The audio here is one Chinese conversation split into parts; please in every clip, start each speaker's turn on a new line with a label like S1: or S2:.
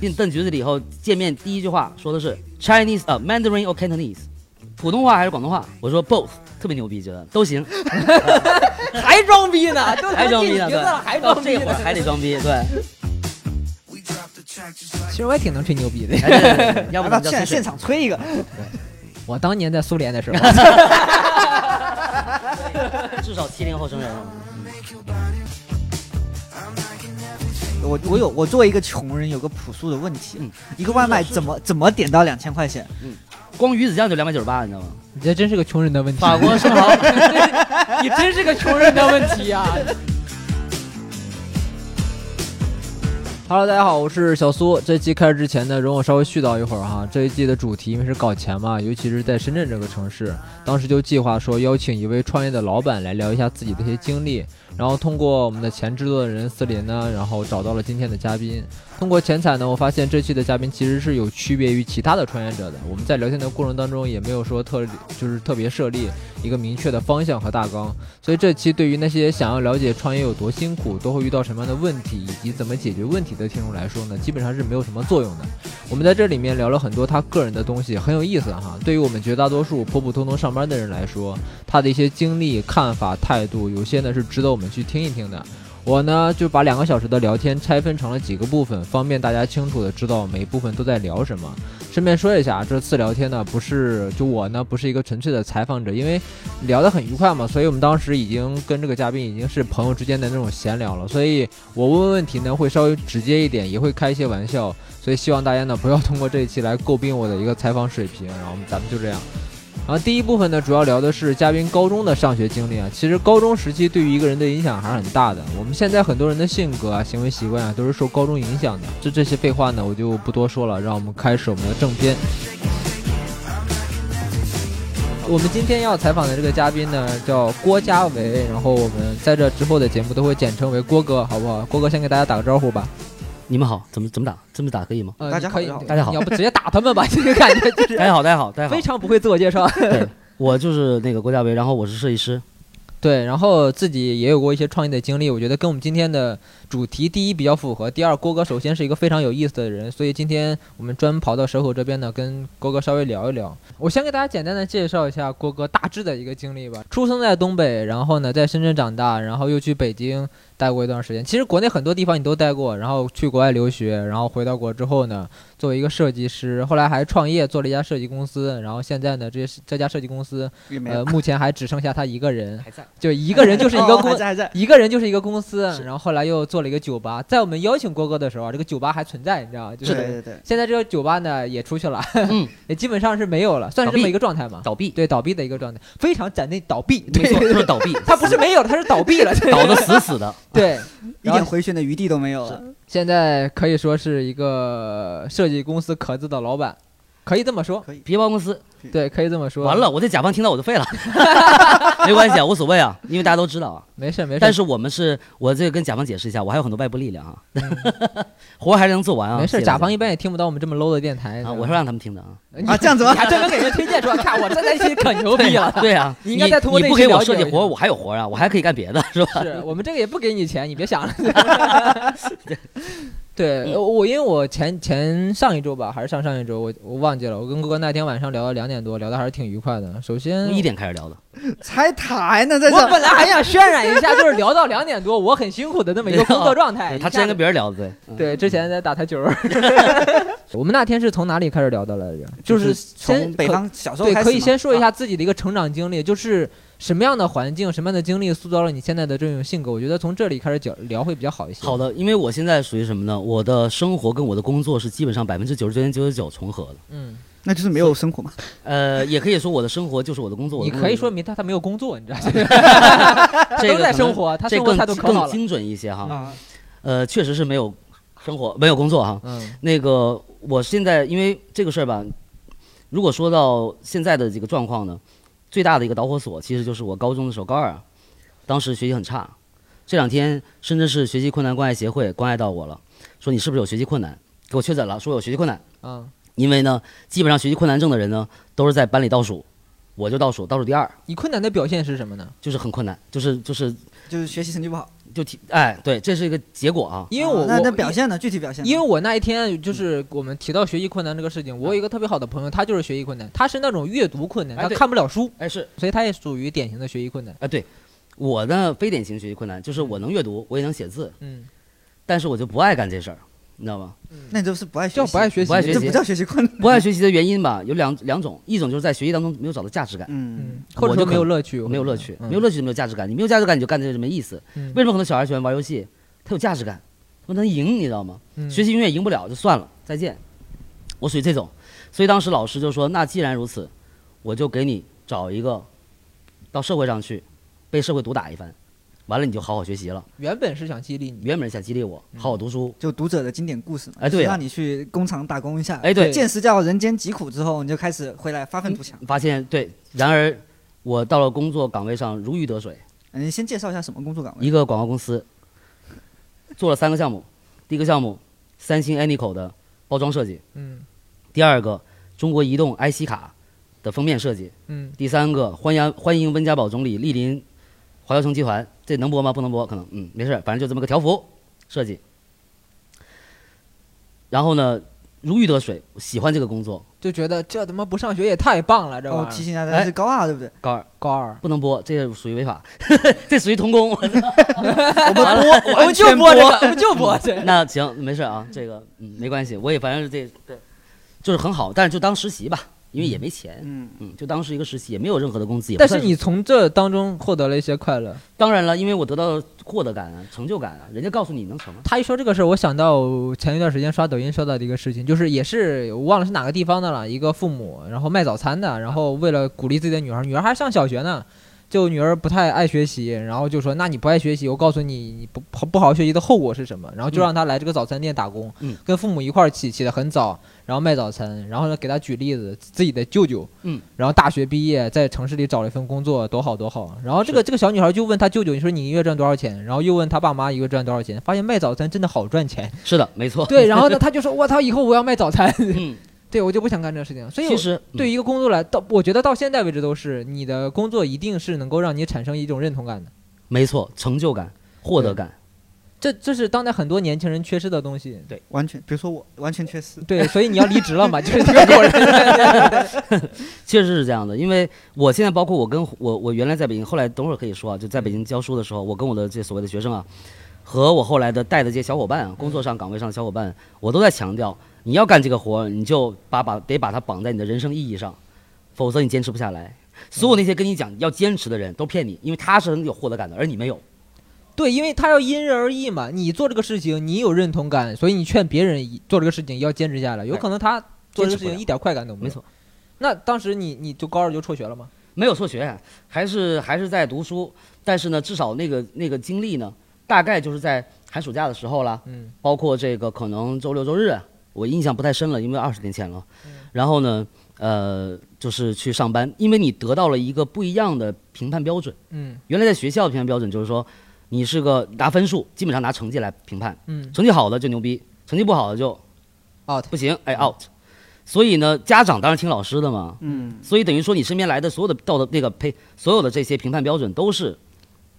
S1: 进邓局子里以后见面第一句话说的是 Chinese 呃 Mandarin or Cantonese，普通话还是广东话？我说 both，特别牛逼，觉得都行，
S2: 还装逼 呢，都
S1: 还装逼呢，
S2: 呢，哦
S1: 对，
S2: 还装
S1: 到
S2: 逼
S1: 这会儿
S2: 呢，
S1: 还得装逼，对，
S2: 其实我也挺能吹牛逼的，
S1: 哎对对对要不
S3: 来
S1: 咱们
S3: 吧，现
S1: 叫
S3: 现场吹一个，
S2: 我当年在苏联的时候，
S1: 至少七零后生人了。
S3: 我我有我作为一个穷人有个朴素的问题，啊
S1: 嗯
S3: 一个外卖怎么怎么点到两千块钱？
S1: 光鱼子酱就两百九十八，你知道吗？
S2: 你这真是个穷人的问题。
S1: 法国 生蚝，
S2: 你真是个穷人的问题呀、Hello，大家好，我是小苏。这期开始之前呢，容我稍微絮叨一会儿哈。这一季的主题因为是搞钱嘛，尤其是在深圳这个城市，当时就计划说邀请一位创业的老板来聊一下自己的一些经历，然后通过我们的前制作人思林呢，然后找到了今天的嘉宾。通过前采呢，我发现这期的嘉宾其实是有区别于其他的创业者的。我们在聊天的过程当中也没有说特就是特别设立一个明确的方向和大纲，所以这期对于那些想要了解创业有多辛苦，都会遇到什么样的问题，以及怎么解决问题的听众来说呢，基本上是没有什么作用的。我们在这里面聊了很多他个人的东西，很有意思哈。对于我们绝大多数普普通通上班的人来说，他的一些经历、看法、态度，有些呢是值得我们去听一听的。我呢就把两个小时的聊天拆分成了几个部分，方便大家清楚的知道每部分都在聊什么。顺便说一下，这次聊天呢不是就我呢不是一个纯粹的采访者，因为聊得很愉快嘛，所以我们当时已经跟这个嘉宾已经是朋友之间的那种闲聊了，所以我问问题呢会稍微直接一点，也会开一些玩笑，所以希望大家呢不要通过这一期来诟病我的一个采访水平，然后咱们就这样。然后第一部分呢，主要聊的是嘉宾高中的上学经历啊。其实高中时期对于一个人的影响还是很大的。我们现在很多人的性格啊、行为习惯啊，都是受高中影响的。这这些废话呢，我就不多说了。让我们开始我们的正片。我们今天要采访的这个嘉宾呢，叫郭家维。然后我们在这之后的节目都会简称为郭哥，好不好？郭哥先给大家打个招呼吧。
S1: 你们好，怎么怎么打？这么打可以吗？
S2: 呃
S3: 大家好
S2: 你可
S3: 大家
S2: 以，
S3: 好
S1: 大家好
S2: 你要不直接打他们吧？ 这个感觉就
S1: 大
S2: 是
S1: 家好，大家好，大家好
S2: 非。常不会自我介绍。
S1: 对，我就是那个郭家维，然后我是设计师。
S2: 对，然后自己也有过一些创业的经历，我觉得跟我们今天的主题第一比较符合，第二郭哥首先是一个非常有意思的人，所以今天我们专门跑到蛇口这边呢，跟郭哥稍微聊一聊。我先给大家简单的介绍一下郭哥大致的一个经历吧。出生在东北，然后呢在深圳长大，然后又去北京待过一段时间。其实国内很多地方你都待过，然后去国外留学，然后回到国之后呢，作为一个设计师，后来还创业做了一家设计公司，然后现在呢这这家设计公司
S3: 也没
S2: 呃目前还只剩下他一个人。
S3: 还在，
S2: 就一个人就是一个
S3: 哦
S2: 公
S3: 还，在还在。
S2: 一个人就是一个公司，
S3: 是
S2: 然后后来又做了一个酒吧。在我们邀请郭哥的时候啊，这个酒吧还存在，你知道吗？就
S3: 对
S2: 是
S3: 对对，
S2: 现在这个酒吧呢也出去了，
S1: 嗯，
S2: 也基本上是没有了，算是这
S1: 倒
S2: 么
S1: 闭
S2: 一个状态嘛。
S1: 倒闭，
S2: 对，倒闭的一个状态，非常斩钉倒闭。
S1: 没错，
S2: 对，
S1: 就是倒闭，
S2: 它不是没有了，它是倒闭了。对
S1: 倒的死死的。
S2: 对，
S3: 一
S2: 然后
S3: 点回旋的余地都没有了。
S2: 现在可以说是一个设计公司壳子的老板，可以这么说。
S1: 皮包公司
S2: 对，可以这么说。
S1: 完，了，我在甲方听到我就废了，没关系啊，无所谓啊，因为大家都知道啊。
S2: 没事没事。
S1: 但是我们是，我这个跟甲方解释一下，我还有很多外部力量啊，活儿还是能做完啊。
S2: 嗯没
S1: 谢
S2: 事，
S1: 谢
S2: 甲
S1: 大
S2: 方
S1: 家
S2: 一般也听不到我们这么 low 的电台。
S1: 啊，我是让他们听的啊。
S2: 你
S3: 啊，这样子吗
S2: 你？还专门给人推荐说，看我这台戏可牛逼了。
S1: 对啊，
S2: 你应该再通过
S1: 你
S2: 这
S1: 不
S2: 一期
S1: 给我
S2: 了
S1: 设
S2: 解
S1: 计
S2: 一
S1: 活
S2: 下
S1: 儿，我还有活儿啊，我还可以干别的，是吧？
S2: 是我们这个也不给你钱，你别想了。 对，呃我因为我前前上一周吧，还是上上一周，我我忘记了。我跟郭哥那天晚上聊到两点多，聊的还是挺愉快的。首先
S1: 从，一点开始聊的，
S3: 拆台呢，在
S2: 我
S3: 这哎
S2: 本来还想渲染一下，就是聊到两点多，我很辛苦的那么一个工作状态。
S1: 对哦
S2: 一
S1: 他之
S2: 下
S1: 前
S2: 子
S1: 跟别人聊的，对嗯
S2: 对之前在打台球。 我们那天是从哪里开始聊的来着？就是先
S3: 从北
S2: 可
S3: 方小时候
S2: 对，
S3: 开始
S2: 可以
S3: 嘛啊
S2: 先说一下自己的一个成长经历，就是什么样的环境、什么样的经历塑造了你现在的这种性格。我觉得从这里开始讲聊会比较好一些。
S1: 好的，因为我现在属于什么呢？我的生活跟我的工作是基本上百分之九十九点九九九重合的。
S2: 嗯，
S3: 那就是没有生活嘛。
S1: 呃，也可以说我的生活就是我的工作。我的
S2: 你
S1: 工
S2: 可以
S1: 作
S2: 说明他他没有工作，你知道吗？
S1: 这
S2: 都
S1: 个
S2: 在
S1: 可
S2: 生
S1: 能，
S2: 活，他
S1: 这
S2: 生活
S1: 更
S2: 态度可好
S1: 更
S2: 了。嗯
S1: 精准一些哈。
S3: 啊，
S1: 呃，确实是没有生活，没有工作哈。
S2: 嗯
S1: 那个我现在因为这个事儿吧，如果说到现在的这个状况呢，最大的一个导火索其实就是我高中的时候，高二啊，当时学习很差，这两天深圳市学习困难关爱协会关爱到我了，说你是不是有学习困难，给我确诊了，说我有学习困难，
S2: 嗯，
S1: 因为呢，基本上学习困难症的人呢，都是在班里倒数，我就倒数，倒数第二，
S2: 你困难的表现是什么呢？
S1: 就是很困难，就是就是
S3: 就是学习成绩不好，
S1: 就提哎，对，这是一个结果啊。
S2: 因为我
S3: 那
S2: 我
S3: 那表现呢？具体表现呢？
S2: 因为我那一天就是我们提到学习困难这个事情，我有一个特别好的朋友，他就是学习困难，他是那种阅读困难，
S1: 哎
S2: 他
S1: 对
S2: 看不了书，
S1: 哎，是
S2: 所以他也属于典型的学习困难。
S1: 哎，对，我呢非典型学习困难，就是我能阅读，我也能写字，
S2: 嗯，
S1: 但是我就不爱干这事儿，你知道吗？
S3: 那你这是不爱学习，
S2: 叫不爱学习，
S1: 不爱学
S3: 这
S1: 习
S3: 不叫学习困难。
S1: 不爱学习的原因吧，有两两种，一种就是在学习当中没有找到价值感，
S3: 嗯
S2: 嗯，或者
S1: 我就
S2: 说
S1: 可
S2: 没有乐趣，
S1: 没有乐趣，
S2: 嗯
S1: 没有乐趣就没有价值感，你没有价值感你就干这就没意思。
S2: 嗯
S1: 为什么很多小孩喜欢玩游戏？他有价值感，他能赢，你知道吗？
S2: 嗯
S1: 学习永远赢不了，就算了，再见。我属于这种，所以当时老师就说：“那既然如此，我就给你找一个到社会上去，被社会毒打一番，完了你就好好学习了。
S2: 原本是想激励你，
S1: 原本是想激励我好好读书，
S3: 就读者的经典故事嘛，
S1: 哎对啊
S3: 就是让你去工厂打工一下，
S1: 哎对嗯
S3: 见识到人间疾苦之后，你就开始回来发愤图强。
S2: 嗯
S1: 发现对。然而我到了工作岗位上如鱼得水，
S3: 嗯，你先介绍一下什么工作岗位？
S1: 一个广告公司做了三个项目，第一个项目三星 Anyco 的包装设计，
S2: 嗯
S1: 第二个中国移动 IC 卡的封面设计，
S2: 嗯
S1: 第三个欢迎欢迎温家宝总理莅临华侨城集团，这能播吗？不能播，可能嗯没事儿，反正就这么个条幅设计。然后呢，如鱼得水，喜欢这个工作。
S2: 就觉得这他妈不上学也太棒了，这玩
S3: 哦
S2: 意，儿
S3: 提醒一下，他是高二，对不对？
S1: 哎高二
S2: 高二，
S1: 不能播，这个属于违法， 这属于童工。
S2: 我们 播，
S3: 哦
S2: 我们就播这个，我们就播这个。
S1: 那行，没事啊，这个嗯没关系，我也反正是这对，就是很好，但是就当实习吧，因为也没钱，
S3: 嗯，
S1: 嗯，就当是一个实习，也没有任何的工资。也不
S2: 但
S1: 算
S2: 是你从这当中获得了一些快乐。
S1: 当然了，因为我得到获得感啊、成就感啊，人家告诉你能成啊，
S2: 他一说这个事儿，我想到前一段时间刷抖音刷到的一个事情，就是也是我忘了是哪个地方的了，一个父母然后卖早餐的，然后为了鼓励自己的女儿，女儿还上小学呢，就女儿不太爱学习，然后就说那你不爱学习，我告诉你你不好不好好学习的后果是什么，然后就让她来这个早餐店打工，
S1: 嗯
S2: 跟父母一块儿起起得很早，然后卖早餐，然后呢给她举例子，自己的舅舅，
S1: 嗯，
S2: 然后大学毕业在城市里找了一份工作，多好多好。啊然后这个
S1: 是
S2: 这个小女孩就问她舅舅，你说你一个月赚多少钱？然后又问她爸妈一个月赚多少钱，发现卖早餐真的好赚 钱。
S1: 是的，没错。
S2: 对，然后呢，她就说，我操，以后我要卖早餐。
S1: 嗯，
S2: 对我就不想干这个事情。所以
S1: 其实嗯
S2: 我对于一个工作来，到我觉得到现在为止都是，你的工作一定是能够让你产生一种认同感的。
S1: 嗯没错，成就感、获得感，
S2: 这这是当代很多年轻人缺失的东西。
S3: 完全，比如说我完全缺失。
S2: 对，所以你要离职了 嘛，就是这个果然。
S1: 确实是这样的。因为我现在包括我跟我我原来在北京，后来等会儿可以说啊，就在北京教书的时候，我跟我的这所谓的学生啊，和我后来的带的这些小伙伴啊，工作上岗位上的小伙伴，我都在强调，你要干这个活儿，你就把把得把它绑在你的人生意义上，否则你坚持不下来。所有那些跟你讲要坚持的人都骗你，因为他是很有获得感的，而你没有。
S2: 对，因为他要因人而异嘛。你做这个事情，你有认同感，所以你劝别人一做这个事情要坚持下来。有
S1: 对
S2: 可能他做
S1: 坚持
S2: 这个事
S1: 不
S2: 情
S1: 了
S2: 一点快感都没有。
S1: 没错。
S2: 那当时你你就高二就辍学了吗？
S1: 没有辍学，啊还是还是在读书，但是呢，至少那个那个经历呢，大概就是在寒暑假的时候啦，
S2: 嗯，
S1: 包括这个可能周六周日，我印象不太深了，因为二十年前了。
S2: 嗯
S1: 然后呢，呃，就是去上班，因为你得到了一个不一样的评判标准。
S2: 嗯
S1: 原来在学校的评判标准就是说，你是个拿分数，基本上拿成绩来评判，
S2: 嗯
S1: 成绩好的就牛逼，成绩不好的就
S2: out
S1: 不行，哎 out。所以呢，家长当然听老师的嘛，
S3: 嗯，
S1: 所以等于说，你身边来的所有的道德那个配所有的这些评判标准都是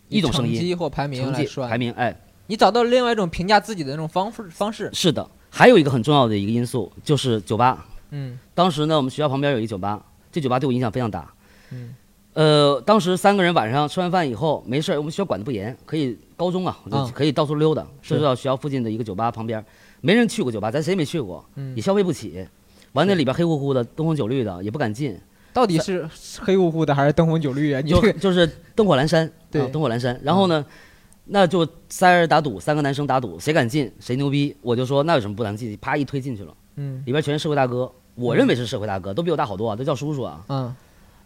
S1: 一种声
S2: 成
S1: 音，
S2: 绩或排名
S1: 成
S2: 来
S1: 绩、
S2: 说，
S1: 排名，哎，
S2: 你找到另外一种评价自己的那种方式方式。
S1: 是的。还有一个很重要的一个因素就是酒吧。
S2: 嗯
S1: 当时呢，我们学校旁边有一酒吧，这酒吧对我影响非常大。
S2: 嗯，
S1: 呃，当时三个人晚上吃完饭以后没事儿，我们学校管得不严，可以高中啊，我就
S2: 嗯
S1: 可以到处溜达，
S2: 是
S1: 就到学校附近的一个酒吧旁边，没人去过酒吧，咱谁也没去过，
S2: 嗯
S1: 也，消费不起。完那里边黑乎乎的，灯红酒绿的，也不敢进。
S2: 到底是黑乎乎的还是灯红酒绿啊？你这
S1: 就
S2: 个
S1: 就是灯火阑珊，
S2: 对嗯
S1: 啊灯火阑珊。然后呢，那就三人打赌，三个男生打赌，谁敢进谁牛逼。我就说那有什么不能进？啪一推进去了，
S2: 嗯
S1: 里边全是社会大哥，我认为是社会大哥，都比我大好多啊，都叫叔叔啊。
S2: 嗯，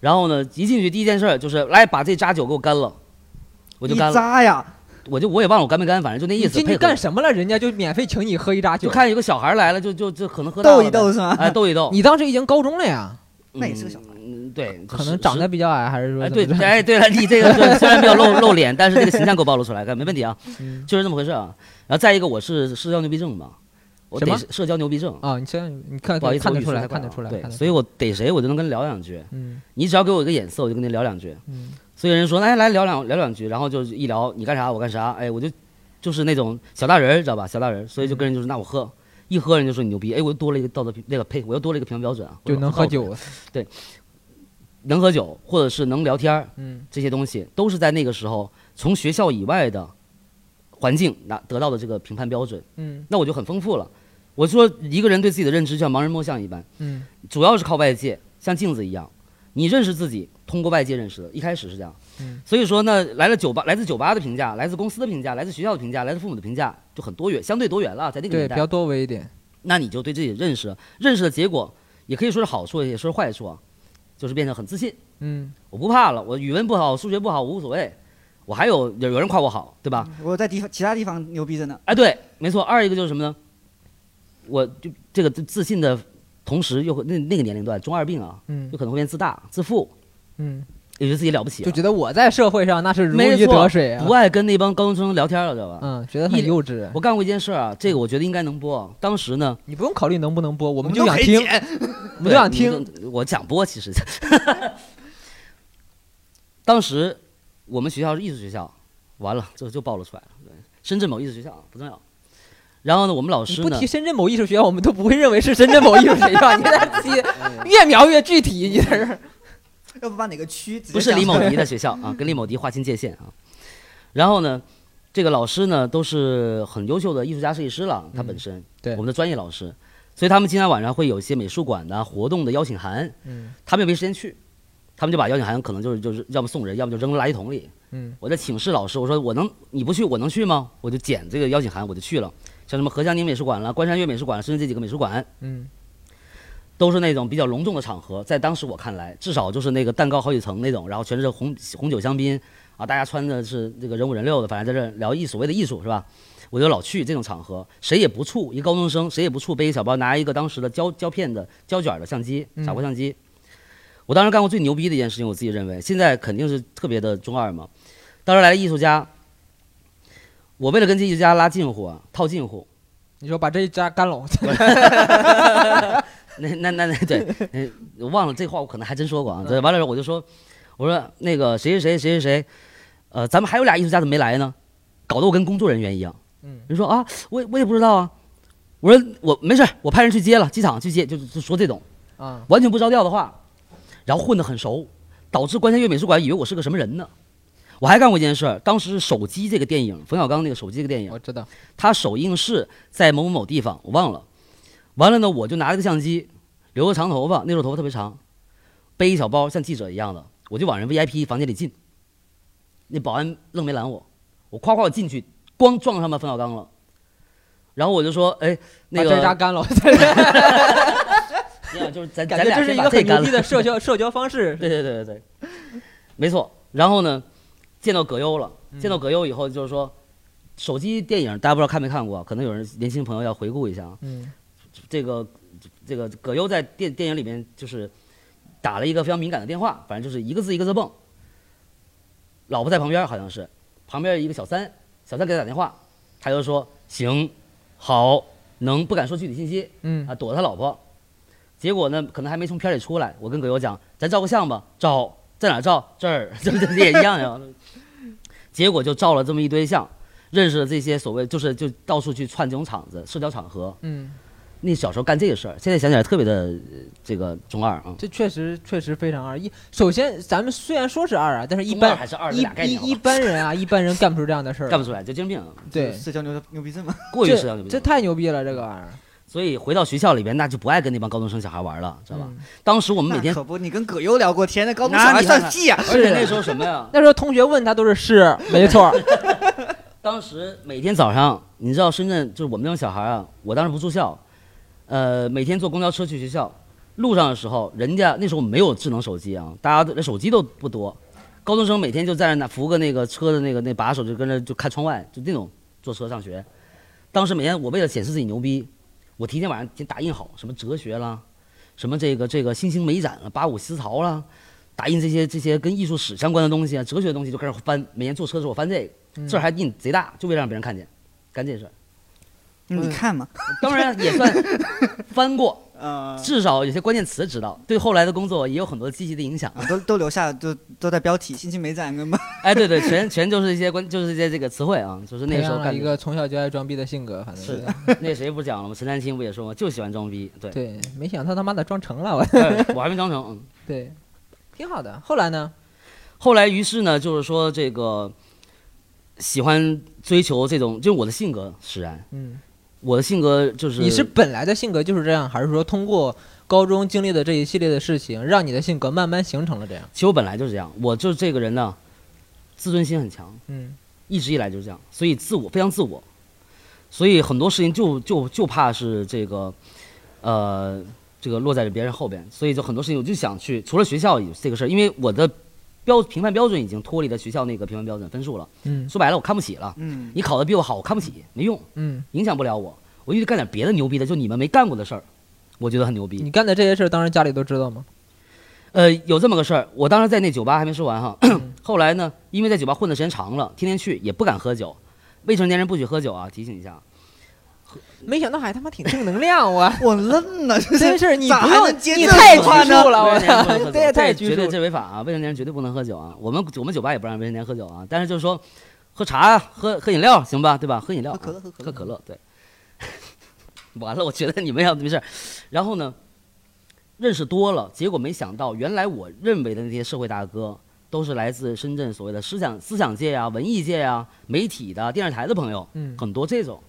S1: 然后呢，一进去第一件事儿就是来把这扎酒给我干了，我就
S3: 一
S1: 干了，
S3: 扎呀，
S1: 我就我也忘了我干没干，反正就那意
S2: 你
S1: 思。
S2: 进
S1: 配
S2: 去
S1: 合
S2: 干什么了？人家就免费请你喝一扎酒，
S1: 就看有个小孩来了，就就就可能喝大
S3: 斗
S1: 了
S3: 一
S1: 呗
S3: 斗，是吗？
S1: 哎，斗一 斗。
S2: 你当时已经高中了呀，
S3: 那也是个小孩
S1: 嗯， 对，
S2: 可能长得比较矮，还是说
S1: 哎，
S2: 怎么
S1: 对，
S2: 着
S1: 哎， 对了，你这个虽虽然没有露露脸，但是这个形象给我暴露出来，看没问题啊。
S2: 嗯
S1: 就是这么回事啊。然后再一个，我是社交牛逼症嘛，我
S2: 什
S1: 得
S2: 么
S1: 社交牛逼症，
S2: 啊，你先你看
S1: 不好意思，
S2: 看
S1: 我
S2: 得
S1: 语
S2: 出
S1: 速
S2: 来，
S1: 太快
S2: 看得
S1: 了
S2: 出来，
S1: 对，
S2: 看得出
S1: 所以我逮谁我就能跟他聊两句
S2: 来，嗯
S1: 你只要给我一个眼色，我就跟你聊两句。
S2: 嗯
S1: 所以人说，哎，来聊两聊两句，然后就一聊你干啥我干啥，哎，我就就是那种小大人儿，知道吧？小大人儿，所以就跟人就是那我喝，一喝人就说你牛逼，哎，我又多了一个道德那个呸，我又多了一个评判标准啊，
S2: 就能喝
S1: 或者
S2: 酒，
S1: 能喝酒，或者是能聊天儿，
S2: 嗯，
S1: 这些东西都是在那个时候从学校以外的环境拿得到的这个评判标准，
S2: 嗯
S1: 那我就很丰富了。我说一个人对自己的认知像盲人摸象一般，
S2: 嗯
S1: 主要是靠外界，像镜子一样，你认识自己通过外界认识的，一开始是这样。
S2: 嗯
S1: 所以说呢，来了酒吧，来自酒吧的评价，来自公司的评价，来自学校的评价，来自父母的评价，就很多元，相对多元了，在那个
S2: 对，
S1: 年
S2: 比
S1: 代。
S2: 较多维一点，
S1: 那你就对自己认识，认识的结果也可以说是好处，也说是坏处啊，就是变得很自信。
S2: 嗯，
S1: 我不怕了，我语文不好，数学不好，我无所谓，我还有有有人夸我好，对吧？
S3: 我在地方其他地方牛逼着呢。
S1: 哎，对，没错。二一个就是什么呢？我就这个自信的同时，又会那那个年龄段中二病啊，
S2: 嗯
S1: 有可能会变自大、自负，
S2: 嗯，
S1: 也觉得自己了不起了
S2: 就觉得我在社会上那是如
S1: 没
S2: 鱼
S1: 错
S2: 得水啊
S1: 不，爱跟那帮高中生聊天了，知道吧？
S2: 嗯，觉得
S1: 一
S2: 很幼稚。
S1: 我干过一件事儿啊，这个我觉得应该能播啊。当时呢，
S2: 你不用考虑能不能播，我
S3: 我
S2: 们就想
S3: 可以
S2: 听，
S3: 剪
S2: 我们就想
S1: 对
S2: 听。。
S1: 你就 我想播，其实。当时我们学校是艺术学校，完了这就暴露出来了。对，深圳某艺术学校啊不重要。然后呢，我们老
S2: 你
S1: 师
S2: 不
S1: 呢
S2: 提，深圳某艺术学校，我们都不会认为是深圳某艺术学校。你在这
S1: 哎
S2: 提，越描越具体，你在这儿。
S3: 要不把哪个区直接
S1: 不是
S3: 讲
S1: 李
S3: 出
S1: 某
S3: 来
S1: 迪的学校啊，跟李某迪划清界限啊。然后呢，这个老师呢都是很优秀的艺术家设计师了，他
S3: 嗯
S1: 本身、
S2: 对
S1: 我们的专业老师，所以他们今天晚上会有一些美术馆的活动的邀请函，
S2: 嗯
S1: 他们也没时间去，他们就把邀请函可能就是就是要么送人，要么就扔垃圾桶里。
S2: 嗯
S1: 我在请示老师，我说我能你不去，我能去吗？我就捡这个邀请函，我就去了，像什么何江宁美术馆了、关山月美术馆、深圳这几个美术馆，
S2: 嗯
S1: 都是那种比较隆重的场合，在当时我看来，至少就是那个蛋糕好几层那种，然后全是红红酒香槟啊，大家穿的是这个人五人六的，反正在这儿聊艺所谓的艺术是吧？我就老去这种场合，谁也不怵，一高中生谁也不怵，背一小包，拿一个当时的胶胶片的胶卷的相机，
S2: 嗯
S1: 傻瓜相机。我当时干过最牛逼的一件事情，我自己认为，现在肯定是特别的中二嘛。当时来了艺术家，我为了跟这艺术家拉近乎啊，套近乎，
S2: 你说把这一家干拢，
S1: 那那那那对，嗯我忘了这话，我可能还真说过啊。对，完了之后我就说，我说那个谁谁谁谁谁，呃，咱们还有俩艺术家怎么没来呢？搞得我跟工作人员一样。
S2: 嗯
S1: 人说啊，我也我也不知道啊。我说我没事儿，我派人去接了，机场去接，就就说这种
S2: 啊，
S1: 完全不着调的话，然后混得很熟，导致关山月美术馆以为我是个什么人呢。我还干过一件事儿，当时是手机这个电影，冯小刚那个手机这个电影，
S2: 我知道，
S1: 它首映是在某某某地方，我忘了。完了呢，我就拿了个相机，留个长头发，那时候头发特别长，背一小包，像记者一样的，我就往人 VIP 房间里进。那保安愣没拦我，我夸夸我进去，光撞上面冯小刚了。然后我就说，哎，那
S2: 把这一家
S1: 个，
S2: 干拢，
S1: 你好就是咱
S2: 感
S1: 咱
S2: 觉
S1: 俩
S2: 啊这是
S1: 先
S2: 一
S1: 把
S2: 个
S1: 这
S2: 很牛
S1: 干
S2: 逼
S1: 了。
S2: 的社交社交方式。
S1: 对对对对对，没错。然后呢，见到葛优了，
S2: 嗯
S1: 见到葛优以后就是说，手机电影大家不知道看没看过，可能有人年轻朋友要回顾一下啊。
S2: 嗯
S1: 这个这个葛优在电电影里面就是打了一个非常敏感的电话，反正就是一个字一个字蹦。老婆在旁边好像是，旁边一个小三，小三给他打电话，他就说行，好，能不敢说具体信息
S2: 嗯
S1: 啊，躲着他老婆。结果呢，可能还没从片儿里出来，我跟葛优讲，咱照个相吧，照在哪儿照？这儿， 这这也一样呀。结果就照了这么一堆相，认识了这些所谓就是就到处去串这种场子、社交场合，
S2: 嗯，
S1: 那小时候干这个事儿，现在想起来特别的呃这个中二啊。
S2: 这确实确实非常二。一首先，咱们虽然说是二啊，但是一
S1: 中二
S2: 般
S1: 还是二是
S2: 一
S1: 俩概念
S2: 一一
S1: 好吧，
S2: 般人啊，一般人干不出这样的事儿。
S1: 干不出来，就精神病啊，
S2: 对，
S3: 社交牛牛逼症嘛。
S1: 过于社交牛逼
S2: 这
S1: 症。
S2: 太牛逼了，这个玩意儿，
S1: 所以回到学校里边，那就不爱跟那帮高中生小孩玩了，知道
S2: 嗯
S1: 吧？当时我们每
S3: 那
S1: 天
S3: 可不，你跟葛优聊过天，那高中
S1: 那
S3: 小孩
S1: 你看
S3: 算屁呀、啊
S1: 而且那时候什么呀？
S2: 那时候同学问他都是是，没错儿。
S1: 当时每天早上，你知道深圳就是我们那种小孩啊，我当时不住校，呃，每天坐公交车去学校，路上的时候，人家那时候没有智能手机啊，大家都连手机都不多，高中生每天就在那扶个那个车的那个那把手，就跟着就看窗外，就那种坐车上学。当时每天我为了显示自己牛逼，我提前晚上先打印好什么哲学啦，什么这个这个新兴美展啊、八五思潮啦，打印这些这些跟艺术史相关的东西啊、哲学的东西，就开始翻。每天坐车的时候我翻这个。
S2: 嗯
S1: 字儿还印贼大，就为了让别人看见，干这事儿。
S3: 你看嘛，
S1: 当然也算翻过，
S3: 嗯，
S1: 至少有些关键词知道，对后来的工作也有很多积极的影响。啊
S3: 啊都都留下，都都在标题，心情美展跟嘛。
S1: 哎，对对，全全就是一些关，就是一些这个词汇啊，就是那
S2: 培
S1: 个时候
S2: 养了
S1: 干
S2: 一个从小就爱装逼的性格，反正
S1: 是
S2: 是
S1: 那谁不讲了吗？陈丹青不也说吗？就喜欢装逼，对，
S2: 对，没想到他妈的装成了我，
S1: 对我还没装成。嗯
S2: 对，挺好的。后来呢？
S1: 后来，于是呢，就是说这个喜欢追求这种，就我的性格使然，
S2: 嗯，
S1: 我的性格就是
S2: 你是本来的性格就是这样，还是说通过高中经历的这一系列的事情，让你的性格慢慢形成了这样？
S1: 其实我本来就是这样，我就是这个人呢，自尊心很强，
S2: 嗯，
S1: 一直以来就是这样，所以自我非常自我，所以很多事情就就就怕是这个，呃，这个落在别人后边，所以就很多事情我就想去，除了学校有这个事儿，因为我的标评判标准已经脱离了学校那个评判标准分数了，
S2: 嗯
S1: 说白了我看不起了，
S3: 嗯
S1: 你考得比我好，我看不起，没用，
S2: 嗯，
S1: 影响不了我，我就去干点别的牛逼的，就你们没干过的事儿，我觉得很牛逼。
S2: 你干的这些事儿，当然家里都知道吗？
S1: 呃，有这么个事儿，我当时在那酒吧还没说完哈， 后来呢，因为在酒吧混的时间长了，天天去也不敢喝酒，未成年人不许喝酒啊，提醒一下。
S2: 没想到还他妈挺正能量，啊 我
S3: 我愣了，这
S2: 真
S3: 是
S2: 是你
S3: 咋
S2: 不
S3: 还
S2: 用，
S3: 能接
S2: 你
S3: 这种
S2: 太拘
S3: 话呢
S2: 束了，我
S1: 未成年人不能喝酒
S2: 操，这也太
S1: 绝
S2: 拘
S1: 对
S2: 束了。
S1: 这违法啊！未成年人绝对不能喝酒啊！我们我们酒吧也不让未成年人喝酒啊，但是就是说，喝茶啊、喝喝饮料行吧，对吧？喝饮料啊、
S3: 喝可乐喝可乐
S1: 喝可乐，对。 完了，我觉得你们要没事儿。然后呢，认识多了，结果没想到，原来我认为的那些社会大哥，都是来自深圳所谓的思想思想界啊、文艺界啊、媒体的、电视台的朋友，
S2: 嗯
S1: 很多这种。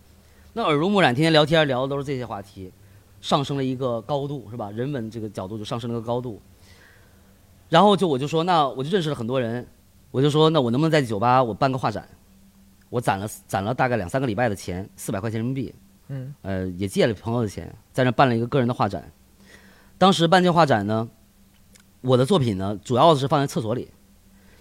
S1: 那耳濡目染，天天聊天聊的都是这些话题，上升了一个高度，是吧？人文这个角度就上升了一个高度。然后就我就说，那我就认识了很多人，我就说，那我能不能在酒吧我办个画展？我攒了攒了大概两三个礼拜的钱，四百块钱人民币，
S2: 嗯
S1: 呃，也借了朋友的钱，在那办了一个个人的画展。当时办这画展呢，我的作品呢，主要是放在厕所里，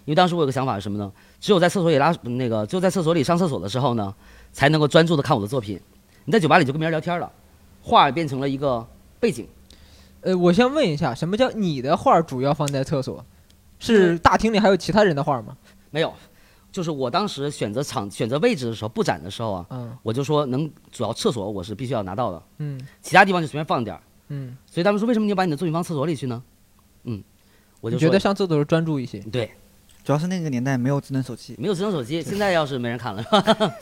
S1: 因为当时我有个想法是什么呢？只有在厕所里拉那个，只有在厕所里上厕所的时候呢，才能够专注的看我的作品。你在酒吧里就跟别人聊天了，画变成了一个背景。
S2: 呃，我先问一下，什么叫你的画主要放在厕所？是大厅里还有其他人的画吗？
S1: 没有，就是我当时选择场、选择位置的时候，布展的时候啊，
S2: 嗯
S1: 我就说能主要厕所我是必须要拿到的，
S2: 嗯
S1: 其他地方就随便放点儿。
S2: 嗯，
S1: 所以他们说，为什么你要把你的作品放厕所里去呢？嗯，我就
S2: 你觉
S1: 说
S2: 得上厕所的时候专注一些？
S1: 对，
S3: 主要是那个年代没有智能手机，
S1: 没有智能手机，现在要是没人看了，是吧？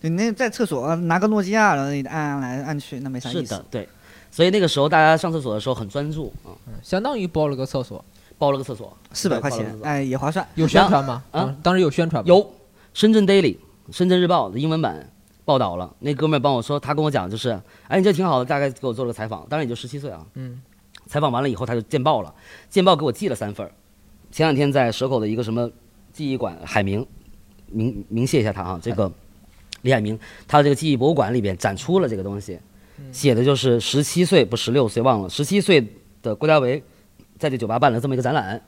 S3: 你那在厕所啊拿个诺基亚，然后你按来按去，那没啥
S1: 是
S3: 意思
S1: 的。，对。所以那个时候大家上厕所的时候很专注啊，
S2: 嗯相当于包了个厕所，
S1: 包了个厕所，
S3: 四百块
S1: 包了
S3: 钱
S1: 个厕，所
S3: 哎，也划算。
S2: 有宣传吗？
S1: 然后
S2: 嗯当时有宣传吗？，
S1: 有《深圳 Daily》《深圳日报》的英文版报道了。那哥们儿帮我说，他跟我讲就是，哎，你这挺好的，大概给我做了个采访，当然也就十七岁啊。
S2: 嗯。
S1: 采访完了以后，他就见报了，见报给我寄了三份儿。前两天在蛇口的一个什么记忆馆，海明，明明谢一下他啊，这个李海明，他的这个记忆博物馆里边展出了这个东西，写的就是十七岁不十六岁忘了，十七岁的郭家维在这酒吧办了这么一个展览，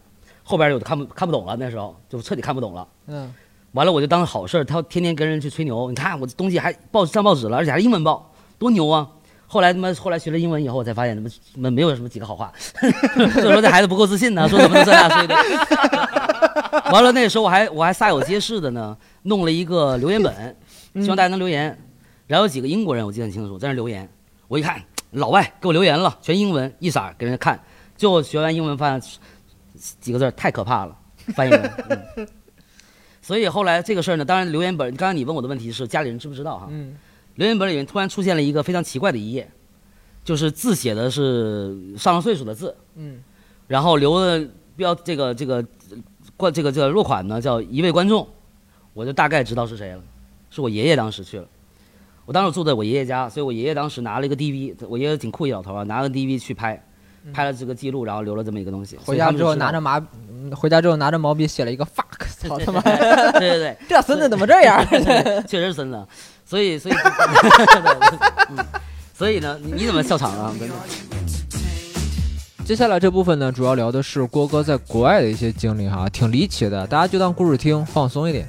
S1: 后边儿我就看不看不懂了，那时候就彻底看不懂了。
S2: 嗯，
S1: 完了我就当好事儿，他天天跟人去吹牛。你看我这东西还报上报纸了，而且还是英文报，多牛啊！后来他妈后来学了英文以后，我才发现他妈他妈没有什么几个好话， 所以说这孩子不够自信呢，说怎么能这样，所以的。 完了那时候我还我还煞有介事的呢，弄了一个留言本，希望大家能留言。然后有几个英国人我记得很清楚，在那留言，我一看老外给我留言了，全英文一色儿给人家看，最后学完英文发现几个字儿太可怕了，翻译文。嗯所以后来这个事儿呢，当然留言本，刚刚你问我的问题是家里人知不知道哈？
S2: 嗯，
S1: 留言本里面突然出现了一个非常奇怪的一页，就是字写的是上了岁数的字，
S2: 嗯，
S1: 然后留的标这个这个冠这个这个落款呢叫一位观众，我就大概知道是谁了，是我爷爷当时去了。我当时住在我爷爷家，所以我爷爷当时拿了一个 DV，我爷爷挺酷一老头啊，拿个 DV 去拍，拍了这个记录，然后留了这么一个东西。所
S2: 嗯回
S1: 以他
S2: 家
S1: 们
S2: 之
S1: 就
S2: 后
S1: 知道
S2: 拿着麻，嗯回家之后拿着毛笔写了一个 fuck，操 他妈，
S1: 对对对，
S2: 这孙子怎么这样？
S1: 确实是孙子，所以 所以，嗯，所以呢，你你怎么笑场了？
S2: 接下来这部分呢，主要聊的是郭哥在国外的一些经历哈，挺离奇的，大家就当故事听，放松一点。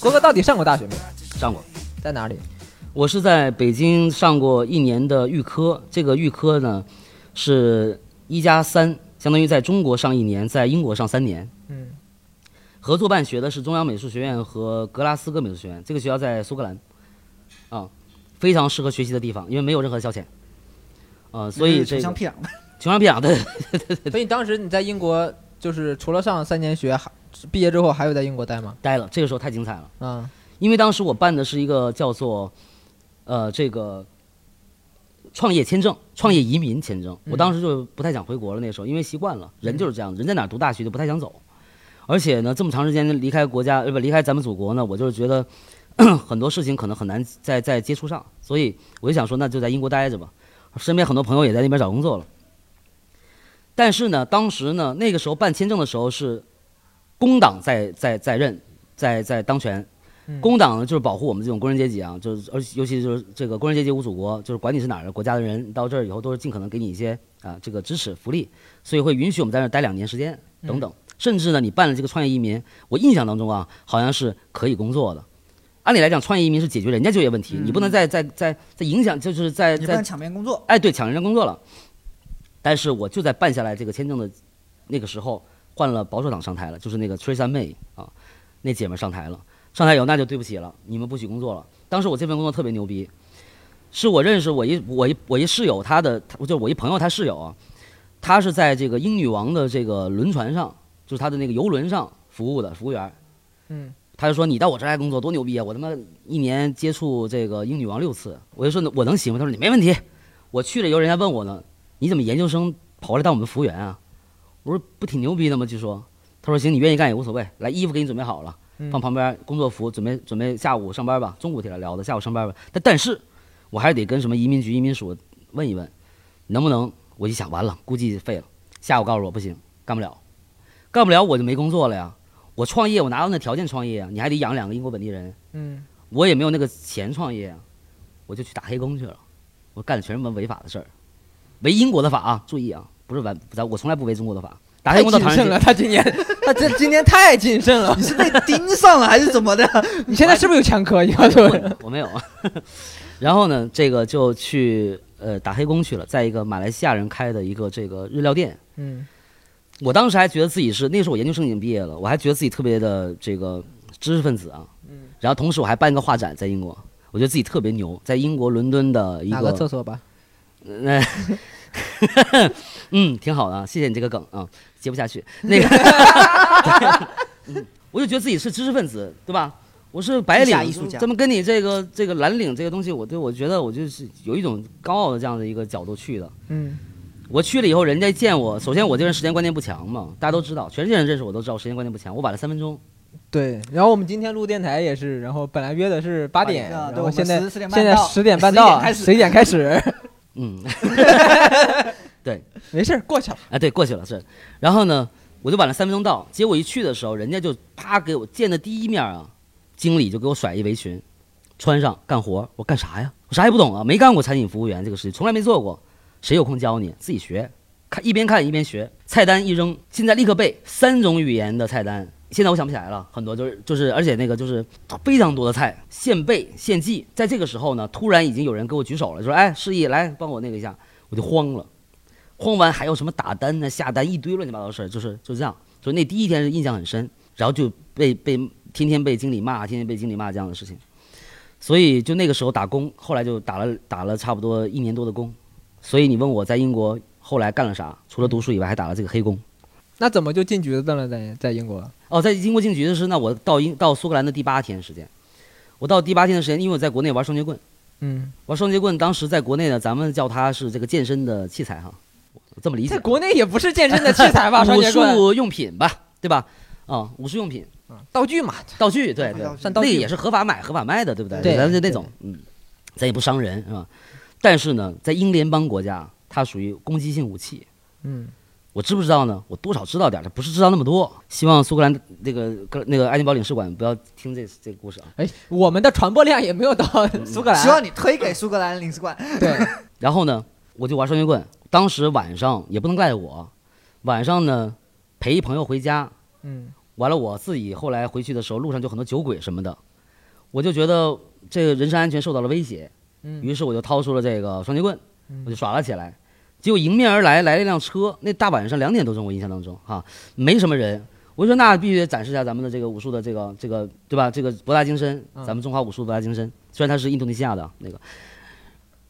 S2: 郭哥到底上过大学没？
S1: 上过，
S2: 在哪里？
S1: 我是在北京上过一年的预科，这个预科呢是一加三，相当于在中国上一年，在英国上三年。
S2: 嗯
S1: 合作办学的是中央美术学院和格拉斯哥美术学院，这个学校在苏格兰，啊，非常适合学习的地方，因为没有任何消遣。呃，所以这
S3: 穷
S1: 个
S3: 乡僻壤吧，
S1: 穷乡僻壤啊对，
S2: 所以当时你在英国，就是除了上三年学，还毕业之后还有在英国待吗？
S1: 待了，这个时候太精彩了，
S2: 啊、
S1: 因为当时我办的是一个叫做呃这个创业签证、创业移民签证，我当时就不太想回国了，那时候因为习惯了，人就是这样，人在哪儿读大学就不太想走，而且呢，这么长时间离开国家，呃不离开咱们祖国呢，我就是觉得 很多事情可能很难再再接触上，所以我就想说，那就在英国待着吧。身边很多朋友也在那边找工作了，但是呢，当时呢，那个时候办签证的时候是工党在在在任，在在当权
S2: 嗯。
S1: 工党呢，就是保护我们这种工人阶级啊，就是而尤其就是这个工人阶级无祖国，就是管你是哪儿的国家的人，到这儿以后都是尽可能给你一些啊这个支持福利，所以会允许我们在那儿待两年时间等等。甚至呢，你办了这个创业移民，我印象当中啊，好像是可以工作的。按理来讲，创业移民是解决人家就业问题，你不能再再再再影响，就是在
S3: 你不
S1: 在
S3: 能抢别人工作，
S1: 哎，对，抢人家工作了。但是我就在办下来这个签证的那个时候，换了保守党上台了，就是那个 Theresa May 啊，那姐们儿上台了。上台以后，那就对不起了，你们不许工作了。当时我这份工作特别牛逼，是我认识我一我一我一室友，他的他就是我一朋友，他室友啊，他是在这个英女王的这个轮船上，就是他的那个游轮上服务的服务员儿。
S2: 嗯，
S1: 他就说你到我这儿来工作多牛逼啊！我他妈一年接触这个英女王六次，我就说我能行吗？他说你没问题。我去了以后，人家问我呢，你怎么研究生跑过来当我们服务员啊？我说不挺牛逼的吗？据说，他说行，你愿意干也无所谓，来衣服给你准备好了，放旁边工作服，准备准备下午上班吧，中午起来聊的，下午上班吧。但但是我还是得跟什么移民局、移民署问一问，能不能？我一想完了，估计废了。下午告诉我不行，干不了，干不了我就没工作了呀。我创业，我拿到那条件创业啊，你还得养两个英国本地人，
S2: 嗯，
S1: 我也没有那个钱创业啊，我就去打黑工去了。我干的全是违法的事儿，违英国的法啊！注意啊，不是违，咱我从来不违中国的法。打黑
S2: 太
S1: 工到唐人
S2: 谨慎
S1: 街
S2: 了，，他今年， 他这今年太谨慎了
S3: 你。是被盯上了还是怎么的？
S2: 你现在是不是有前科？你告 诉我。
S1: 我没有。然后呢，这个就去呃打黑工去了，在一个马来西亚人开的一个这个日料店。
S2: 嗯
S1: 我当时还觉得自己是，那时候我研究生已经毕业了，我还觉得自己特别的这个知识分子啊。然后同时我还办一个画展在英国，我觉得自己特别牛，在英国伦敦的一
S2: 哪
S1: 个
S2: 个厕所吧？
S1: 那，嗯，挺好的啊，谢谢你这个梗啊、接不下 去。那个，嗯我就觉得自己是知识分子，对吧？我是白
S3: 地下
S1: 领，
S3: 艺术家
S1: 怎么跟你这个这个蓝领这个东西，我对我觉得我就是有一种高傲的这样的一个角度去的。
S2: 嗯
S1: 我去了以后，人家见我，首先我这个人时间观念不强嘛，大家都知道，全世界人认识我都知道我时间观念不强，我晚了三分钟。，
S2: 对。然后我们今天录电台也是，然后本来约的是八点，
S3: 啊对
S2: 然
S3: 我
S2: 后
S3: 们
S2: 现在
S3: 10 10
S2: 现在十点
S3: 点半
S2: 半到
S3: 到，
S2: 十一点开始，
S1: 嗯，
S2: 没事儿过去了。
S1: 啊，对，过去了是。然后呢，我就晚了三分钟到，结果一去的时候，人家就啪给我见的第一面啊，经理就给我甩一围裙，穿上干活。我干啥呀？我啥也不懂啊，没干过餐饮服务员这个事情，从来没做过。谁有空教你？自己学，看一边看一边学。菜单一扔，现在立刻背三种语言的菜单。现在我想不起来了，很多就是就是，而且那个就是非常多的菜，现背现记。在这个时候呢，突然已经有人给我举手了，就说：“哎，示意来帮我那个一下。”我就慌了。慌完还有什么打单呢、下单一堆乱七八糟的事儿，就是就这样。所以那第一天是印象很深，然后就被被天天被经理骂，天天被经理骂这样的事情。所以就那个时候打工，后来就打了打了差不多一年多的工。所以你问我在英国后来干了啥，除了读书以外，还打了这个黑工。
S2: 那怎么就进局子了？在在英国？
S1: 哦，在英国进局的是，那我到英到苏格兰的第八天时间，我到第八天的时间，因为我在国内玩双截棍，
S2: 嗯，
S1: 玩双截棍当时在国内呢，咱们叫它是这个健身的器材哈，我这么理解
S2: 在。国内也不是健身的器材 吧？双
S1: 武
S2: 截棍、嗯
S1: 术用品吧，对吧？啊、武术用 品、
S2: 道具嘛。
S1: 道具，对
S3: 道具
S1: 对，
S3: 算
S2: 道具
S1: 那也是合法买、合法卖的，对不对？
S2: 对
S1: 咱就那种，嗯，咱也不伤人，是吧？但是呢，在英联邦国家，它属于攻击性武器。
S2: 嗯，
S1: 我知不知道呢？我多少知道点儿，不是知道那么多。希望苏格兰那个格那个爱丁堡领事馆不要听这这个故事啊。
S2: 哎，我们的传播量也没有到苏格兰。
S3: 希望你推给苏格兰领事馆。
S2: 对，
S1: 然后呢，我就玩双截棍。当时晚上也不能赖我，晚上呢陪一朋友回家，
S2: 嗯，
S1: 完了，我自己后来回去的时候，路上就很多酒鬼什么的，我就觉得这个人身安全受到了威胁，
S2: 嗯
S1: 于是我就掏出了这个双截棍，我就耍了起来。结果迎面而来来了一辆车，那大晚上两点多钟，我印象当中哈、没什么人。我就说那必须得展示一下咱们的这个武术的这个这个对吧？这个博大精深，
S2: 嗯
S1: 咱们中华武术博大精深。虽然它是印度尼西亚的那个，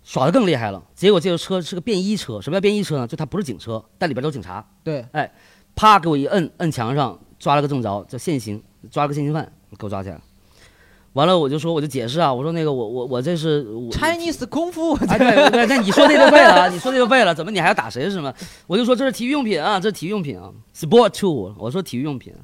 S1: 耍得更厉害了。结果这个车是个便衣车，什么叫便衣车呢？就它不是警车，但里边都是警察。
S2: 对，
S1: 啪给我一摁，摁墙上，抓了个正着，叫现行，抓了个现行犯，给我抓起来了。完了，我就说，我就解释啊，我说那个我我我这是我
S2: Chinese 功夫，
S1: 啊，对对，那你说这就背了，啊， 你说这就背了，怎么你还要打谁是什么？我就说这是体育用品啊，这是体育用品啊，sport tool，我说体育用品，啊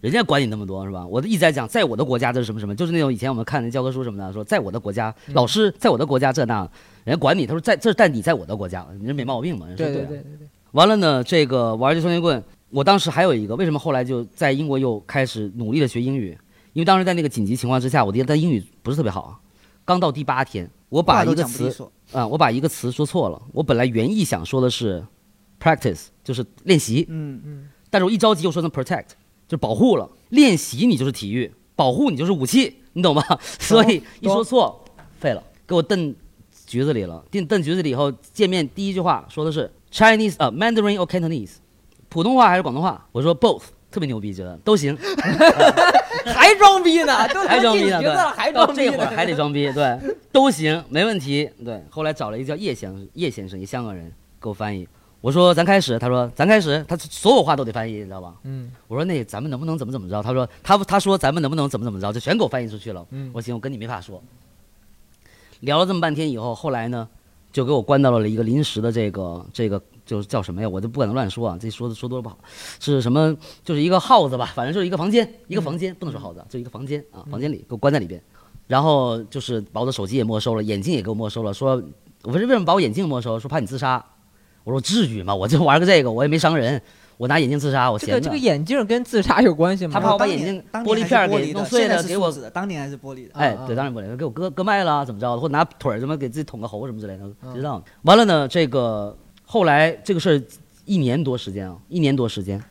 S1: 人家管你那么多是吧？我一直在讲，在我的国家这是什么什么，就是那种以前我们看的教科书什么的，说在我的国家，老师在我的国家这那，人家管你，他说在这，但你在我的国家，你这没毛病嘛？人说
S2: 对
S1: 对
S2: 对
S1: 啊
S2: 对对，
S1: 完了呢，这个玩这双截棍，我当时还有一个，为什么后来就在英国又开始努力的学英语？因为当时在那个紧急情况之下，我的但英语不是特别好啊，刚到第八天，我把
S3: 话
S1: 一
S3: 都
S1: 个
S3: 讲不利
S1: 词
S3: 索。
S1: 啊、我把一个词说错了，我本来原意想说的是 practice，就是练习，
S3: 嗯嗯，
S1: 但是我一着急又说成 protect，就是保护了。练习你就是体育，保护你就是武器，你 懂吗？所以一说错，废了，给我蹬局子里了。
S2: 嗯
S1: 蹬蹬局子里以后，见面第一句话说的是 Chinese 啊、Mandarin or Cantonese，普通话还是广东话？我说 both，特别牛逼，觉得都 行，
S2: 还装逼 呢，都
S1: 还装逼呢，
S2: 呢，
S1: 对，
S2: 还
S1: 到
S2: 装逼
S1: 这会
S2: 呢
S1: 儿， 还得装逼，对，都行，没问题。对，后来找了一个叫叶先生，叶先生，一香港人，给我翻译。我说咱开始，他说咱开始，他所有话都得翻译，你知道吧？
S2: 嗯，
S1: 我说那咱们能不能怎么怎么着？他说他他说咱们能不能怎么怎么着，就全给我翻译出去了。
S2: 嗯
S1: 我行，我跟你没法说。聊了这么半天以后，后来呢，就给我关到了一个临时的这个这个就是叫什么呀？我就不敢乱说啊，这说的说多了不好。是什么？就是一个耗子吧，反正就是一个房间，一个
S2: 嗯
S1: 房间，不能说耗子啊，就一个房间啊，房间里给我关在里边。然后就是把我的手机也没收了，眼镜也给我没收了，说我说为什么把我眼镜没收？说怕你自杀。我说至于吗？我就玩个这个，我也没伤人，我拿眼镜自杀，我
S2: 这
S1: 闲
S2: 个
S1: 着。
S2: 这个眼镜跟自杀有关系吗？
S1: 他怕我把
S3: 当年
S1: 眼睛
S3: 当
S1: 玻
S3: 年
S1: 璃
S3: 还是
S1: 片儿
S3: 玻
S1: 给
S3: 璃
S1: 弄
S3: 的
S1: 碎
S3: 现在
S1: 了
S3: 是
S1: 给
S3: 树
S1: 我
S3: 脂的，当年还是玻璃的。
S1: 哎
S2: 啊，
S1: 对，
S2: 啊
S1: 当然不能给我割割脉了，怎么着的，或者拿腿儿什么给自己捅个喉什么之类的，
S2: 嗯
S1: 谁知道呢？完了呢，这个后来这个事儿一年多时间啊，一年多时间。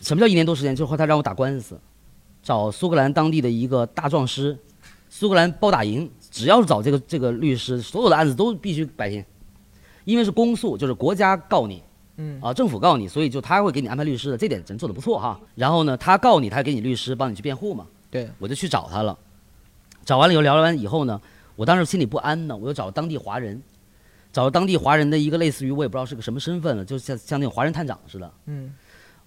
S1: 什么叫一年多时间？就是后来他让我打官司，找苏格兰当地的一个大壮师，苏格兰包打赢，只要是找这个这个律师，所有的案子都必须白天，因为是公诉，就是国家告你，
S2: 嗯
S1: 啊，政府告你，所以就他会给你安排律师的，这点人做的不错哈。然后呢，他告你，他给你律师帮你去辩护嘛。
S2: 对，
S1: 我就去找他了。找完了以后，聊完以后呢，我当时心里不安呢，我又找当地华人，找当地华人的一个类似于我也不知道是个什么身份了，就像像那种华人探长似的。
S2: 嗯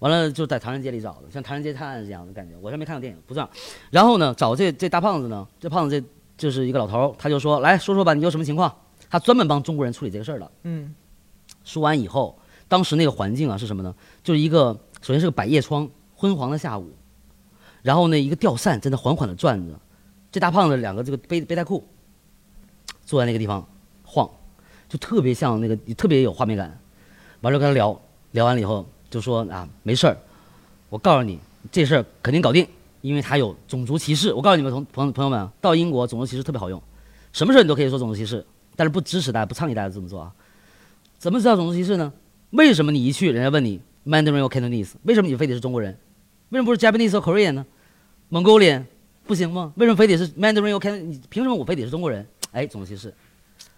S1: 完了就在唐人街里找的，像唐人街探案一样的感觉。我还没看过电影，不算。然后呢，找这这大胖子呢，这胖子这就是一个老头儿，他就说来说说吧，你有什么情况？他专门帮中国人处理这个事儿的。
S2: 嗯
S1: 输完以后，当时那个环境啊是什么呢？就是一个首先是个百叶窗，昏黄的下午，然后呢一个吊扇在那缓缓地转着，这大胖子两个这个背背带裤坐在那个地方晃，就特别像那个特别有画面感。完了跟他聊聊完了以后就说啊没事儿，我告诉你这事儿肯定搞定，因为他有种族歧视。我告诉你们同朋朋友们啊，到英国种族歧视特别好用，什么事儿你都可以说种族歧视，但是不支持大家不倡议大家这么做啊。怎么知道种族歧视呢？为什么你一去，人家问你 Mandarin or Cantonese？为什么你非得是中国人？为什么不是 Japanese or Korean 呢？Mongolian 不行吗？为什么非得是 Mandarin or Cantonese？你凭什么我非得是中国人？哎，种族歧视，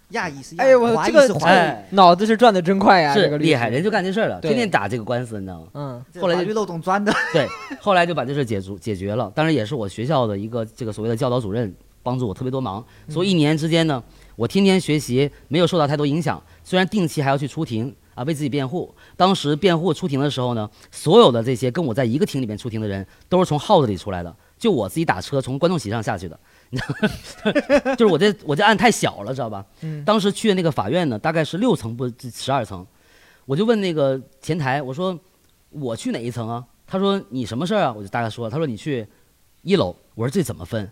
S3: 亚裔是亚
S2: 哎
S3: 裔，
S2: 我
S3: 华
S2: 这
S3: 裔
S2: 个
S3: 是华裔。
S1: 哎，
S2: 脑子是转的真快呀，这
S1: 是
S2: 个律
S1: 厉害，
S2: 师
S1: 人就干这事儿了，
S2: 对
S1: 天天打这个官司，你知道吗？
S2: 嗯
S3: 这
S1: 后来
S3: 法
S1: 就
S3: 律漏洞 钻的，
S1: 对，后来就把这事解决解决了。当然也是我学校的一个这个所谓的教导主任帮助我特别多忙，所以一年之间呢，我天天学习，没有受到太多影响。虽然定期还要去出庭啊，为自己辩护。当时辩护出庭的时候呢，所有的这些跟我在一个庭里面出庭的人，都是从号子里出来的，就我自己打车从观众席上下去的。 你知道吗就是我这我这案太小了，知道吧？
S2: 嗯
S1: 当时去的那个法院呢，大概是六层不十二层，我就问那个前台，我说我去哪一层啊？他说你什么事儿啊？我就大概说，他说你去一楼。我说这怎么分？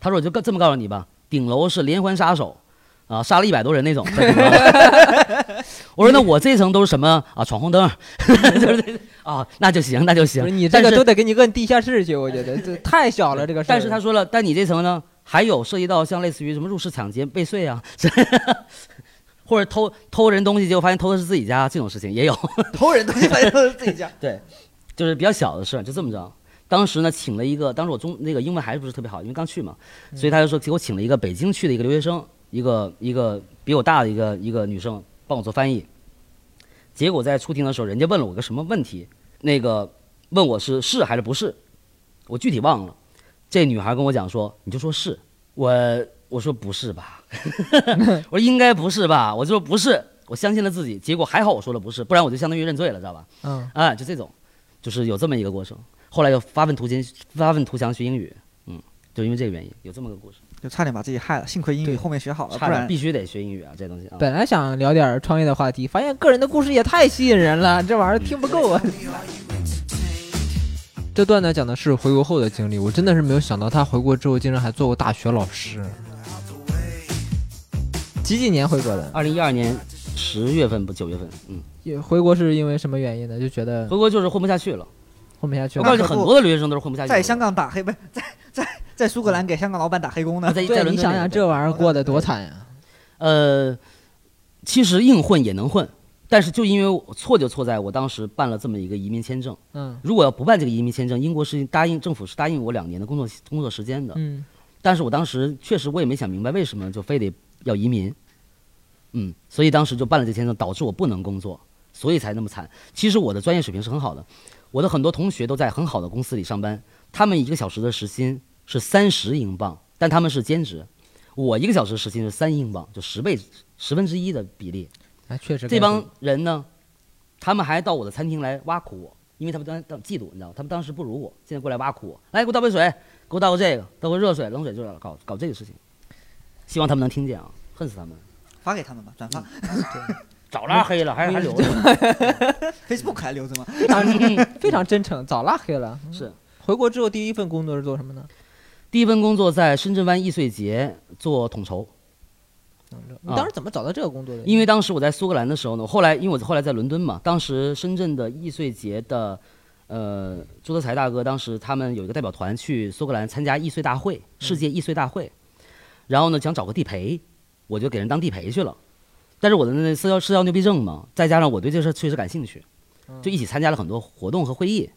S1: 他说我就告这么告诉你吧，顶楼是连环杀手，啊，杀了一百多人 那种。在顶楼我说那我这层都是什么啊？闯红灯， 就是这啊，那就行，那就
S2: 不
S1: 行
S2: 是。你这
S1: 但
S2: 个
S1: 是
S2: 都得给你摁地下室去，我觉得这太小了，这个事儿。
S1: 但是他说了，但你这层呢，还有涉及到像类似于什么入室抢劫、未遂啊， 或者偷偷人东西，结果发现偷的是自己家这种事情也有，
S3: 偷人东西反正都是自己家。
S1: 就是比较小的事儿，就这么着。当时呢，请了一个，当时我中那个英文还是不是特别好，因为刚去嘛，所以他就说给我请了一个北京去的一个留学生，一个一个比我大的一个一个女生帮我做翻译。结果在出庭的时候，人家问了我个什么问题，那个问我是是还是不是，我具体忘了。这女孩跟我讲说，你就说是我我说不是吧，我说应该不是吧，我就说不是，我相信了自己，结果还好我说了不是，不然我就相当于认罪了，知道吧？
S2: 嗯，
S1: 啊，就这种，就是有这么一个过程。后来又发愤图强，发愤图强学英语，嗯，就因为这个原因，有这么个故事，
S3: 就差点把自己害了。幸亏英
S2: 对
S3: 语后面学好了，不
S1: 差点
S3: 然
S1: 必须得学英语啊，这东西啊。
S2: 本来想聊点创业的话题，发现个人的故事也太吸引人了，这玩意儿听不够啊。 这段呢讲的是回国后的经历，我真的是没有想到他回国之后竟然还做过大学老师。几几年回国的？
S1: 二零一二年十月份不九月份，嗯，
S2: 也回国是因为什么原因呢？就觉得
S1: 回国就是混不下去了。
S2: 混不下去
S1: 我
S2: 了。
S1: 告诉你，
S3: 那可
S1: 很
S3: 不
S1: 多的留学生都是混不下去的。
S3: 在香港打黑，不是在在在苏
S2: 嗯
S3: 格兰给香港老板打黑工呢
S1: 啊，。在在
S2: 对，
S1: 伦
S2: 你
S1: 敦
S2: 想
S1: 那
S2: 想
S1: 个
S2: 这玩意儿过得多惨呀、
S1: 呃，其实硬混也能混，但是就因为我错就错在我当时办了这么一个移民签证。
S2: 嗯
S1: 如果要不办这个移民签证，英国是答应政府是答应我两年的工作工作时间的。
S2: 嗯，
S1: 但是我当时确实我也没想明白为什么就非得要移民，嗯，所以当时就办了这签证，导致我不能工作，所以才那么惨。其实我的专业水平是很好的，我的很多同学都在很好的公司里上班，他们一个小时的时薪是三十英镑，但他们是兼职，我一个小时时薪是三英镑，就十倍十分之一的比例。
S2: 哎，确实
S1: 这帮人呢，他们还到我的餐厅来挖苦我，因为他们当当嫉妒，你知道吗，他们当时不如我，现在过来挖苦我，来给我倒杯水，给我倒个这个，倒个热水、冷水，就是搞搞这个事情。希望他们能听见啊，恨死他们！
S3: 发给他们吧，转
S2: 嗯
S3: 发。
S1: 早拉黑了，还还留着。
S3: Facebook 还留着吗？
S2: 非常非常真诚，早拉黑了。
S1: 是
S2: 嗯回国之后第一份工作是做什么呢？
S1: 第一份工作在深圳湾易碎节做统筹，
S2: 你当时怎么找到这个工作的？
S1: 因为当时我在苏格兰的时候呢，我后来因为我后来在伦敦嘛，当时深圳的易碎节的，呃，朱德才大哥当时他们有一个代表团去苏格兰参加易碎大会，世界易碎大会，然后呢想找个地陪，我就给人当地陪去了，但是我的那社交社交牛逼症嘛，再加上我对这事儿确实感兴趣，就一起参加了很多活动和会议，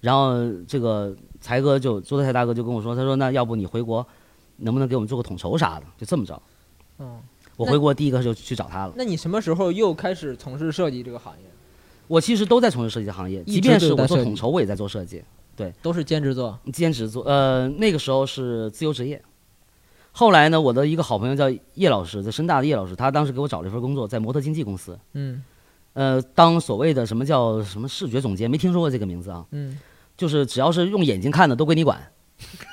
S1: 然后这个才哥就朱德才大哥就跟我说，他说那要不你回国，能不能给我们做个统筹啥的，就这么着，
S2: 嗯，
S1: 我
S2: 那
S1: 回国第一个就去找他了。
S2: 那你什么时候又开始从事设计这个行业？
S1: 我其实都在从事设计的行业，
S2: 一
S1: 即
S2: 直
S1: 便是
S2: 都在
S1: 我做
S2: 设计
S1: 统筹，我也在做设计，
S2: 都是兼职做。
S1: 兼职做。呃，那个时候是自由职业。后来呢，我的一个好朋友叫叶老师，在深大的叶老师，他当时给我找了一份工作，在模特经纪公司，
S2: 嗯
S1: 呃，当所谓的什么叫什么视觉总监，没听说过这个名字啊，
S2: 嗯，
S1: 就是只要是用眼睛看的都归你管，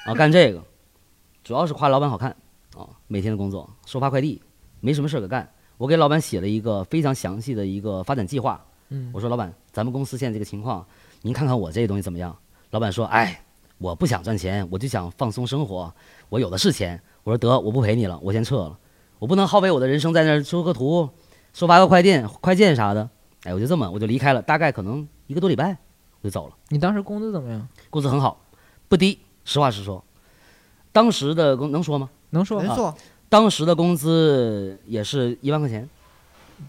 S1: 啊，干这个， 主要是夸老板好看啊，每天的工作收发快递，没什么事儿可干。我给老板写了一个非常详细的一个发展计划，
S2: 嗯
S1: 我说老板，咱们公司现在这个情况，您看看我这东西怎么样？老板说，哎，我不想赚钱，我就想放松生活，我有的是钱。我说得，我不陪你了，我先撤了，我不能耗费我的人生在那儿修个图、收发个快电、快件啥的。哎，我就这么我就离开了，大概可能一个多礼拜我就走了。
S2: 你当时工资怎么样？
S1: 工资很好，不低。实话实说，当时的工能说吗？
S2: 能说
S3: 人
S2: 吗？
S3: 说
S1: 当时的工资也是一万块钱，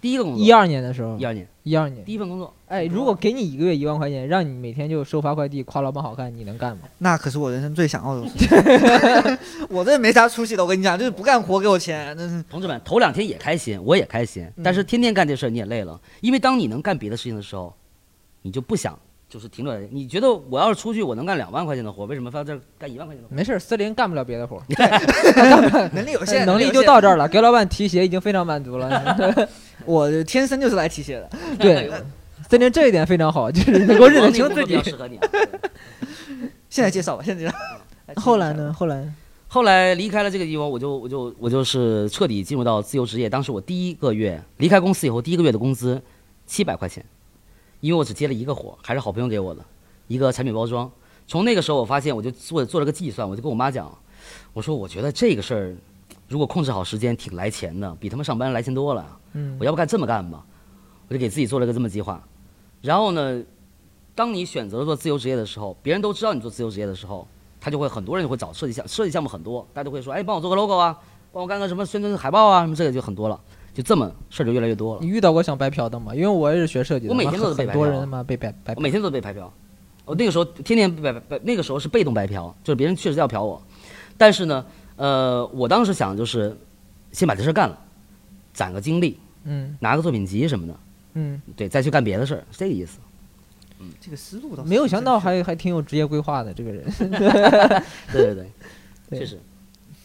S1: 第一个工作
S2: 一二年的时候
S1: 哎一，二年
S2: 一二年
S1: 第。一份工作，
S2: 哎，如果给你一个月一万块钱，让你每天就收发快递、夸老板好看，你能干吗？
S3: 那可是我人生最想要的东 西。 我这没啥出息的，我跟你讲，就是不干活给我钱，真是
S1: 同志们，头两天也开心，我也开心，
S2: 嗯
S1: 但是天天干这事儿你也累了，因为当你能干别的事情的时候，你就不想就是停顿。你觉得我要是出去我能干两万块钱的活，为什么非要在这儿干一万块钱的活？
S2: 没事儿，思林干不了别的活儿，
S3: 能力有限，
S2: 能力
S3: 有
S2: 就
S3: 限
S2: 到这儿了。给老板提鞋已经非常满足 了。
S3: 我天生就是来提鞋的。
S2: 对，森林这一点非常好，就是能够认得清
S1: 我那
S2: 自
S1: 个工作比较
S2: 己。
S1: 适合你啊。
S3: 现在介绍吧，现在介绍。 来
S2: 嗯后来？呢？后来，
S1: 后来离开了这个地方，我就我就我就是彻底进入到自由职业。当时我第一个月离开公司以后，第一个月的工资七百块钱，因为我只接了一个活儿，还是好朋友给我的一个产品包装。从那个时候，我发现我就做做了个计算，我就跟我妈讲，我说我觉得这个事儿如果控制好时间，挺来钱的，比他们上班来钱多了。
S2: 嗯
S1: 我要不干这么干吧，我就给自己做了个这么计划。然后呢，当你选择了做自由职业的时候，别人都知道你做自由职业的时候，他就会很多人就会找设计项设计项目很多，大家都会说，哎，帮我做个 logo 啊，帮我干个什么宣传海报啊，什么这个就很多了，就这么事儿就越来越多了
S2: 你。遇到过想白嫖的吗？因为我也是学设计的，
S1: 我每
S2: 妈
S1: 天都是被
S2: 很
S1: 白
S2: 多
S1: 嫖
S2: 人
S1: 啊
S2: 他妈被白白
S1: 我每天都被白嫖，我那个时候天天被白白，那个时候是被动白嫖，就是别人确实要嫖我，但是呢，呃，我当时想就是先把这事儿干了，攒个经历，
S2: 嗯
S1: 拿个作品集什么的，
S2: 嗯，
S1: 对，再去干别的事儿，是这个意思。
S3: 这个思路哦倒是
S2: 没有想到
S3: 正确
S2: 还还挺有职业规划的这个人。
S1: 对对对，
S2: 对
S1: 确实。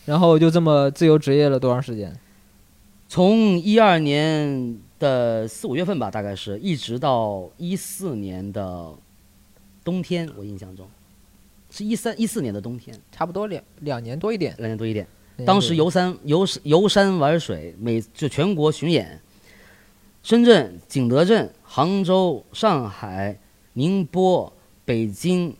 S2: 然后就这么自由职业了多长时间？
S1: 从一二年的四五月份吧，大概是一直到一四年的冬天，我印象中是一三一四年的冬天，
S2: 差不多两两年多一点。
S1: 两年多一点。
S2: 两年
S1: 当
S2: 多
S1: 时
S2: 一点
S1: 游山游游山玩水，每就全国巡演，深圳、景德镇、杭州、上海、宁波、北京，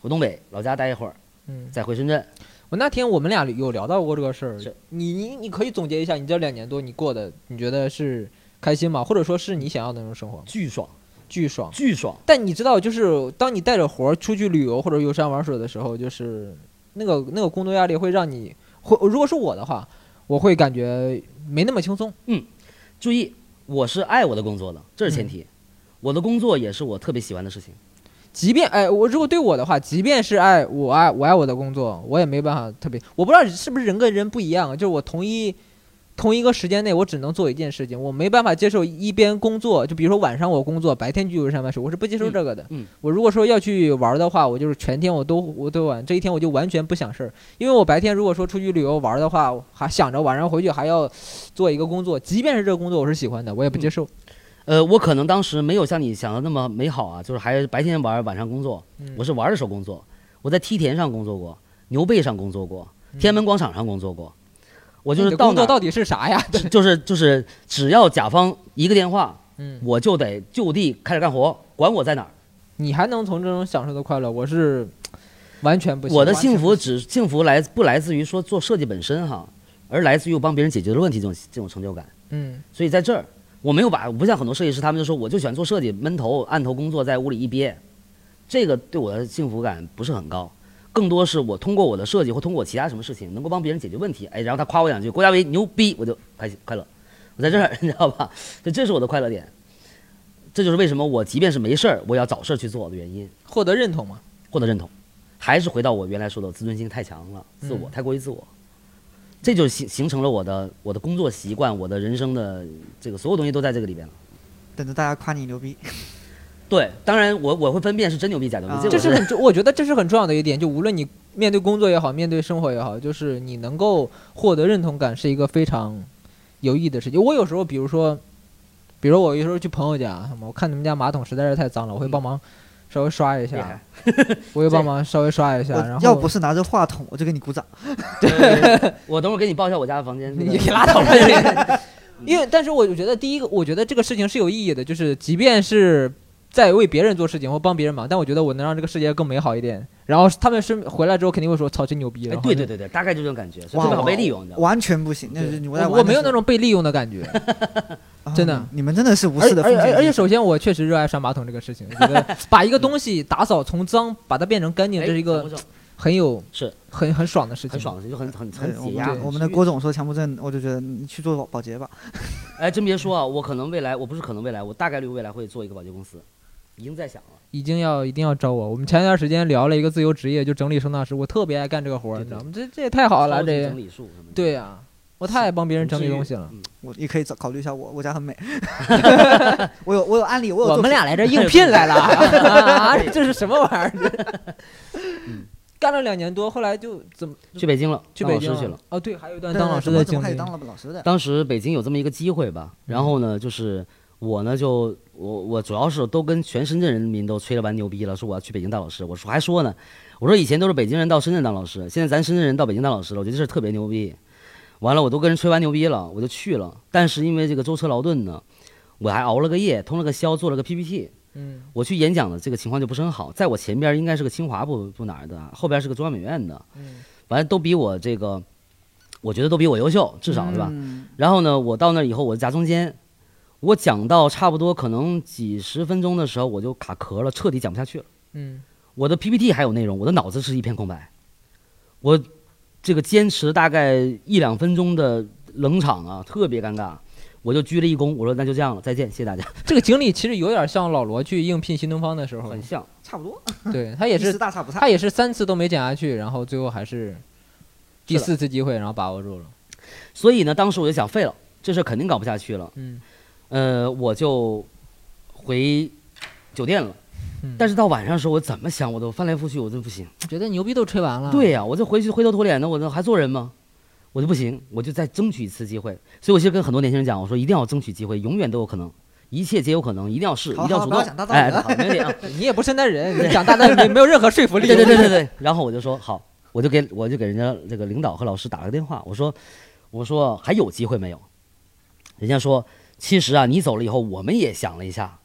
S1: 回东北老家待一会儿，
S2: 嗯，
S1: 再回深圳。
S2: 我那天我们俩有聊到过这个事儿
S1: 是。
S2: 你你你可以总结一下，你这两年多你过的，你觉得是开心吗？或者说是你想要的那种生活吗？
S1: 巨爽，
S2: 巨爽。
S1: 巨爽！
S2: 但你知道，就是当你带着活儿出去旅游或者游山玩水的时候，就是那个那个工作压力会让你会，如果是我的话，我会感觉没那么轻松。
S1: 注意，我是爱我的工作的，这是前
S2: 嗯
S1: 提。我的工作也是我特别喜欢的事情。
S2: 即便哎，我如果对我的话，即便是爱我爱我爱我的工作，我也没办法特别，我不知道是不是人跟人不一样，啊就是我同一同一个时间内，我只能做一件事情，我没办法接受一边工作，就比如说晚上我工作，白天去游山玩水，我是不接受这个的。
S1: 嗯嗯
S2: 我如果说要去玩的话，我就是全天我都我都玩，这一天我就完全不想事儿，因为我白天如果说出去旅游玩的话，我还想着晚上回去还要做一个工作，即便是这个工作我是喜欢的，我也不接受。
S1: 呃，我可能当时没有像你想的那么美好啊，就是还白天玩，晚上工作。
S2: 嗯
S1: 我是玩的时候工作，我在梯田上工作过，牛背上工作过，
S2: 嗯
S1: 天安门广场上工作过。我就
S2: 你
S1: 是
S2: 的
S1: 到
S2: 工
S1: 哪
S2: 作
S1: 儿
S2: 到底是啥呀？
S1: 是 就是就是，只要甲方一个电话，
S2: 嗯。
S1: 我就得就地开始干活，管我在哪儿。
S2: 你还能从这种享受的快乐，我是完全不行。
S1: 我的幸福只幸福来不来自于说做设计本身哈，而来自于我帮别人解决了问题这种这种成就感。
S2: 嗯，
S1: 所以在这儿，我没有把我不像很多设计师，他们就说我就喜欢做设计，闷头按头工作，在屋里一憋，这个对我的幸福感不是很高。更多是我通过我的设计或通过其他什么事情，能够帮别人解决问题，哎，然后他夸我两句，郭家维牛逼，我就开心快乐。我在这儿，你知道吧？这这是我的快乐点，这就是为什么我即便是没事儿，我也要找事儿去做我的原因，
S2: 获得认同嘛。
S1: 获得认同。还是回到我原来说的，自尊心太强了，自我
S2: 嗯
S1: 太过于自我，这就形形成了我的我的工作习惯，我的人生的这个所有东西都在这个里边了。
S3: 等着大家夸你牛逼。
S1: 对，当然我我会分辨是真牛逼假牛逼
S3: 啊，
S1: 这
S2: 这
S1: 我
S2: 是
S1: 是
S2: 很重，我觉得这是很重要的一点。就无论你面对工作也好，面对生活也好，就是你能够获得认同感，是一个非常有意义的事情。我有时候，比如说，比如我有时候去朋友家，我看你们家马桶实在是太脏了，我会帮忙稍微刷一
S1: 厉
S2: 下
S1: 害，
S2: 我会帮忙稍微刷一下。啊然
S3: 我
S2: 后
S3: 要不是拿着话筒，我就给你鼓掌。
S1: 我等会儿给你报一下我家的房间。哎
S2: 你你拉倒 吧！你 因为，但是我觉得第一个，我觉得这个事情是有意义的，就是即便是在为别人做事情或帮别人忙，但我觉得我能让这个世界更美好一点。然后他们是回来之后肯定会说：“操，真牛逼！”
S1: 哎
S2: 然，后
S1: 对
S2: 就
S1: 对，对对，大概就这种感觉，所以
S3: 哇
S1: 特别好被利用，你知道吗？
S3: 完全不行，那是你们在
S2: 啊我
S3: 玩
S2: 我
S3: 的
S2: 没有
S3: 时
S2: 那
S3: 候
S2: 种被利用的感觉。
S3: 啊
S2: 真的
S3: 你们真的是无
S2: 而
S3: 视的
S2: 而
S3: 封
S2: 而
S3: 建
S2: 而且
S3: 精神
S2: 首先我确实热爱刷马桶这个事情，我 觉得把一个东西打扫从脏把它变成干净，
S1: 哎
S2: 这是一
S1: 强
S2: 个
S1: 迫症
S2: 很有
S1: 是
S2: 很很爽的事情，
S1: 很爽，的，就很很
S3: 哎
S1: 很
S3: 我
S1: 解
S3: 们
S1: 压
S3: 的。我们的郭总说强迫症，我就觉得你去做保保洁吧。
S1: 哎，真别说啊，我可能未来，我不是可能未来，我大概率未来会做一个保洁公司，已经在想了。
S2: 一定要一定要招我。我们前一段时间聊了一个自由职业，就整理收纳师，我特别爱干这个活儿，
S1: 对对
S2: 你知道吗？这这也太好了，
S1: 超级
S2: 这
S1: 整理术什么的。
S2: 对呀、啊我太爱帮别人整理东西了。
S1: 嗯，
S3: 我也可以找考虑一下我，我家很美。 我有我有案例，我有
S2: 我
S3: 作品
S2: 们俩来 这应聘来了啊，啊 这是什么玩意儿？干了两年多，后来就怎么
S1: 去北京了，
S2: 去
S1: 当
S2: 北
S1: 老
S2: 京
S1: 师去
S2: 了
S1: 了。？
S2: 哦，对，还有一段
S3: 对
S2: 当
S3: 对
S2: 老师
S3: 怎么
S2: 的
S3: 怎么
S2: 经
S3: 开始
S2: 历。
S3: 当了老师的。
S1: 当时北京有这么一个机会吧，
S2: 嗯
S1: 然后呢，就是我呢就我我主要是都跟全深圳人民都吹了完牛逼了，说我要去北京当老师。我说还说呢，我说以前都是北京人到深圳当老师，现在咱深圳人到北京当老师了，我觉得这事儿特别牛逼。完了，我都跟人吹完牛逼了，我就去了。但是因为这个舟车劳顿呢，我还熬了个夜，通了个宵，做了个 PPT。
S2: 嗯，
S1: 我去演讲的这个情况就不是很好，在我前边应该是个清华不不哪儿的，后边是个中央美院的，
S2: 嗯
S1: 完了都比我这个，我觉得都比我优秀，至少是吧？
S3: 嗯
S1: 然后呢，我到那儿以后，我夹中间，我讲到差不多可能几十分钟的时候，我就卡壳了，彻底讲不下去了。
S2: 嗯，
S1: 我的 PPT 还有内容，我的脑子是一片空白。我这个坚持大概一两分钟的冷场啊，特别尴尬，我就鞠了一躬，我说那就这样了，再见，谢谢大家。
S2: 这个经历其实有点像老罗去应聘新东方的时候
S1: 很，像，
S3: 差不多，
S2: 对他也
S3: 意思
S2: 是
S3: 大差不差。
S2: 他也是三次都没减下去，然后最后还是第
S1: 是的
S2: 四次机会，然后把握住了。
S1: 所以呢，当时我就想废了，这事儿肯定搞不下去了。
S2: 嗯，
S1: 呃，我就回酒店了。
S2: 嗯
S1: 但是到晚上的时候，我怎么想我都翻来覆去，我真不行。
S3: 啊
S2: 觉得牛逼都吹完了，
S1: 对呀、我这回去灰头土脸的，我这还做人吗？我就不行，我就再争取一次机会。所以我其实跟很多年轻人讲，我说一定要争取机会，永远都有可能，一切皆有可能，一定要试，一
S3: 好
S1: 定要
S3: 好
S1: 主
S3: 不要
S1: 动
S3: 讲大。道理
S1: 哎，
S3: 了
S1: 好，没问题啊。
S2: 你也不是深圳人，你讲大道理没没有任何说服力。
S1: 对对对对对。然后我就说好，我就给我就给人家这个领导和老师打了个电话，我说我说还有机会没有？人家说其实啊，你走了以后，我们也想了一下。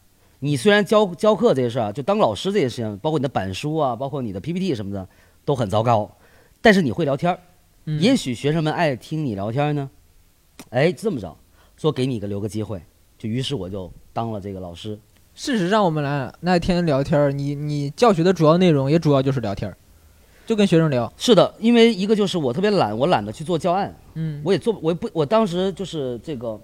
S1: 你虽然教教课这些事儿啊，就当老师这些事情，包括你的板书啊，包括你的 PPT 什么的，都很糟糕，但是你会聊天儿，
S2: 嗯
S1: 也许学生们爱听你聊天儿呢。哎，这么着，说给你个留个机会，就于是我就当了这个老师。
S2: 事实上，我们来那天聊天儿，你你教学的主要内容也主要就是聊天儿，就跟学生聊。
S1: 是的，因为一个就是我特别懒，我懒得去做教案，
S2: 嗯，
S1: 我也做不，我也不，我当时就是这个，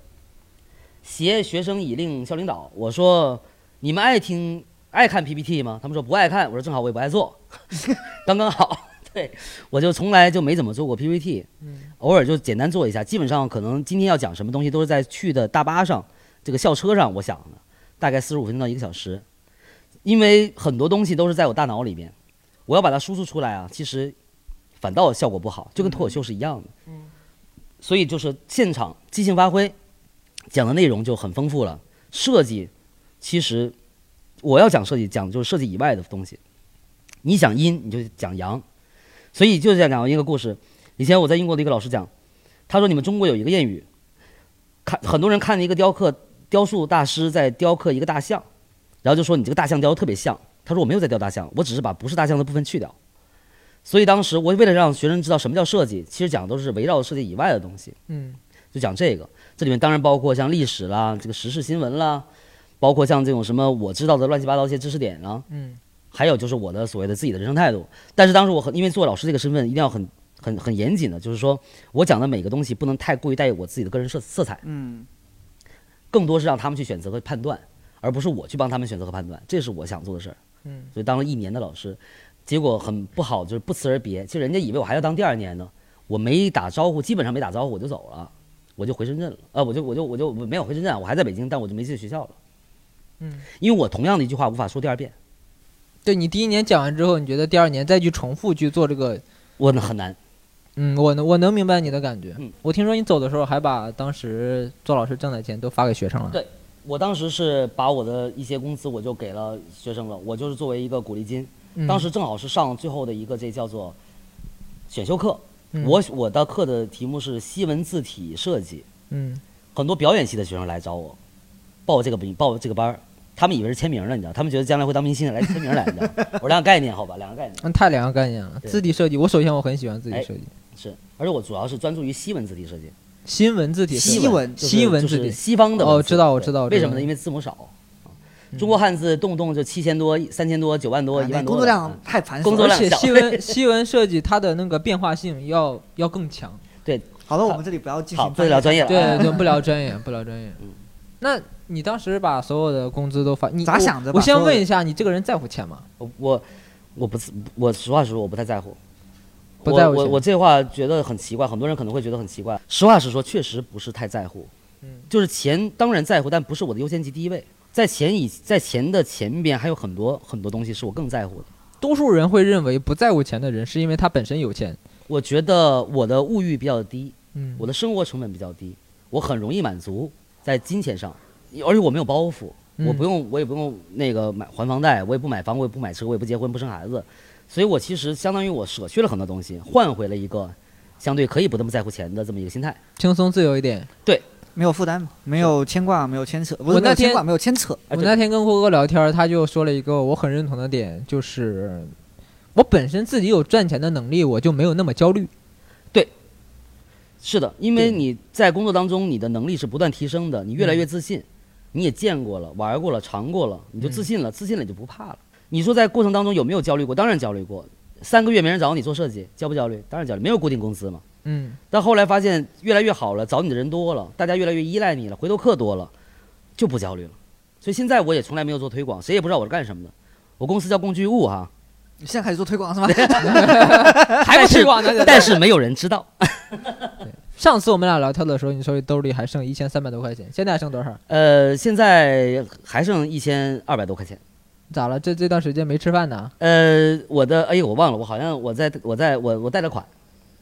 S1: 携学生以令校领导，我说你们爱听爱看 PPT 吗？他们说不爱看，我说正好我也不爱做， 刚刚好。 对，我就从来就没怎么做过 PPT，
S2: 嗯
S1: 偶尔就简单做一下，基本上可能今天要讲什么东西都是在去的大巴上、这个校车上我想的，大概四十五分钟到一个小时，因为很多东西都是在我大脑里面，我要把它输出出来啊，其实反倒效果不好，就跟脱口秀是一样的。
S2: 嗯
S1: 所以就是现场即兴发挥，讲的内容就很丰富了。设计其实我要讲设计，讲就是设计以外的东西。你想阴，你就讲阳，所以就在讲一个故事。以前我在英国的一个老师讲，他说你们中国有一个谚语，看很多人看一个雕刻雕塑大师在雕刻一个大象，然后就说你这个大象雕得特别像。他说我没有在雕大象，我只是把不是大象的部分去掉。所以当时我为了让学生知道什么叫设计，其实讲的都是围绕设计以外的东西。
S2: 嗯，
S1: 就讲这个。这里面当然包括像历史啦、这个时事新闻啦，包括像这种什么我知道的乱七八糟一些知识点啊，
S2: 嗯，
S1: 还有就是我的所谓的自己的人生态度。但是当时我很因为做老师这个身份，一定要很很很严谨的，就是说我讲的每个东西不能太过于带有我自己的个人色色彩，
S3: 嗯，
S1: 更多是让他们去选择和判断，而不是我去帮他们选择和判断，这是我想做的事儿。
S2: 嗯，
S1: 所以当了一年的老师，结果很不好，就是不辞而别。其实人家以为我还要当第二年呢，我没打招呼，基本上没打招呼我就走了，我就回深圳了。呃，我就我就我就没有回深圳，我还在北京，但我就没进学校了。
S2: 嗯，
S1: 因为我同样的一句话无法说第二遍，
S2: 对你第一年讲完之后，你觉得第二年再去重复去做这个，
S1: 我很难。
S2: 嗯，我能我能明白你的感觉。
S1: 嗯
S2: 我听说你走的时候还把当时做老师挣的钱都发给学生了。
S1: 对我当时是把我的一些工资我就给了学生了，我就是作为一个鼓励金。
S2: 嗯
S1: 当时正好是上最后的一个这叫做选修课，
S2: 嗯
S1: 我我的课的题目是西文字体设计，
S2: 嗯
S1: 很多表演系的学生来找我，报这个班报这个班儿，他们以为是签名呢，你知道，他们觉得将来会当明星来签名来，你知道。我说两个概念好吧，两个概念
S2: 嗯，太两个概念了。
S1: 对
S2: 字体设计，我首先我很喜欢字体
S1: 哎
S2: 设计，
S1: 是，而且我主要是专注于西文字体设计，
S2: 新文字体设计
S1: 西
S3: 文
S1: 就是
S2: 西文
S1: 就
S2: 字
S1: 是
S2: 体
S1: 西方的
S2: 哦
S1: 文字
S2: 知道
S1: 对
S2: 我知道我知
S1: 为什么
S2: 道
S1: 呢？因为字母少，啊中国汉字动不动就七千多、三千多、九万多、
S3: 啊
S1: 一
S3: 那
S1: 万多的，
S3: 工作量
S1: 嗯
S3: 太繁
S1: 工
S3: 琐
S1: 作
S3: 了
S2: 而
S1: 量。
S2: 且
S1: 小
S2: 西文西文设计它的那个变化性要要更强。
S3: 好了，我们这里不要进
S1: 好，
S3: 行
S1: 不聊专业了，啊
S2: 对，就不聊专业，不聊专业
S1: 嗯。
S2: 那你当时把所有的工资都发，你
S3: 咋
S2: 我
S3: 想着
S2: 我
S3: 把
S2: 先
S3: 所有
S2: 问
S3: 的
S2: 一下，你这个人在乎钱吗？
S1: 我我我不自我实话实说，我不太在乎。
S2: 不在
S1: 我
S2: 乎
S1: 我
S2: 钱
S1: 我这话觉得很奇怪，很多人可能会觉得很奇怪。实话实说，确实不是太在乎。
S2: 嗯，
S1: 就是钱当然在乎，但不是我的优先级第一位。在钱以在钱的前边还有很多很多东西是我更在乎的。
S2: 多数人会认为不在乎钱的人是因为他本身有钱。
S1: 我觉得我的物欲比较低，
S2: 嗯
S1: 我的生活成本比较低，我很容易满足在金钱上，而且我没有包袱，
S2: 嗯
S1: 我不用，我也不用那个买还房贷，我也不买房，我也不买车，我也不结婚，不生孩子，所以我其实相当于我舍去了很多东西，换回了一个相对可以不那么在乎钱的这么一个心态。
S2: 轻松自由一点。
S3: 没有负担嘛，没有牵挂，没有牵扯，不
S2: 我
S3: 是
S2: 那
S3: 没有牵
S2: 天
S3: 挂，没有牵扯。
S1: 哎
S2: 我
S1: 对
S2: 那天跟郭哥聊天儿，他就说了一个我很认同的点，就是我本身自己有赚钱的能力，我就没有那么焦虑。
S1: 是的，因为
S2: 对嗯
S1: 你在工作当中，你的能力是不断提升的，你越来越自信，你也见过了，玩过了，尝过了，你就
S2: 嗯
S1: 自信了，自信了你就不怕了。你说在过程当中有没有焦虑过？当然焦虑过，三个月没人找你做设计，焦不焦虑？当然焦虑，没有固定工资嘛。
S2: 嗯，
S1: 但后来发现越来越好了，找你的人多了，大家越来越依赖你了，回头客多了，就不焦虑了。所以现在我也从来没有做推广，谁也不知道我是干什么的。我公司叫共居物哈，
S3: 你现在开始做推广是吗？
S2: 哎还不推广呢？
S1: 但是没有人知道。
S2: 上次我们俩聊天的时候，你说兜里还剩一千三百多块钱，现在还剩多少？
S1: 呃，现在还剩一千二百多块钱。
S2: 咋了？这这段时间没吃饭呢？
S1: 呃，我的哎呦，我忘了，我好像我在我在我我贷了款，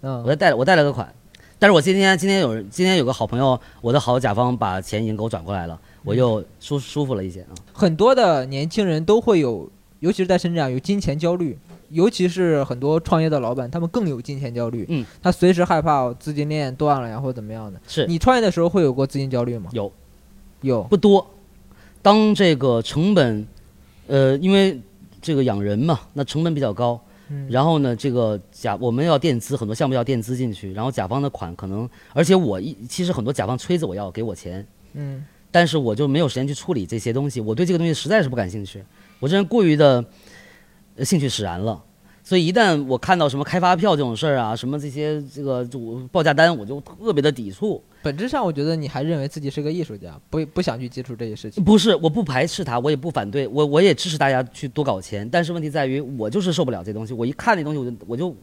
S2: 嗯
S1: 我，在贷了我贷了个款，但是我今天今天有人今天有个好朋友，我的好甲方把钱已经给我转过来了，我又舒舒服了一些啊。
S2: 很多的年轻人都会有，尤其是在深圳啊，有金钱焦虑。尤其是很多创业的老板，他们更有金钱焦虑。
S1: 嗯，
S2: 他随时害怕资金链断了呀，或者怎么样的。
S1: 是
S2: 你创业的时候会有过资金焦虑吗？
S1: 有，
S2: 有。
S1: 不多。当这个成本，呃，因为这个养人嘛，那成本比较高。
S2: 嗯
S1: 然后呢，这个甲我们要垫资，很多项目要垫资进去，然后甲方的款可能，而且我一其实很多甲方催着我要给我钱，
S2: 嗯
S1: 但是我就没有时间去处理这些东西，我对这个东西实在是不感兴趣，我这人过于的呃兴趣使然了。所以一旦我看到什么开发票这种事儿啊，什么这些这个就我报价单，我就特别的抵触。
S2: 本质上我觉得你还认为自己是个艺术家，不不想去接触这些事情。
S1: 不是，我不排斥它，我也不反对，我我也支持大家去多搞钱。但是问题在于，我就是受不了这东西，我一看这东西我就我就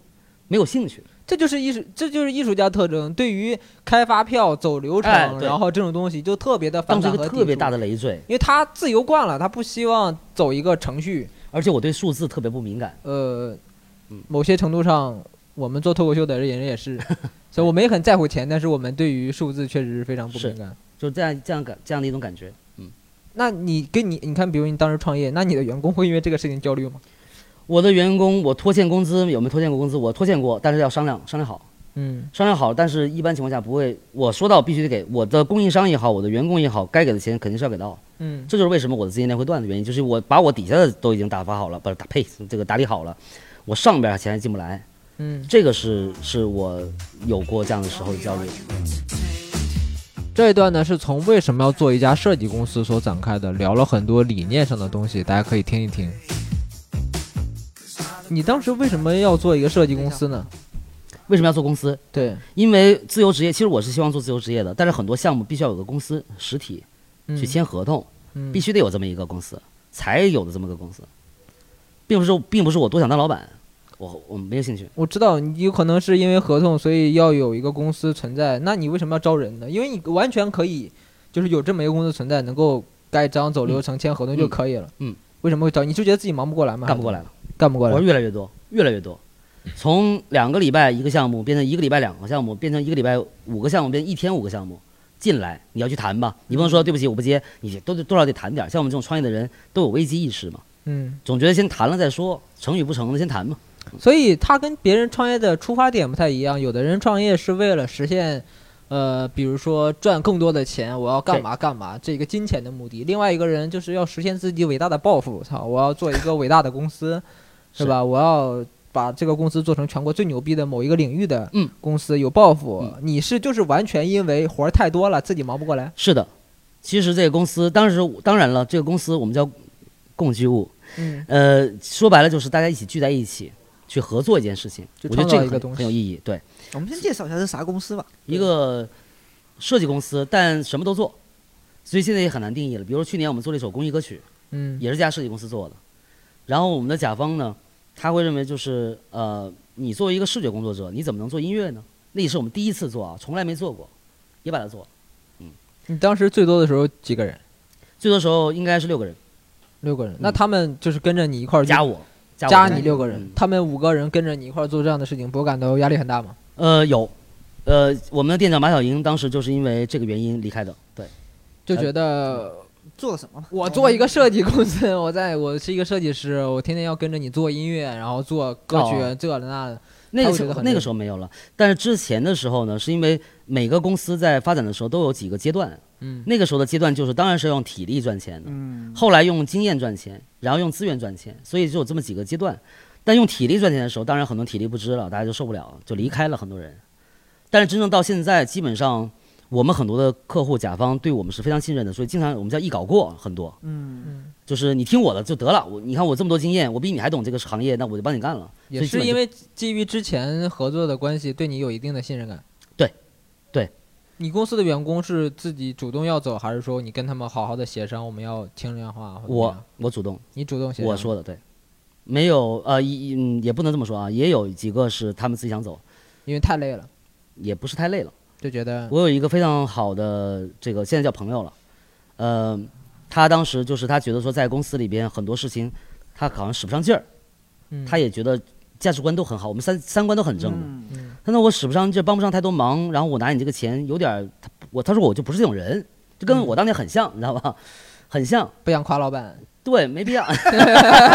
S1: 没有兴趣。
S2: 这就是艺术，这就是艺术家特征。对于开发票、走流程，
S1: 哎对
S2: 然后这种东西就特别的反
S1: 当成
S2: 感
S1: 一
S2: 和
S1: 个特别
S2: 抵触
S1: 大的累赘，
S2: 因为他自由惯了，他不希望走一个程序。
S1: 而且我对数字特别不敏感。
S2: 呃
S1: 嗯，
S2: 某些程度上，我们做脱口秀的人也 是，所以我们也很在乎钱，但是我们对于数字确实是非常不敏感。
S1: 就这样这样感这样的一种感觉。
S2: 那你跟你你看，比如你当时创业，那你的员工会因为这个事情焦虑吗？
S1: 我的员工，我拖欠工资有没有拖欠过工资？我拖欠过，但是要商量商量好，
S2: 嗯
S1: 商量好。但是一般情况下不会，我说到必须得给我的供应商也好，我的员工也好，该给的钱肯定是要给到。
S2: 嗯
S1: 这就是为什么我的资金链会断的原因，就是我把我底下的都已经打发好了，不是打呸，这个打理好了，我上边儿钱还进不来。
S2: 嗯，
S1: 这个是是我有过这样的时候的焦虑。
S2: 这一段呢是从为什么要做一家设计公司所展开的，聊了很多理念上的东西，大家可以听一听。你当时为什么要做一个设计公司呢？
S1: 为什么要做公司？
S2: 对，
S1: 因为自由职业，其实我是希望做自由职业的，但是很多项目必须要有个公司实体
S2: 嗯
S1: 去签合同，
S2: 嗯
S1: 必须得有这么一个公司，才有的这么个公司，并不是并不是我多想当老板，我我没有兴趣。
S2: 我知道你有可能是因为合同，所以要有一个公司存在。那你为什么要招人呢？因为你完全可以，就是有这么一个公司存在，能够盖章、走流程、签合同就可以了。
S1: 嗯嗯嗯
S2: 为什么会招？你就觉得自己忙不过来吗？
S1: 干不过来，了，
S2: 干不过
S1: 我
S2: 来
S1: 是。越来越多，越来越多，从两个礼拜一个项目变成一个礼拜两个项目，变成一个礼拜五个项目，变成一天五个项目。进来你要去谈吧，你不能
S2: 嗯
S1: 说对不起我不接，你都多少得谈点儿。像我们这种创业的人都有危机意识嘛，
S2: 嗯，
S1: 总觉得先谈了再说，成与不成的先谈嘛。
S2: 所以他跟别人创业的出发点不太一样。有的人创业是为了实现，呃，比如说赚更多的钱，我要干嘛干嘛，这个金钱的目的。另外一个人就是要实现自己伟大的抱负，操，我要做一个伟大的公司。是
S1: 是
S2: 吧？我要把这个公司做成全国最牛逼的某一个领域的
S1: 嗯
S2: 公司，有抱负。
S1: 嗯
S2: 你是就是完全因为活儿太多了，自己忙不过来。
S1: 是的，其实这个公司当时当然了，这个公司我们叫共居物，
S2: 嗯
S1: 呃，说白了就是大家一起聚在一起去合作一件事情，
S2: 就
S1: 我觉得
S2: 创
S1: 这
S2: 造
S1: 个
S2: 一个
S1: 很
S2: 东西
S1: 很有意义。对，
S3: 我们先介绍一下是啥公司吧。
S1: 一个设计公司，但什么都做，所以现在也很难定义了。比如说去年我们做了一首公益歌曲，
S2: 嗯
S1: 也是家设计公司做的。然后我们的甲方呢，他会认为就是呃，你作为一个视觉工作者，你怎么能做音乐呢？那也是我们第一次做啊，从来没做过，也把它做了。
S2: 你当时最多的时候几个人？
S1: 最多时候应该是六个人
S2: 六
S1: 嗯
S2: 个人。那他们就是跟着你一块儿去
S1: 加我，加我
S2: 加
S1: 在
S2: 你
S1: 内
S2: 六个人，
S1: 嗯
S2: 他们五个人跟着你一块儿做这样的事情，不会感到压力很大吗？
S1: 呃，有，呃，我们的店长马小莹当时就是因为这个原因离开的。对，呃
S2: 就觉得
S3: 做了什么吧？
S2: 我做一个设计公司， 我在我是一个设计师，我天天要跟着你做音乐，然后做歌曲，
S1: 哦
S2: 这那的。
S1: 那个
S2: 他会觉
S1: 时
S2: 得
S1: 候
S2: 很
S1: 那
S2: 累
S1: 个时候没有了，但是之前的时候呢，是因为每个公司在发展的时候都有几个阶段，
S2: 嗯
S1: 那个时候的阶段就是当然是要用体力赚钱的，
S3: 嗯，
S1: 后来用经验赚钱，然后用资源赚钱，所以就有这么几个阶段。但用体力赚钱的时候，当然很多体力不支了，大家就受不了了，就离开了很多人。但是真正到现在，基本上我们很多的客户甲方对我们是非常信任的，所以经常我们叫一搞过很多。嗯，就是你听我的就得了，我你看我这么多经验，我比你还懂这个行业，那我就帮你干了。
S2: 也
S1: 所以基
S2: 是
S1: 本
S2: 因
S1: 就
S2: 为基于之前合作的关系，对你有一定的信任感。
S1: 对，对。
S2: 你公司的员工是自己主动要走，还是说你跟他们好好的协商，我们要听量化？或者怎么
S1: 我
S2: 样
S1: 我主动
S2: 你主动协商。
S1: 我说的对，没有呃一嗯也不能这么说啊，也有几个是他们自己想走，
S2: 因为太累了，
S1: 也不是太累了。
S2: 就觉得
S1: 我有一个非常好的这个，现在叫朋友了，呃，他当时就是他觉得说在公司里边很多事情，他好像使不上劲儿，
S2: 嗯
S1: 他也觉得价值观都很好，我们三三观都很正的，
S3: 嗯
S2: 嗯
S1: 他说我使不上劲，帮不上太多忙，然后我拿你这个钱有点儿，他我他说我就不是这种人，就跟我当年很像，你知道吧？很像，
S2: 不想夸老板，
S1: 对，没必要。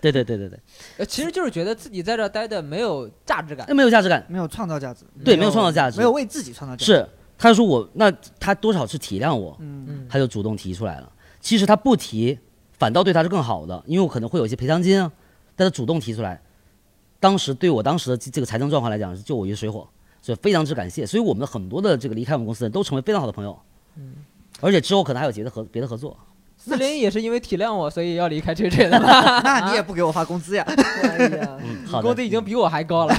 S1: 对对对对对，
S2: 呃其实就是觉得自己在这儿待的没有价值感
S1: 那。没有价值感，
S3: 没有创造价值，
S1: 对，没有创造价值，
S3: 没有为自己创造价值。，
S1: 是，他说我那他多少是体谅我，
S3: 嗯，
S2: 嗯，
S1: 他就主动提出来了。其实他不提，反倒对他是更好的，因为我可能会有一些赔偿金啊，但他主动提出来，当时对我当时的这个财政状况来讲是救我于水火，所以非常之感谢。所以我们很多的这个离开我们公司的人都成为非常好的朋友，而且之后可能还有别的合别的合作。
S2: 四林也是因为体谅我，所以要离开吹吹的吧？
S3: 那你也不给我发 工资呀？
S1: 呃
S2: 哎 呀
S1: 嗯，
S2: 你
S1: 好的嗯
S2: 工资已经比我还高了。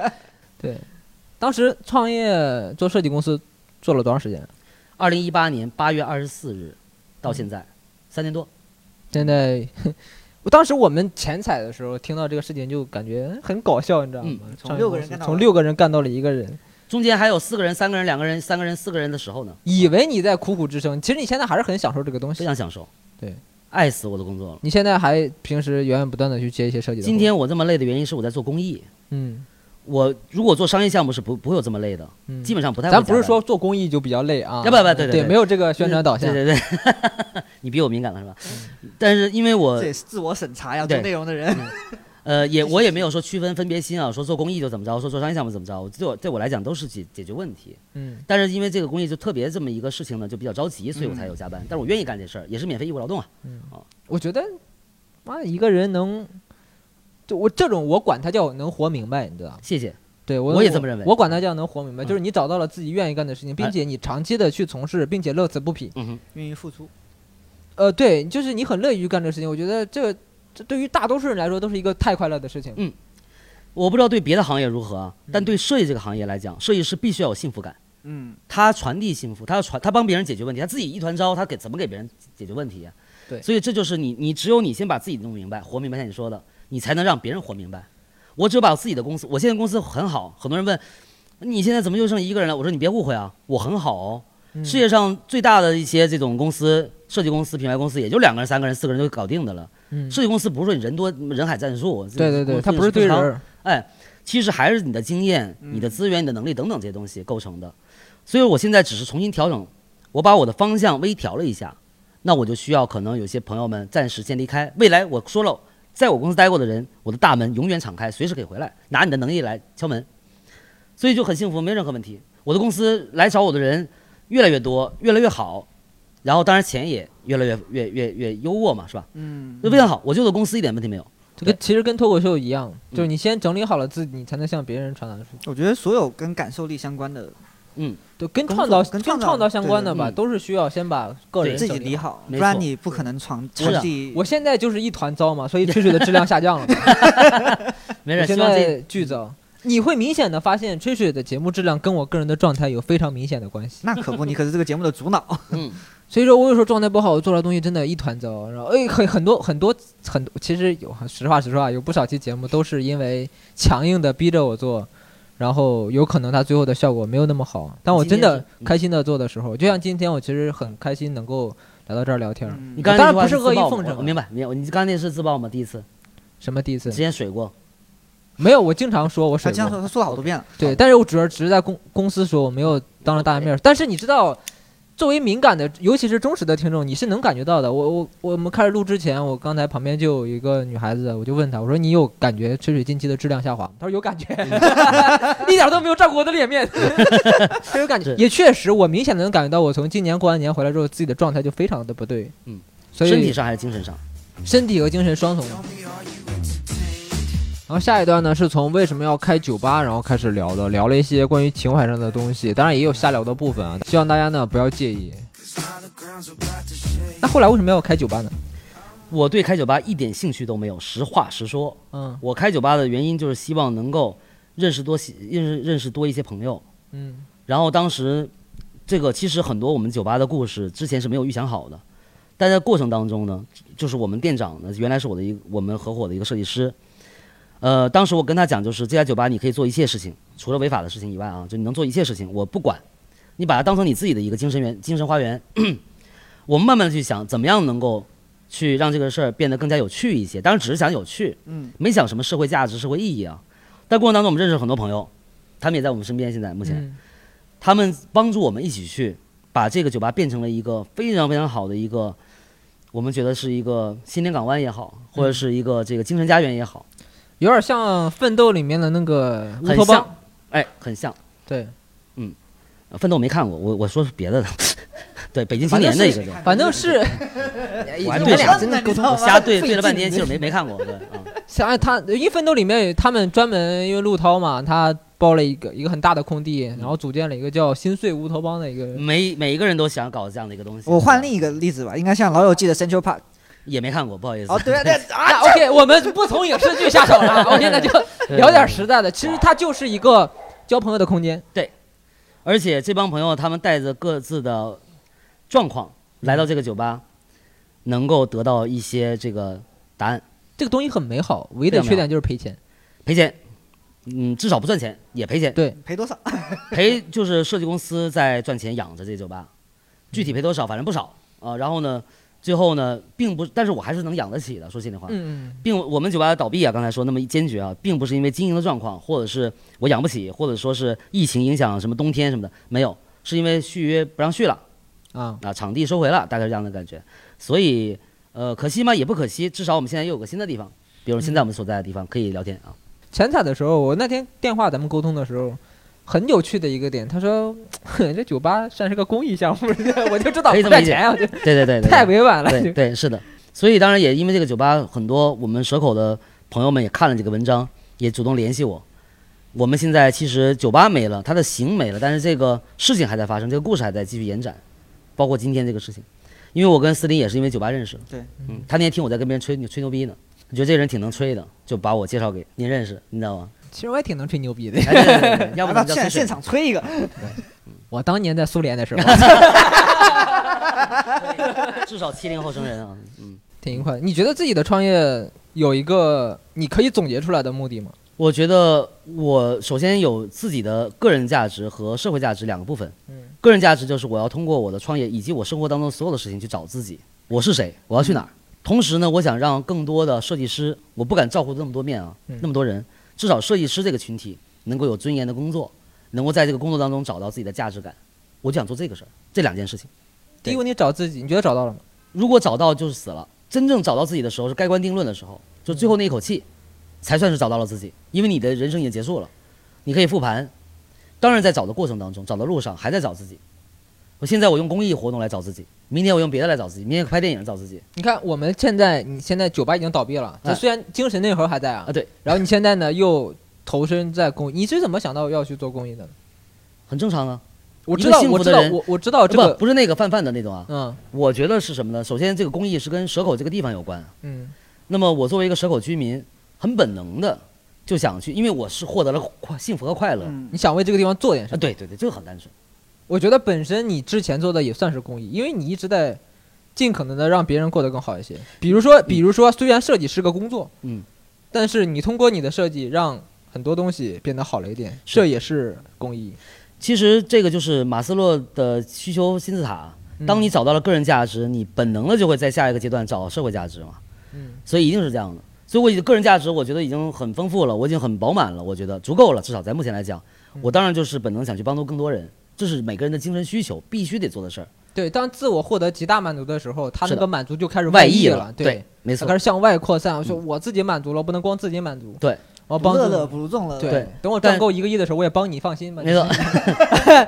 S2: 对，当时创业做设计公司做了多长时间？啊
S1: 二零一八年八月二十四日到现在三年多，
S2: 现在，我当时我们前采的时候听到这个事情就感觉很搞笑，你知道吗？
S3: 从
S2: 创业
S3: 六个
S2: 公
S3: 人
S2: 司
S3: 干到
S2: 从
S3: 了
S2: 六个人干到了一个人，
S1: 中间还有四个人、三个人、两个人、三个人、四个人的时候呢，
S2: 以为你在苦苦支撑，其实你现在还是很享受这个东
S1: 非
S2: 西。
S1: 常享受，
S2: 对，
S1: 爱死我的工作了。
S2: 你现在还平时源源不断的去接一些设计的活。
S1: 今天我这么累的原因是我在做公益。
S2: 嗯，
S1: 我如果做商业项目是不不会有这么累的，
S2: 嗯，
S1: 基本上不太会加
S2: 咱
S1: 班。
S2: 不是说做公益就比较累啊，
S1: 要不要不要对对
S2: 对
S1: 对
S2: 没有这个宣传导向。嗯
S1: 对对对， 你比我敏感了是吧？但是因为我
S3: 这也是自我审查呀，
S1: 对
S3: 做内容的人。
S1: 呃也我也没有说区分分别心啊，说做公益就怎么着，说做商业项目怎么着，对我对我来讲都是解解决问题。
S2: 嗯
S1: 但是因为这个公益就特别这么一个事情呢，就比较着急，所以我才
S3: 嗯
S1: 有加班。但是我愿意干这事儿，也是免费义务劳动啊。
S2: 嗯，我觉得，妈的，一个人能，就我这种，我管他叫能活明白，你知道吗？
S1: 谢谢。
S2: 对我
S1: 我也这么认为
S2: 我管他叫能活明白，
S1: 嗯
S2: 就是你找到了自己愿意干的事情，并且你长期的去从事，并且乐此不疲。
S1: 嗯哼，
S3: 愿意付出，
S2: 呃，对，就是你很乐于去干这个事情。我觉得这这对于大多数人来说都是一个太快乐的事
S1: 嗯
S2: 情。
S1: 我不知道对别的行业如何啊，但
S2: 嗯
S1: 对设计这个行业来讲，设计师必须要有幸福感。
S3: 嗯，
S1: 他传递幸福，他要传，他帮别人解决问题，他自己一团糟，他给怎么给别人解决问题呀、
S2: 对
S1: 所以这就是你，你只有你先把自己弄明白，活明白，像你说的，你才能让别人活明白。我只有把我自己的公司，我现在公司很好，很多人问你现在怎么就剩一个人了？我说你别误会啊，我很好哦。
S2: 嗯
S1: 世界上最大的一些这种公司，设计公司、品牌公司，也就两个人、三个人、四个人就搞定的了。
S2: 嗯，
S1: 设计公司不是说你人多人海战术，
S2: 对对对，
S1: 公司
S2: 他不是对
S1: 非
S2: 人
S1: 常
S2: 儿，
S1: 哎，其实还是你的经验、
S3: 嗯
S1: 你的资源、你的能力等等这些东西构成的。所以我现在只是重新调整，我把我的方向微调了一下，那我就需要可能有些朋友们暂时先离开。未来我说了，在我公司待过的人，我的大门永远敞开，随时可以回来，拿你的能力来敲门，所以就很幸福，没有任何问题。我的公司来找我的人越来越多，越来越好，然后当然钱也越来越越越越优渥嘛，是吧？
S3: 嗯，
S1: 就非常好，我就对公司一点问题没有。
S2: 这跟其实跟脱口秀一样，
S1: 嗯
S2: 就是你先整理好了自己，你才能向别人传达出去。
S3: 我觉得所有跟感受力相关的，
S2: 对，跟
S3: 工
S2: 创造
S3: 作跟创造
S2: 创造相关
S3: 对
S2: 的
S1: 对
S2: 吧，
S1: 嗯
S2: 都是需要先把个人
S3: 自
S2: 整
S3: 己理好，
S1: 没
S3: 不
S1: 错
S3: 然你不可能传
S1: 是啊
S3: 传递。
S2: 我现在就是一团糟嘛，所以吹水的质量下降了。
S1: 没
S2: 我
S1: 事，
S2: 现
S1: 希望这
S2: 在巨糟，你会明显的发现吹水的节目质量跟我个人的状态有非常明显的关系。
S3: 那可不，你可是这个节目的 主脑。
S1: 嗯。
S2: 所以说我有时候状态不好，我做出来东西真的一团糟。然后哎，很很多很多很多，其实有实话实说啊，有不少期节目都是因为强硬的逼着我做。然后有可能它最后的效果没有那么好，但我真
S1: 今
S2: 的
S1: 天是嗯
S2: 开心的做的时候，就像今天我其实很开心能够来到这儿聊天儿。
S3: 嗯
S1: 啊你刚才
S2: 当然
S1: 那句话
S2: 不是
S1: 自
S2: 恶
S1: 曝
S2: 意奉
S1: 嘛
S2: 承啊
S1: 我我明白，明白。你刚才那是自爆吗？第一次，
S2: 什么第一次
S1: 之？前水 过，
S2: 没有，我经常说我
S3: 他
S2: 水
S3: 这样
S2: 过。
S3: 啊说，他说了好多遍了。
S2: 对，但是我主要只是在公公司说，我没有当着大家面儿。但是你知道，作为敏感的，尤其是忠实的听众，你是能感觉到的。我我我们开始录之前，我刚才旁边就有一个女孩子，我就问她，我说你有感觉吹水近期的质量下滑吗？她说有感觉，一点都没有照顾我的脸面。她有感觉
S1: 是，
S2: 也确实，我明显地能感觉到，我从今年过完年回来之后，自己的状态就非常的不对。
S1: 嗯，
S2: 所以
S1: 身体上还是精神上？
S2: 身体和精神双重。然后下一段呢，是从为什么要开酒吧，然后开始聊的，聊了一些关于情怀上的东西，当然也有瞎聊的部分啊，希望大家呢不要介意。那后来为什么要开酒吧呢？
S1: 我对开酒吧一点兴趣都没有，实话实说。
S2: 嗯
S1: 我开酒吧的原因就是希望能够认识多些认识认识多一些朋友。
S2: 嗯
S1: 然后当时，这个其实很多我们酒吧的故事之前是没有预想好的，但在过程当中呢，就是我们店长呢，原来是我的一个我们合伙的一个设计师，呃，当时我跟他讲，就是这家酒吧你可以做一切事情，除了违法的事情以外啊，就你能做一切事情，我不管，你把它当成你自己的一个精神园、精神花园。 我们慢慢的去想，怎么样能够去让这个事儿变得更加有趣一些。当然，只是想有趣，
S3: 嗯，
S1: 没想什么社会价值、社会意义啊。但过程当中，我们认识了很多朋友，他们也在我们身边，现在目前。
S2: 嗯
S1: 他们帮助我们一起去把这个酒吧变成了一个非常非常好的一个，我们觉得是一个心灵港湾也好，或者是一个这个精神家园也好，
S2: 有点像《奋斗》里面的那个乌
S1: 很
S2: 托邦
S1: 像，哎，很像。
S2: 对，
S1: 呃奋斗没看过，我我说是别的 的，对，北京青
S3: 反正
S1: 年的一
S3: 是
S1: 个这种，
S2: 反正是
S1: 我还哎
S2: 你
S1: 对啊上
S2: 们俩
S3: 俩
S2: 真
S3: 真
S2: 的
S3: 的
S2: 沟
S3: 沟
S2: 通
S3: 通
S1: 我瞎对对了半天，其
S3: 就
S1: 实没没看过，对，啊，
S2: 想想他，因为《奋斗》里面他们专门因为陆涛嘛，他包了一个一个很大的空地，然后组建了一个叫“心碎乌托邦”的一个。
S1: 每每一个人都想搞这样的一个东西。
S3: 我换另
S1: 力
S3: 一个例子吧，应该像《老友记》的 Central Park。
S1: 也没看过，不好意思。
S3: 哦，对啊，对啊
S2: 啊
S3: 啊，
S2: OK，我们不从影视剧下手 了，OK，那就
S1: 对
S2: 聊点实在的。其实它就是一个交朋友的空间。
S1: 而且这帮朋友他们带着各自的状况来到这个酒吧，能够得到一些这个答案。
S2: 这个东西很美好，唯一的
S1: 非常
S2: 缺点就是赔钱。
S1: 赔钱，嗯，至少不赚钱，也赔钱。
S3: 赔多少？
S1: 赔就是设计公司在赚钱养着这酒吧，具体赔多少，反正不少啊、然后呢，最后呢，并不，但是我还是能养得起的。说心里话，
S2: 嗯，
S1: 并我们酒吧倒闭啊，刚才说那么坚决啊，并不是因为经营的状况，或者是我养不起，或者说是疫情影响什么冬天什么的，没有，是因为续约不让续了。
S2: 啊，
S1: 啊，场地收回了，大概是这样的感觉。所以，呃，可惜吗？也不可惜，至少我们现在又有个新的地方，比如现在我们所在的地方可以聊天啊。
S2: 前彩的时候，我那天电话咱们沟通的时候，很有趣的一个点，他说 这酒吧算是个公益项目， 我就知道
S1: 可以
S2: 不
S1: 这么
S2: 赚
S1: 理解
S2: 钱，我啊就
S1: 对对对对，
S2: 太委婉 了。
S1: 对
S2: 就
S1: 对是的。所以当然也因为这个酒吧，很多我们蛇口的朋友们也看了这个文章，也主动联系我。我们现在其实酒吧没了，它的形没了，但是这个事情还在发生，这个故事还在继续延展，包括今天这个事情。因为我跟思林也是因为酒吧认识的，
S3: 对，
S1: 嗯，他那天听我在跟别人吹吹牛逼呢，觉得这人挺能吹的，就把我介绍给您认识，你知道吗？
S2: 其实我也挺能吹牛逼的。
S1: 哎对对 对对要不
S3: 到
S1: 咱们叫
S3: 现在
S1: 吹水
S3: 现场吹一个，
S2: 我当年在苏联 的时候
S1: 至少七零后生人啊，嗯，
S2: 挺愉快的。你觉得自己的创业有一个你可以总结出来的目的吗？
S1: 我觉得我首先有自己的个人价值和社会价值两个部分。
S2: 嗯，
S1: 个人价值就是我要通过我的创业以及我生活当中所有的事情去找自己，我是谁，我要去哪
S2: 嗯
S1: 儿。同时呢，我想让更多的设计师，我不敢照顾那么多面啊，
S2: 嗯
S1: 那么多人，至少设计师这个群体能够有尊严的工作，能够在这个工作当中找到自己的价值感。我就想做这个事儿，这两件事情。
S2: 第一个问题找自己，你觉得找到了吗？
S1: 如果找到就是死了。真正找到自己的时候是盖棺定论的时候，就最后那一口气，才算是找到了自己，因为你的人生已经结束了，你可以复盘。当然，在找的过程当中，找的路上还在找自己。我现在我用公益活动来找自己，明天我用别的来找自己，明天拍电影找自己
S2: 你看，我们现在你现在酒吧已经倒闭了，这
S1: 哎
S2: 虽然精神内核还在啊
S1: 啊。，对，
S2: 然后你现在呢又投身在公益，你是怎么想到要去做公益的呢？
S1: 很正常啊。
S2: 我
S1: 一
S2: 知
S1: 个
S2: 道，
S1: 幸
S2: 我
S1: 福
S2: 知
S1: 的
S2: 道，
S1: 人
S2: 我我呃知哦道这
S1: 不
S2: 个，
S1: 不是那个泛泛的那种啊。
S2: 嗯
S1: 我觉得是什么呢？首先，这个公益是跟蛇口这个地方有关。啊
S2: 嗯
S1: 那么我作为一个蛇口居民，很本能的就想去，因为我是获得了快幸福和快乐。
S3: 嗯
S2: 你，想为这个地方做点什
S1: 啊，
S2: 么？
S1: 对对对，这个很单纯。
S2: 呃我觉得本身你之前做的也算是公益，因为你一直在尽可能的让别人过得更好一些。比如说，比如说，虽然设计是个工作，
S1: 嗯，
S2: 但是你通过你的设计让很多东西变得好了一点，
S1: 是
S2: 这也是公益。
S1: 其实这个就是马斯洛的需求金字塔。
S2: 嗯
S1: 当你找到了个人价值，你本能的就会在下一个阶段找社会价值嘛。
S2: 嗯，
S1: 所以一定是这样的。所以我已经个人价值，我觉得已经很丰富了，我已经很饱满了，我觉得足够了，至少在目前来讲，
S2: 嗯
S1: 我当然就是本能想去帮助更多人，这是每个人的精神需求必须得做的事儿。
S2: 对，当自我获得极大满足的时候，他
S1: 是
S2: 那
S1: 的
S2: 个满足就开始
S1: 外溢
S2: 溢
S1: 了，
S2: 对，
S1: 没
S2: 他
S1: 错嗯
S2: 开，始向外扩散。我说我自己满足了，不能光自己满足，
S1: 对，
S2: 我要帮
S3: 不
S2: 助
S3: 乐
S2: 你
S3: 乐不如众乐，
S2: 对
S1: 对，
S2: 等我赚
S1: 但
S2: 够一个亿的时候，我也帮你放心 吧。
S1: 没错。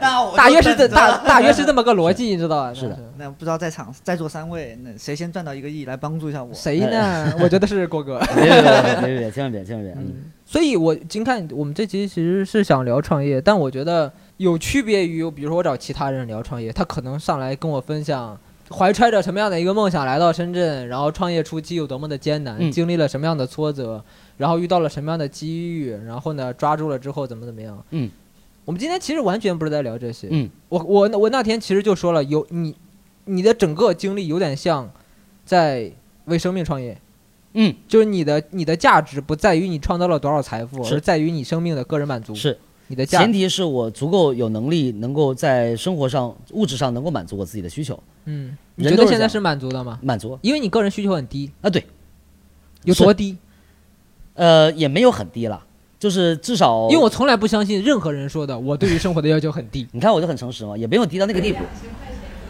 S3: 那我就
S2: 大约是
S3: 等
S2: 这
S3: 着了
S2: 大大 约是这么个逻辑，你知道吧？
S1: 是的
S3: 那不知道在场在座三位，那谁先赚到一个亿来帮助一下我？
S2: 谁 呢？我觉得是郭哥。
S1: 别别别别别，千万别千万别，嗯
S2: 所以，我今看我们这集其实是想聊创业，但我觉得有区别于，比如说我找其他人聊创业，他可能上来跟我分享，怀揣着什么样的一个梦想来到深圳，然后创业初期有多么的艰难，
S1: 嗯
S2: 经历了什么样的挫折，然后遇到了什么样的机遇，然后呢抓住了之后怎么怎么样。
S1: 嗯，
S2: 我们今天其实完全不是在聊这些。
S1: 嗯，
S2: 我我我那天其实就说了，有你你的整个经历有点像在为生命创业。
S1: 嗯，
S2: 就是你的你的价值不在于你创造了多少财富，
S1: 是
S2: 而在于你生命的个人满足。
S1: 是
S2: 你的价
S1: 前
S2: 值，
S1: 提是我足够有能力，能够在生活上、物质上能够满足我自己的需求，
S2: 嗯，你
S1: 人
S2: 觉
S1: 都
S2: 得
S1: 是
S2: 现
S1: 这
S2: 在
S1: 样
S2: 是满足的吗？
S1: 满足
S2: 因为你个人需求很低，
S1: 啊，对，
S2: 有
S1: 是
S2: 多低？
S1: 呃，也没有很低了，就是至少。
S2: 因为我从来不相信任何人说的，我对于生活的要求很低
S1: 你看我就很诚实嘛，也没有低到那个地步。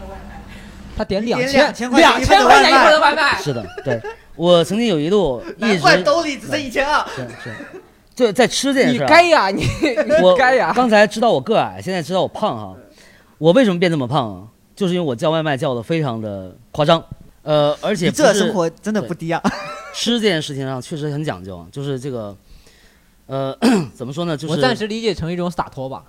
S2: 他点两
S3: 点2000
S2: 千，
S3: 块钱
S2: 两千块钱一份的外卖，
S1: 是的，对我曾经有一 度一
S3: 哎难
S1: 直
S3: 怪兜里只剩一千二。
S1: 对是，就在吃这件
S2: 你
S1: 事儿啊。
S2: 该呀， 你你
S1: 我
S2: 该呀。
S1: 刚才知道我个矮，现在知道我胖哈。我为什么变这么胖啊？就是因为我叫外卖叫的非常的夸张，呃，而且
S3: 你
S1: 不
S3: 这
S1: 是
S3: 生活真的不低啊！
S1: 吃这件事情上确实很讲究，啊就是这个，呃， 怎么说呢？就
S2: 我暂
S1: 是
S2: 时理解成一种洒脱吧。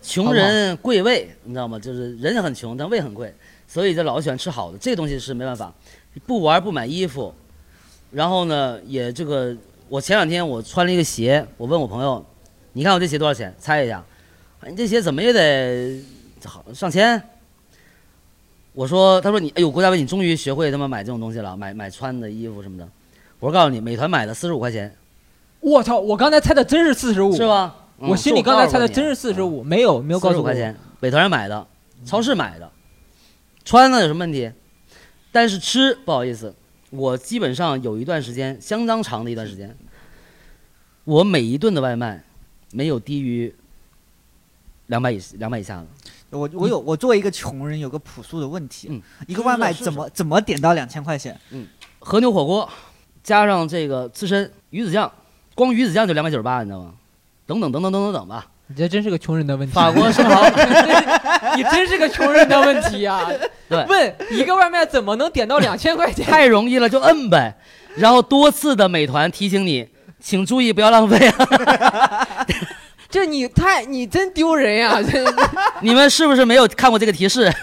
S1: 穷人贵胃，你知道吗？就是人很穷，但胃很贵，所以就老喜欢吃好的。这东西是没办法，不玩不买衣服，然后呢，也这个，我前两天我穿了一个鞋，我问我朋友，你看我这鞋多少钱？猜一下，啊你这鞋怎么也得好上千。我说，他说你，哎呦，郭大卫，你终于学会他妈买这种东西了，买买穿的衣服什么的。我说告诉你，美团买的四十五块钱，
S2: 我操！我刚才猜的真是四十五，
S1: 是？吧？嗯
S2: 我心里刚才猜的真是四十，五，没有没
S1: 没
S2: 有告诉
S1: 十
S2: 我
S1: 五块。钱，美团上买的，超市买的，穿了有什么问题？但是吃不好意思，我基本上有一段时间，相当长的一段时间，我每一顿的外卖没有低于两百以两百以下的。
S3: 我我有我作为一个穷人，有个朴素的问题：
S1: 嗯
S3: 一个外卖怎么怎么点到两千块钱？
S1: 和牛火锅，加上这个刺身、鱼子酱，光鱼子酱就两百九十八，你知道吗？等等等等等等等吧。
S2: 你这真是个穷人的问题。
S1: 法国生蚝
S2: 你真是个穷人的问题啊！
S1: 对
S2: 问一个外卖怎么能点到两千块钱？
S1: 太容易了，就摁呗。然后多次的美团提醒你，请注意不要浪费啊！
S2: 这你太你真丢人呀、这
S1: 你们是不是没有看过这个提示？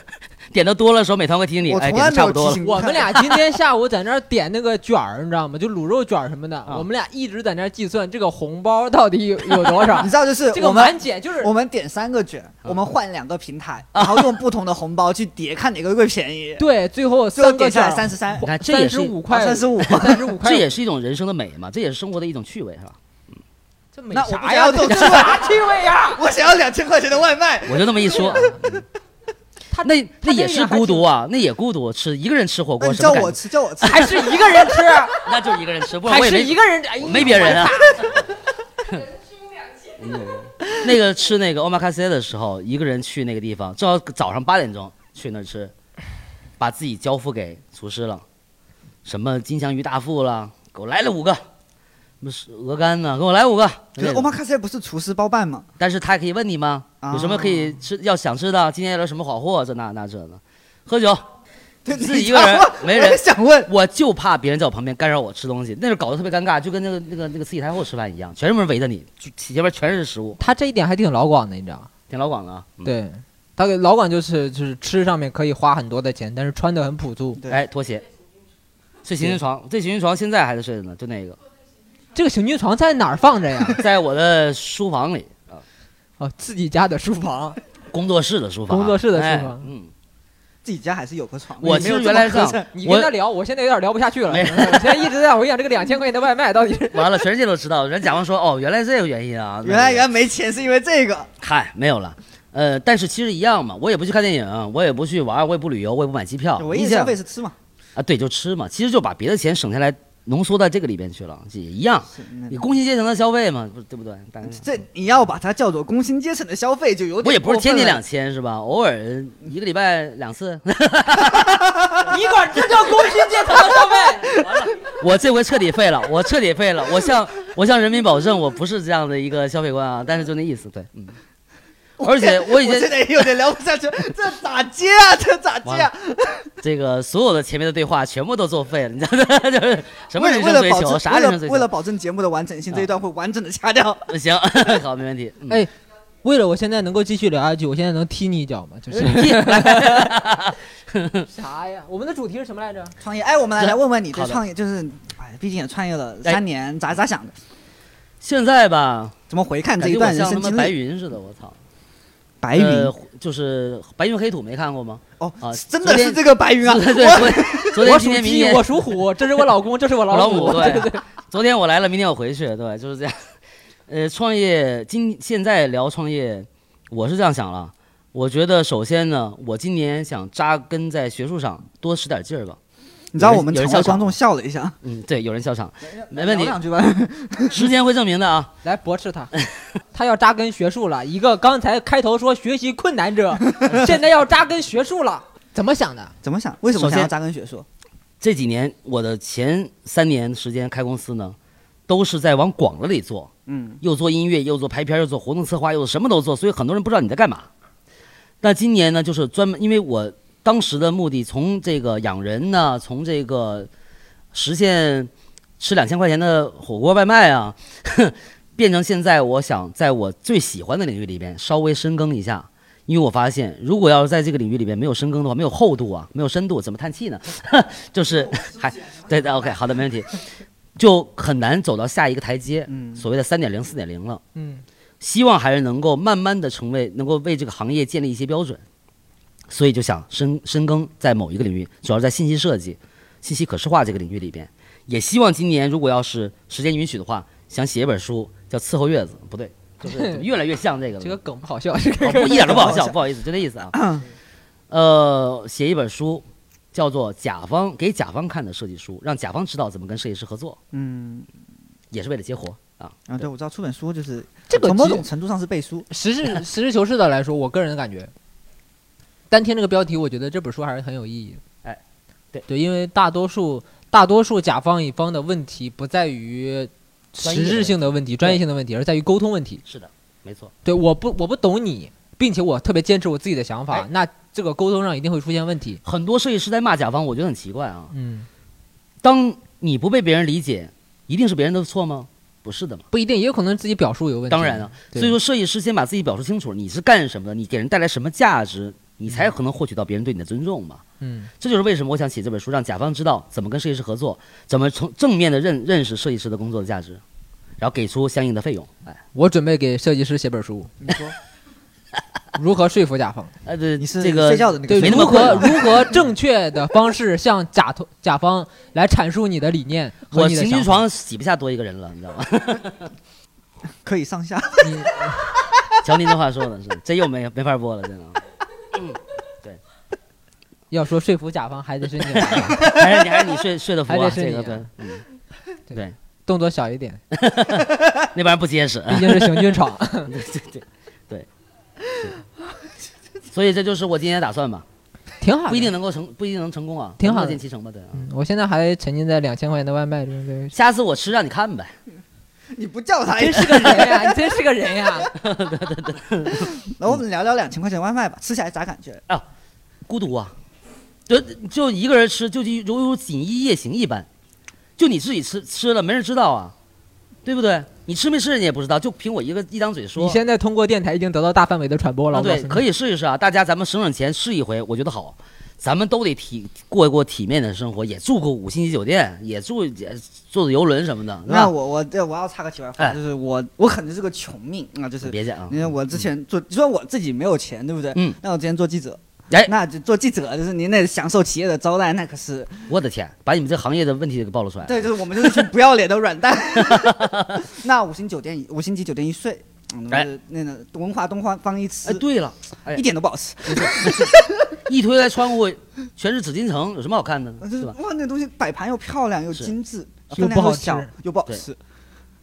S1: 点的多了时候，美团会提醒你，
S3: 我
S1: 哎，
S3: 从
S1: 点的
S3: 来没
S1: 差不
S3: 有提
S1: 多了。
S3: 醒过
S2: 我们俩今天下午在那儿点那个卷儿，你知道吗？就卤肉卷儿什么的，
S1: 啊
S2: 我们俩一直在那儿计算这个红包到底有有多少
S3: 你知。道，就是
S2: 啊这个
S3: 我们
S2: 满减就是啊
S3: 我们点三个卷，
S1: 嗯
S3: 我们换两个平台，然后用不同的红包去叠，看哪个会便宜。
S2: 对，最后
S3: 最后
S2: 三个
S3: 点下
S2: 卷
S3: 来三十三
S1: 你，看，这也
S2: 三十
S1: 是
S2: 五块，
S3: 三十五。
S2: 三十五块，
S1: 这也是一种人生的美嘛，这也是生活的一种趣味，是吧？
S2: 这没
S3: 那我不
S2: 啥
S3: 想
S2: 呀，
S3: 要
S2: 这
S3: 这种
S2: 这啥趣味 呀？
S3: 我想要两千块钱的外卖，
S1: 我就那么一说，啊
S2: 他
S1: 那那
S2: 这
S1: 也
S2: 个
S1: 是
S2: 还
S1: 孤
S2: 挺
S1: 独啊，那也孤独，吃一个人吃火
S3: 那
S1: 锅
S3: 你
S1: 什么
S3: 叫
S1: 感
S3: 我
S1: 觉？
S3: 吃，叫 我吃。
S2: 还是一个人吃，
S1: 那就是一个人吃，不然
S2: 还
S1: 我也
S2: 是
S1: 没
S2: 一个人吃，哎呀
S1: 没别人啊。 那个吃那个 omakase 的时候，一个人去那个地方，正好早上八点钟去那儿吃，把自己交付给厨师了。什么金枪鱼大腹啦，给我来了五个；什么是鹅肝呢、给我来五个。
S3: 可是
S1: 那种
S3: omakase 不是厨师包办吗？
S1: 但是他也可以问你吗？
S3: 啊
S1: 有什么可以吃要想吃的？今天有点什么好货？这那那这的，喝酒。
S3: 对，
S1: 自己
S3: 你
S1: 一个人
S3: 想问
S1: 没
S3: 我
S1: 人
S3: 也想问，
S1: 我就怕别人在我旁边干扰我吃东西，那时候搞得特别尴尬，就跟那个那个那个慈禧太后吃饭一样，全是人围着你，就前面全是食物，
S2: 他这一点还挺老广的，你知道吗？
S1: 挺老广的啊。嗯，
S2: 对，他给老广就是就是吃上面可以花很多的钱，但是穿的很朴素。
S3: 对
S1: 哎，拖鞋，睡行军床，这行军床现在还在睡着呢，就那个，
S2: 这个行军床在哪儿放着呀？
S1: 在我的书房里啊，
S2: 哦，自己家的书房。
S1: 工作室的书房啊，
S2: 工作室的书
S1: 哎
S2: 房
S1: 嗯，
S3: 自己家还是有个床。
S1: 我
S3: 没
S1: 其实
S3: 有这么
S1: 原来是
S3: 苛
S1: 这样
S3: 刻
S2: 你
S1: 我
S2: 跟他聊，我现在有点聊不下去了。
S1: 没
S2: 我现在一直在回想这个两千块钱的外卖到底是
S1: 完了，全世界都知道。人甲方说，哦，原来这个原因啊，
S3: 原来原
S1: 来
S3: 来没钱是因为这
S1: 哦
S3: 个。
S1: 嗨，没有了。呃，但是其实一样嘛，我也不去看电影，我也不去玩，我也不旅游，我也不买机票，
S3: 唯
S1: 你
S3: 一消
S1: 想
S3: 费是吃嘛，
S1: 啊，对，就吃嘛，其实就把别的钱省下来，浓缩到这个里边去了，也一样。
S3: 是那
S1: 你工薪阶层的消费嘛，不对不对？大概
S3: 嗯这你要把它叫做工薪阶层的消费，就有点
S1: 我也不是
S3: 过分
S1: 天天
S3: 了
S1: 两千是吧？偶尔一个礼拜两次。
S2: 你管这叫工薪阶层的消费？
S1: 我这回彻底废了，我彻底废了。我向我向人民保证，我不是这样的一个消费观啊，但是就那意思，对，嗯。而且我已经
S3: 我现在也有点聊不下去，这咋接啊？这咋接啊？
S1: 这个所有的前面的对话全部都作废了，你知道吗？ 就是什么
S3: 为
S1: 人
S3: 了为
S1: 生追
S3: 了保
S1: 求，
S3: 证
S1: 啥人生啊
S3: 为
S1: 追
S3: 了为了
S1: 求？
S3: 保证节目的完整性，
S1: 啊
S3: 这一段会完整的掐掉。
S1: 行， 好，没问题。嗯
S2: 哎 为了我现在能够继续聊下去，我现在能踢你一脚吗？就是 啥呀？我们的主题是什么来着？
S3: 创业，哎，我们来
S1: 对
S3: 来问问你对
S1: 好的
S3: 创业，就是哎，毕竟也创业了
S1: 哎
S3: 三年，咋咋想的？
S1: 现在吧，
S3: 怎么回看这
S1: 感
S3: 一
S1: 觉我
S3: 段人
S1: 像他
S3: 生
S1: 妈
S3: 经
S1: 白
S3: 历？
S1: 云似的，我操！
S3: 白云
S1: 呃就是白云黑土，没看过吗？
S3: 哦
S1: 啊，
S3: 真的
S1: 昨
S3: 是
S1: 天
S3: 这个白云啊！
S1: 对对，
S3: 我
S1: 昨天昨
S2: 我
S1: 天、今
S2: 属
S1: 天、明
S2: 鸡，
S1: 天
S2: 我，属虎，这是我老公，这是我
S1: 老
S2: 母。
S1: 母对。啊昨天我来了，明天我回去，对，就是这样。呃，创业今现在聊创业，我是这样想了。我觉得首先呢，我今年想扎根在学术上，多使点劲儿吧。
S3: 你知道我们
S1: 有人
S3: 场外
S1: 笑场
S3: 观众笑了一下，
S1: 嗯，对，有人笑场，没问
S3: 聊
S1: 题，
S3: 两句吧。
S1: 时间会证明的啊。
S4: 来驳斥他， 他要扎根学术了。一个刚才开头说学习困难者， 现在要扎根学术了，怎么想的？
S3: 怎么想？为什么
S1: 首
S3: 想
S1: 先
S3: 要扎根学术？
S1: 这几年我的前三年时间开公司呢，都是在往广了里做，
S3: 嗯，
S1: 又做音乐，又做排片，又做活动策划，又什么都做，所以很多人不知道你在干嘛。那今年呢，就是专门因为我当时的目的，从这个养人呢、从这个实现吃两千块钱的火锅外卖啊， 变成现在我想在我最喜欢的领域里边稍微深耕一下。因为我发现，如果要是在这个领域里边没有深耕的话，没有厚度啊，没有深度，怎么叹气呢？ 就是还对对，OK，好的，没问题，就很难走到下一个台阶。
S3: 嗯
S1: 所谓的三点零、四点零了。
S4: 嗯，
S1: 希望还是能够慢慢的成为，能够为这个行业建立一些标准，所以就想深深耕在某一个领域，主要是在信息设计、信息可视化这个领域里边。也希望今年如果要是时间允许的话，想写一本书叫《伺候月子》，不对，就是怎 么越来越像这个了。
S4: 这个梗不好笑，这
S1: 哦
S4: 个
S1: 不一点都不好笑，不好意思，就这意思啊。呃，写一本书，叫做《甲方给甲方看的设计书》，让甲方知道怎么跟设计师合作，
S3: 嗯，
S1: 也是为了接活啊。
S3: 啊，对，我知道出本书就是
S2: 这个
S3: 从某
S2: 其
S3: 种程度上是背书。
S2: 实事 实事求是的来说，我个人的感觉，单听这个标题，我觉得这本书还是很有意义。
S1: 哎，对
S2: 因为大多数大多数甲方乙方的问题不在于
S1: 专业的
S2: 实质性的问题、专业性的问题，而在于沟通问题。
S1: 是的，没错。
S2: 对，我不我不懂你，并且我特别坚持我自己的想法，
S1: 哎
S2: 那这个沟通上一定会出现问题。
S1: 很多设计师在骂甲方，我觉得很奇怪啊。
S2: 嗯，
S1: 当你不被别人理解，一定是别人的错吗？不是的嘛，
S2: 不一定，也有可能自己表述有问题。
S1: 当然啊了。
S2: 对
S1: 所以说，设计师先把自己表述清楚，你是干什么的，你给人带来什么价值，你才可能获取到别人对你的尊重嘛。
S2: 嗯，
S1: 这就是为什么我想写这本书，让甲方知道怎么跟设计师合作，怎么从正面的认认识设计师的工作的价值，然后给出相应的费用。哎，
S2: 我准备给设计师写本 书，
S3: 你说
S2: 如何说服甲方？
S1: 呃，对，
S3: 你是
S1: 这个
S3: 睡觉的那个
S2: 对，
S1: 没那
S2: 如
S1: 么
S2: 何
S1: 困啊难。
S2: 如何正确的方式向甲头甲方来阐述你的理念 和
S1: 我
S2: 你的
S1: 行军
S2: 想法？
S1: 床挤不下多一个人了，你知道吗？
S3: 可以上下，
S2: 你
S1: 乔您这话说的是，这又没没法播了，真的。
S2: 要说说服甲方，还得是你来
S1: 还是你还是你睡睡得服
S2: 还
S1: 啊，
S2: 得是
S1: 这
S2: 你
S1: 个
S2: 啊
S1: 对，嗯。
S2: 动作小一点，
S1: 那玩意儿不结实。
S2: 毕竟是行军场。
S1: 对对对对，对所以这就是我今天的打算吧，
S2: 挺好的，
S1: 不一定能够成，不一定能成功啊，
S2: 挺好的
S1: 乐见其成吧，对啊。
S2: 嗯。我现在还沉浸在两千块钱的外卖中，对，
S1: 下次我吃让你看呗，
S3: 你不叫他
S4: 真
S3: 也
S4: 是 个人呀，你真是个人呀。
S3: 然后我们聊聊两千块钱外卖吧，吃起来咋感
S1: 啊
S3: 觉？
S1: 孤独啊，就就一个人吃，就就犹如锦衣夜行一般，就你自己吃吃了没人知道啊，对不对？你吃没吃人家也不知道，就凭我一个一张嘴
S2: 你
S1: 说。
S2: 现在通过电台已经得到大范围的传播了。
S1: 啊，
S2: 我告
S1: 对
S2: 诉，你
S1: 可以试一试啊！大家咱们省省钱试一回，我觉得好。咱们都得体过一过体面的生活，也住过五星级酒店，也住也坐坐游轮什么的，是
S3: 那
S1: 吧？
S3: 我我这我要插个题外话，
S1: 哎
S3: 就是我我可能是个穷命啊，就是
S1: 别介啊！
S3: 你看我之前做，虽然我自己没有钱，对不对？
S1: 嗯。
S3: 那我之前做记者，
S1: 哎
S3: 那就做记者就是您那享受企业的招待，那可是
S1: 我的天，把你们这行业的问题给暴露出来。
S3: 对，就是我们就是一群不要脸的软蛋。 那五星酒店，五星级酒店一睡，嗯，
S1: 哎
S3: 就是那个文华东方方一吃
S1: 哎，，对了，哎
S3: 一点都不好吃，
S1: 一推开窗户，全是紫禁城，有什么好看的呢？
S3: 就是
S1: 是吧？
S3: 哇，那东西摆盘又漂亮又
S1: 是
S3: 精致，
S2: 又
S3: 分
S2: 不
S3: 量
S2: 好
S3: 又
S2: 吃
S3: 小又不好
S1: 对
S3: 吃。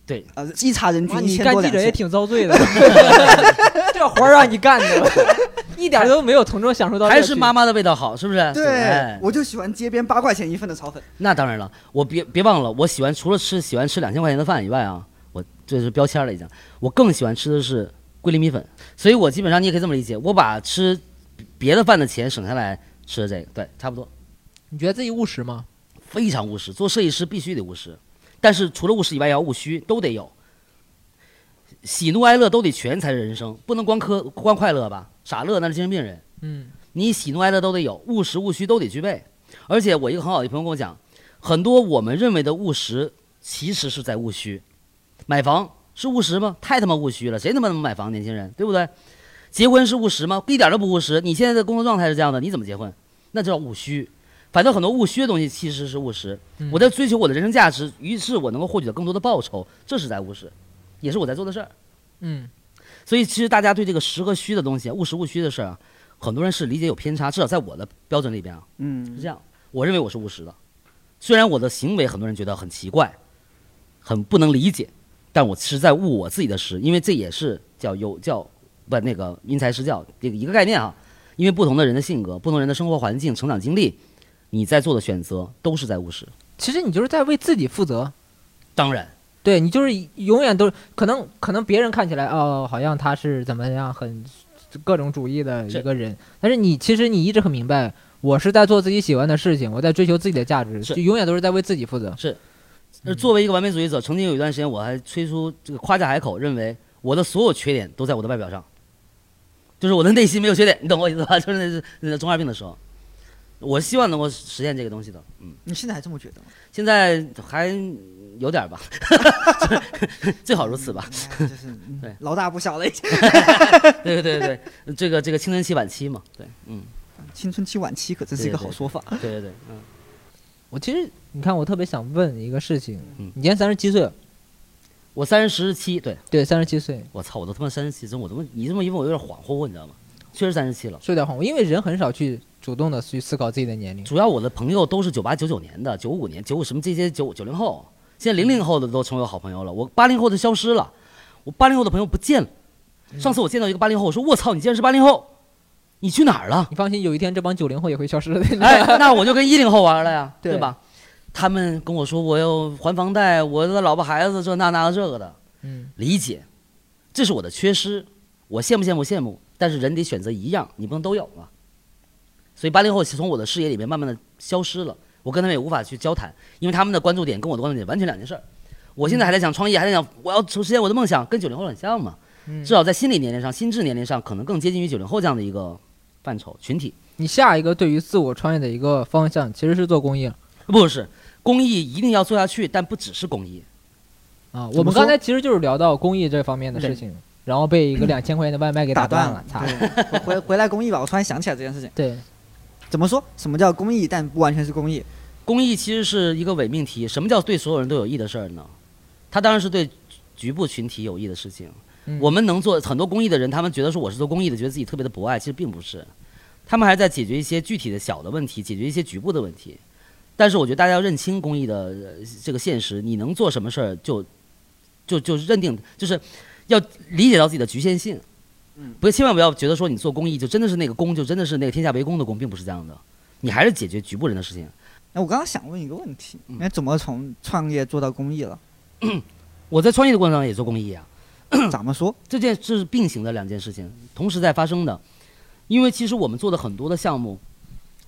S1: 对，
S3: 呃，一查人
S4: 哇
S3: 均一
S4: 你
S3: 千
S4: 干
S3: 多
S4: 记
S3: 两
S4: 者也
S3: 千，
S4: 挺遭罪 的，这活儿让你干的，一点都没有从中享受到乐趣。
S1: 还是妈妈的味道好，是不是？
S3: 对
S1: 哎，
S3: 我就喜欢街边八块钱一份的炒粉。
S1: 那当然了，我别别忘了，我喜欢除了吃喜欢吃两千块钱的饭以外啊，我这是标签了已经，我更喜欢吃的是桂林米粉，所以我基本上你也可以这么理解，我把吃别的饭的钱省下来吃的这个，对，差不多，
S2: 你觉得自己务实吗？
S1: 非常务实。做设计师必须得务实，但是除了务实以外，也要务虚，都得有，喜怒哀乐都得全才是人生，不能光科光快乐吧，傻乐那是精神病人。
S2: 嗯，
S1: 你喜怒哀乐都得有，务实务虚都得具备。而且我一个很好的朋友跟我讲，很多我们认为的务实，其实是在务虚。买房是务实吗？太他妈务虚了，谁他妈能买房？年轻人，对不对？结婚是务实吗？一点都不务实。你现在的工作状态是这样的，你怎么结婚？那叫务虚。反正很多务虚的东西其实是务实。
S2: 嗯
S1: 我在追求我的人生价值，于是我能够获取到更多的报酬，这是在务实，也是我在做的事儿。
S2: 嗯，
S1: 所以其实大家对这个实和虚的东西，务实务虚的事儿啊，很多人是理解有偏差，至少在我的标准里边啊
S3: 嗯
S1: 是这样。我认为我是务实的，虽然我的行为很多人觉得很奇怪，很不能理解，但我是在悟我自己的识，因为这也是叫有教不那个因材施教这个一个概念啊。因为不同的人的性格、不同人的生活环境、成长经历，你在做的选择都是在务实。
S2: 其实你就是在为自己负责。
S1: 当然，
S2: 对你就是永远都可能可能别人看起来哦，好像他是怎么样很各种主义的
S1: 是
S2: 一个人，但是你其实你一直很明白，我是在做自己喜欢的事情，我在追求自己的价值，
S1: 是
S2: 就永远都是在为自己负责。
S1: 而作为一个完美主义者，曾经有一段时间我还吹出这个夸下海口，认为我的所有缺点都在我的外表上，就是我的内心没有缺点，你懂我意思吧？ 就是那是那是中二病的时候，我希望能够实现这个东西的。嗯，
S3: 你现在还这么觉得吗？
S1: 现在还有点儿吧， 最好如此吧。
S3: 哎就是嗯
S1: 对
S3: 老大不小了，已经
S1: 对对对对，这个这个青春期晚期嘛，对，嗯，
S3: 青春期晚期可真是一个好说法。
S1: 对对对，嗯，
S2: 我其实你看，我特别想问一个事情，
S1: 嗯
S2: 你今年三十七岁，
S1: 我三十七，对
S2: 对，三十七岁，
S1: 我操，我都他妈三十七，真我他妈你这么一问，我有点恍惚，你知道吗？确实三十七了。
S2: 说点谎话，因为人很少去主动的去思考自己的年龄。
S1: 主要我的朋友都是九八九九年的、九五年、九五什么这些九九零后，现在零零后的都成为我好朋友了，我八零后的消失了，我八零后的朋友不见了。上次我见到一个八零后，我说我操，你竟然是八零后，你去哪儿了？
S2: 你放心，有一天这帮九零后也会消 失的。
S1: 哎，那我就跟一零后玩了呀，
S2: 对
S1: 对吧？他们跟我说我要还房贷，我的老婆孩子这那那这个的，
S2: 嗯，
S1: 理解，这是我的缺失，我羡慕羡慕羡慕，但是人得选择一样，你不能都有嘛。所以八零后从我的视野里面慢慢的消失了，我跟他们也无法去交谈，因为他们的关注点跟我的关注点完全两件事儿。我现在还在想创业，还在想我要实现我的梦想，跟九零后很像嘛，
S2: 嗯
S1: 至少在心理年龄上、心智年龄上，可能更接近于九零后这样的一个范畴群体。
S2: 你下一个对于自我创业的一个方向其实是做公益
S1: 不是公益一定要做下去，但不只是公益，
S2: 啊。
S3: 说
S2: 我们刚才其实就是聊到公益这方面的事情，
S1: 嗯
S2: 然后被一个两千块钱的外卖给
S3: 打
S2: 断
S3: 断了，
S2: 操！
S3: 对，我回回来公益吧，我突然想起来这件事情。
S2: 对，
S3: 怎么说？什么叫公益？但不完全是公益。
S1: 公益其实是一个伪命题。什么叫对所有人都有益的事儿呢？它当然是对局部群体有益的事情。
S2: 嗯
S1: 我们能做很多公益的人，他们觉得说我是做公益的，觉得自己特别的博爱，其实并不是。他们还在解决一些具体的小的问题，解决一些局部的问题。但是我觉得大家要认清公益的呃这个现实，你能做什么事儿就就就认定，就是要理解到自己的局限性。
S3: 嗯，
S1: 不，千万不要觉得说你做公益就真的是那个公，就真的是那个天下为公的公，并不是这样的。你还是解决局部人的事情。
S3: 那我刚刚想问一个问题，
S1: 嗯
S3: 那怎么从创业做到公益了？
S1: 我在创业的过程中也做公益啊，
S3: 怎么说？
S1: 这件这是并行的两件事情，同时在发生的。因为其实我们做的很多的项目，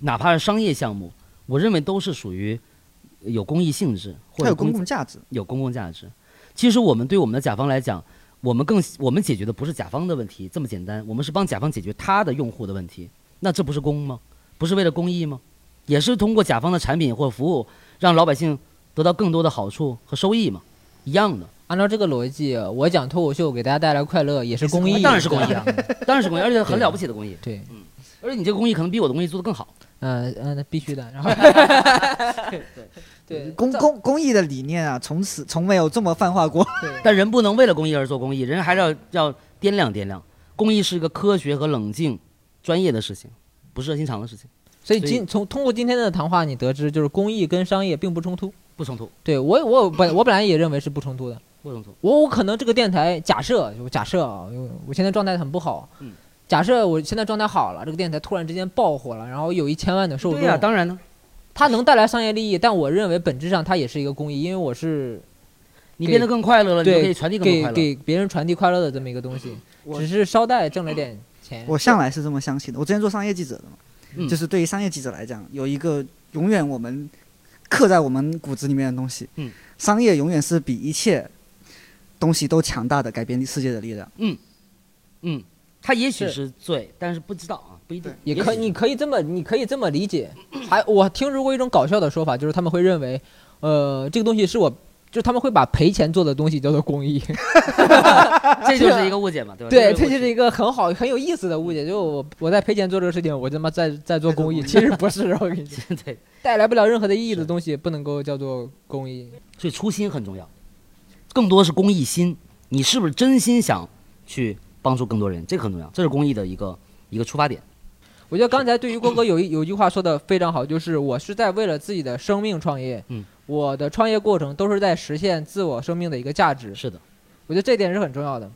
S1: 哪怕是商业项目，我认为都是属于有公益性质或
S3: 它
S1: 者
S3: 有公共价值。
S1: 有公共价值。其实我们对我们的甲方来讲，我们更我们解决的不是甲方的问题这么简单，我们是帮甲方解决他的用户的问题。那这不是公吗？不是为了公益吗？也是通过甲方的产品或服务，让老百姓得到更多的好处和收益嘛，一样的。
S2: 按照这个逻辑，我讲脱口秀给大家带来快乐也是公 益，
S1: 当然是公益啊， 嗯当然是公益，而且很了不起的公益。
S2: 对，
S1: 而且你这个公益可能比我的公益做得更好。
S2: 嗯嗯，那必须的。 然后，对
S3: 公
S2: 造
S3: 公公益的理念啊，从此从没有这么泛化过。
S1: 但人不能为了公益而做公益，人还是要要掂量掂量。公益是一个科学和冷静、专业的事情，不是热心肠的事情，
S2: 所以
S1: 所以
S2: 今从通过今天的谈话，你得知就是公益跟商业并不冲突。
S1: 不冲突，
S2: 对我我本我本来也认为是不冲突的。
S1: 不冲突。
S2: 我我可能这个电台假设就假设啊，因为我现在状态很不好。
S1: 嗯
S2: 假设我现在状态好了，这个电台突然之间爆火了，然后有一千万的受众，
S1: 对呀、啊当然呢，
S2: 它能带来商业利益，但我认为本质上它也是一个公益，因为我是
S1: 你
S2: 给
S1: 变得更快乐了，你就
S2: 对
S1: 可以传递更多
S2: 给
S1: 快乐。
S2: 给别人传递快乐的这么一个东西，
S3: 我
S2: 只是捎带挣了点钱。
S3: 我向来是这么相信的。我之前做商业记者的嘛，
S1: 嗯
S3: 就是对于商业记者来讲，有一个永远我们刻在我们骨子里面的东西。
S1: 嗯，
S3: 商业永远是比一切东西都强大的改变世界的力量。
S1: 嗯，他也许
S2: 是
S1: 是罪，但是不知道啊，不一定。
S2: 也可
S1: 许
S2: 你可以这么你可以这么理解，还我听说过一种搞笑的说法，就是他们会认为，呃，这个东西是我，就是他们会把赔钱做的东西叫做公益。
S1: 这就是一个误解嘛，对吧？
S2: 啊对，
S1: 这
S2: 这就是
S1: 一
S2: 一个很好、很有意思的误解。就我我在赔钱做这个事情，我他妈在在做 公益，其实不是。啊我跟你讲，
S1: 个误解 对，
S2: 带来不了任何的意义的东西，不能够叫做公益。
S1: 所以初心很重要，更多是公益心，你是不是真心想去帮助更多人，这个很重要，这是公益的一个一个出发点。
S2: 我觉得刚才对于郭哥有一有一句话说的非常好，就是我是在为了自己的生命创业，
S1: 嗯，
S2: 我的创业过程都是在实现自我生命的一个价值。
S1: 是的，
S2: 我觉得这点是很重要的。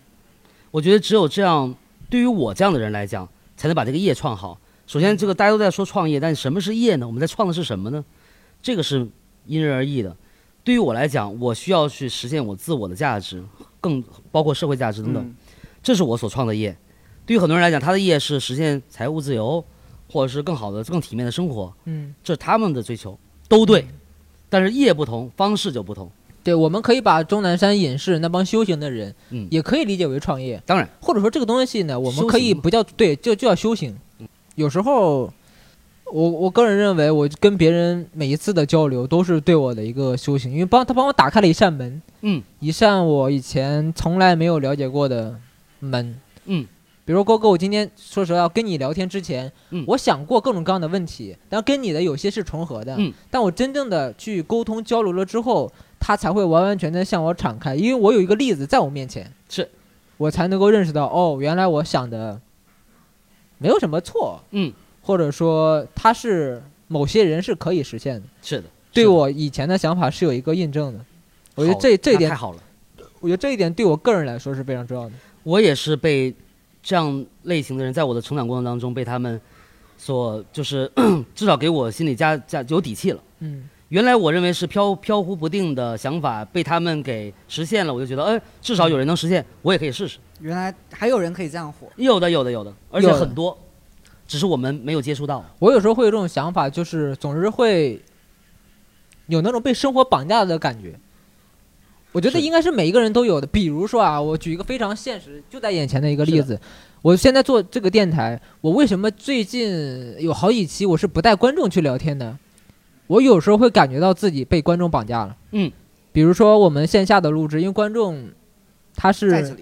S1: 我觉得只有这样，对于我这样的人来讲，才能把这个业创好。首先，这个大家都在说创业，但什么是业呢？我们在创的是什么呢？这个是因人而异的。对于我来讲，我需要去实现我自我的价值，更包括社会价值等等。
S3: 嗯
S1: 这是我所创的业。对于很多人来讲，他的业是实现财务自由，或者是更好的、更体面的生活，
S2: 嗯，
S1: 这是他们的追求，都对。但是业不同，方式就不同。
S2: 对，我们可以把钟南山隐士那帮修行的人，
S1: 嗯
S2: 也可以理解为创业。
S1: 当然，
S2: 或者说这个东西呢，我们
S1: 修
S2: 可以
S1: 行嘛
S2: 不叫对，就就叫修行。有时候，我我个人认为，我跟别人每一次的交流都是对我的一个修行，因为帮他帮我打开了一扇门，
S1: 嗯，
S2: 一扇我以前从来没有了解过的门，
S1: 嗯。
S2: 比如说郭哥，我今天说实话，跟你聊天之前，
S1: 嗯
S2: 我想过各种各样的问题，但跟你的有些是重合的，
S1: 嗯
S2: 但我真正的去沟通交流了之后，他才会完完全全向我敞开，因为我有一个例子在我面前，
S1: 是
S2: 我才能够认识到，哦，原来我想的没有什么错，
S1: 嗯，
S2: 或者说他是某些人是可以实现的，
S1: 是的，
S2: 对
S1: 是的
S2: 我以前的想法是有一个印证的。我觉得
S1: 好
S2: 这这一
S1: 那
S2: 点
S1: 太，好了。
S2: 我觉得这一点对我个人来说是非常重要的。
S1: 我也是被这样类型的人，在我的成长过程当中被他们所就是 至少给我心里加加有底气了。
S2: 嗯，
S1: 原来我认为是飘飘忽不定的想法被他们给实现了，我就觉得，哎，至少有人能实现，我也可以试试。
S3: 原来还有人可以这样火，
S1: 有的，有的，有的，而且
S2: 有的
S1: 很多，只是我们没有接触到。
S2: 我有时候会有这种想法，就是总是会有那种被生活绑架的感觉。我觉得
S1: 是
S2: 应该是每一个人都有的。比如说啊，我举一个非常现实、就在眼前的一个例
S1: 是的
S2: 子，我现在做这个电台，我为什么最近有好几期我是不带观众去聊天的？我有时候会感觉到自己被观众绑架了。
S1: 嗯，
S2: 比如说我们线下的录制，因为观众他是
S3: 在这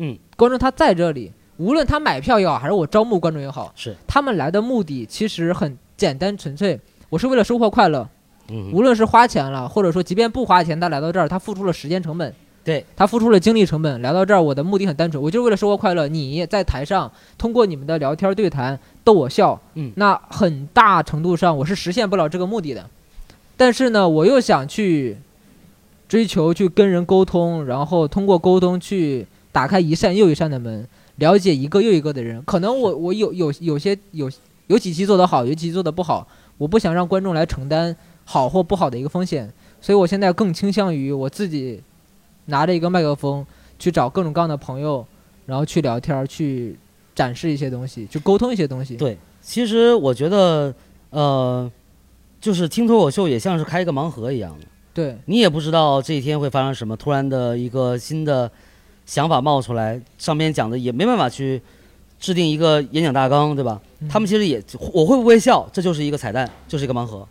S3: 里，
S2: 观众他在这里，无论他买票也好，还是我招募观众也好，
S1: 是，
S2: 他们来的目的其实很简单纯粹，我是为了收获快乐，
S1: 嗯
S2: 无论是花钱了，或者说即便不花钱，他来到这儿，他付出了时间成本，
S1: 对
S2: 他付出了精力成本，来到这儿，我的目的很单纯，我就是为了收获快乐。你在台上通过你们的聊天对谈逗我笑，
S1: 嗯
S2: 那很大程度上我是实现不了这个目的的，但是呢，我又想去追求去跟人沟通，然后通过沟通去打开一扇又一扇的门，了解一个又一个的人。可能我我有有有些有有几期做得好，有几期做得不好，我不想让观众来承担好或不好的一个风险，所以我现在更倾向于我自己拿着一个麦克风去找各种各样的朋友，然后去聊天儿，去展示一些东西，去沟通一些东西。
S1: 对其实我觉得，呃，就是听脱口秀也像是开一个盲盒一样的，
S2: 对
S1: 你也不知道这一天会发生什么，突然的一个新的想法冒出来，上面讲的也没办法去制定一个演讲大纲，对吧？
S2: 嗯
S1: 他们其实也，我会不会笑，这就是一个彩蛋，就是一个盲盒。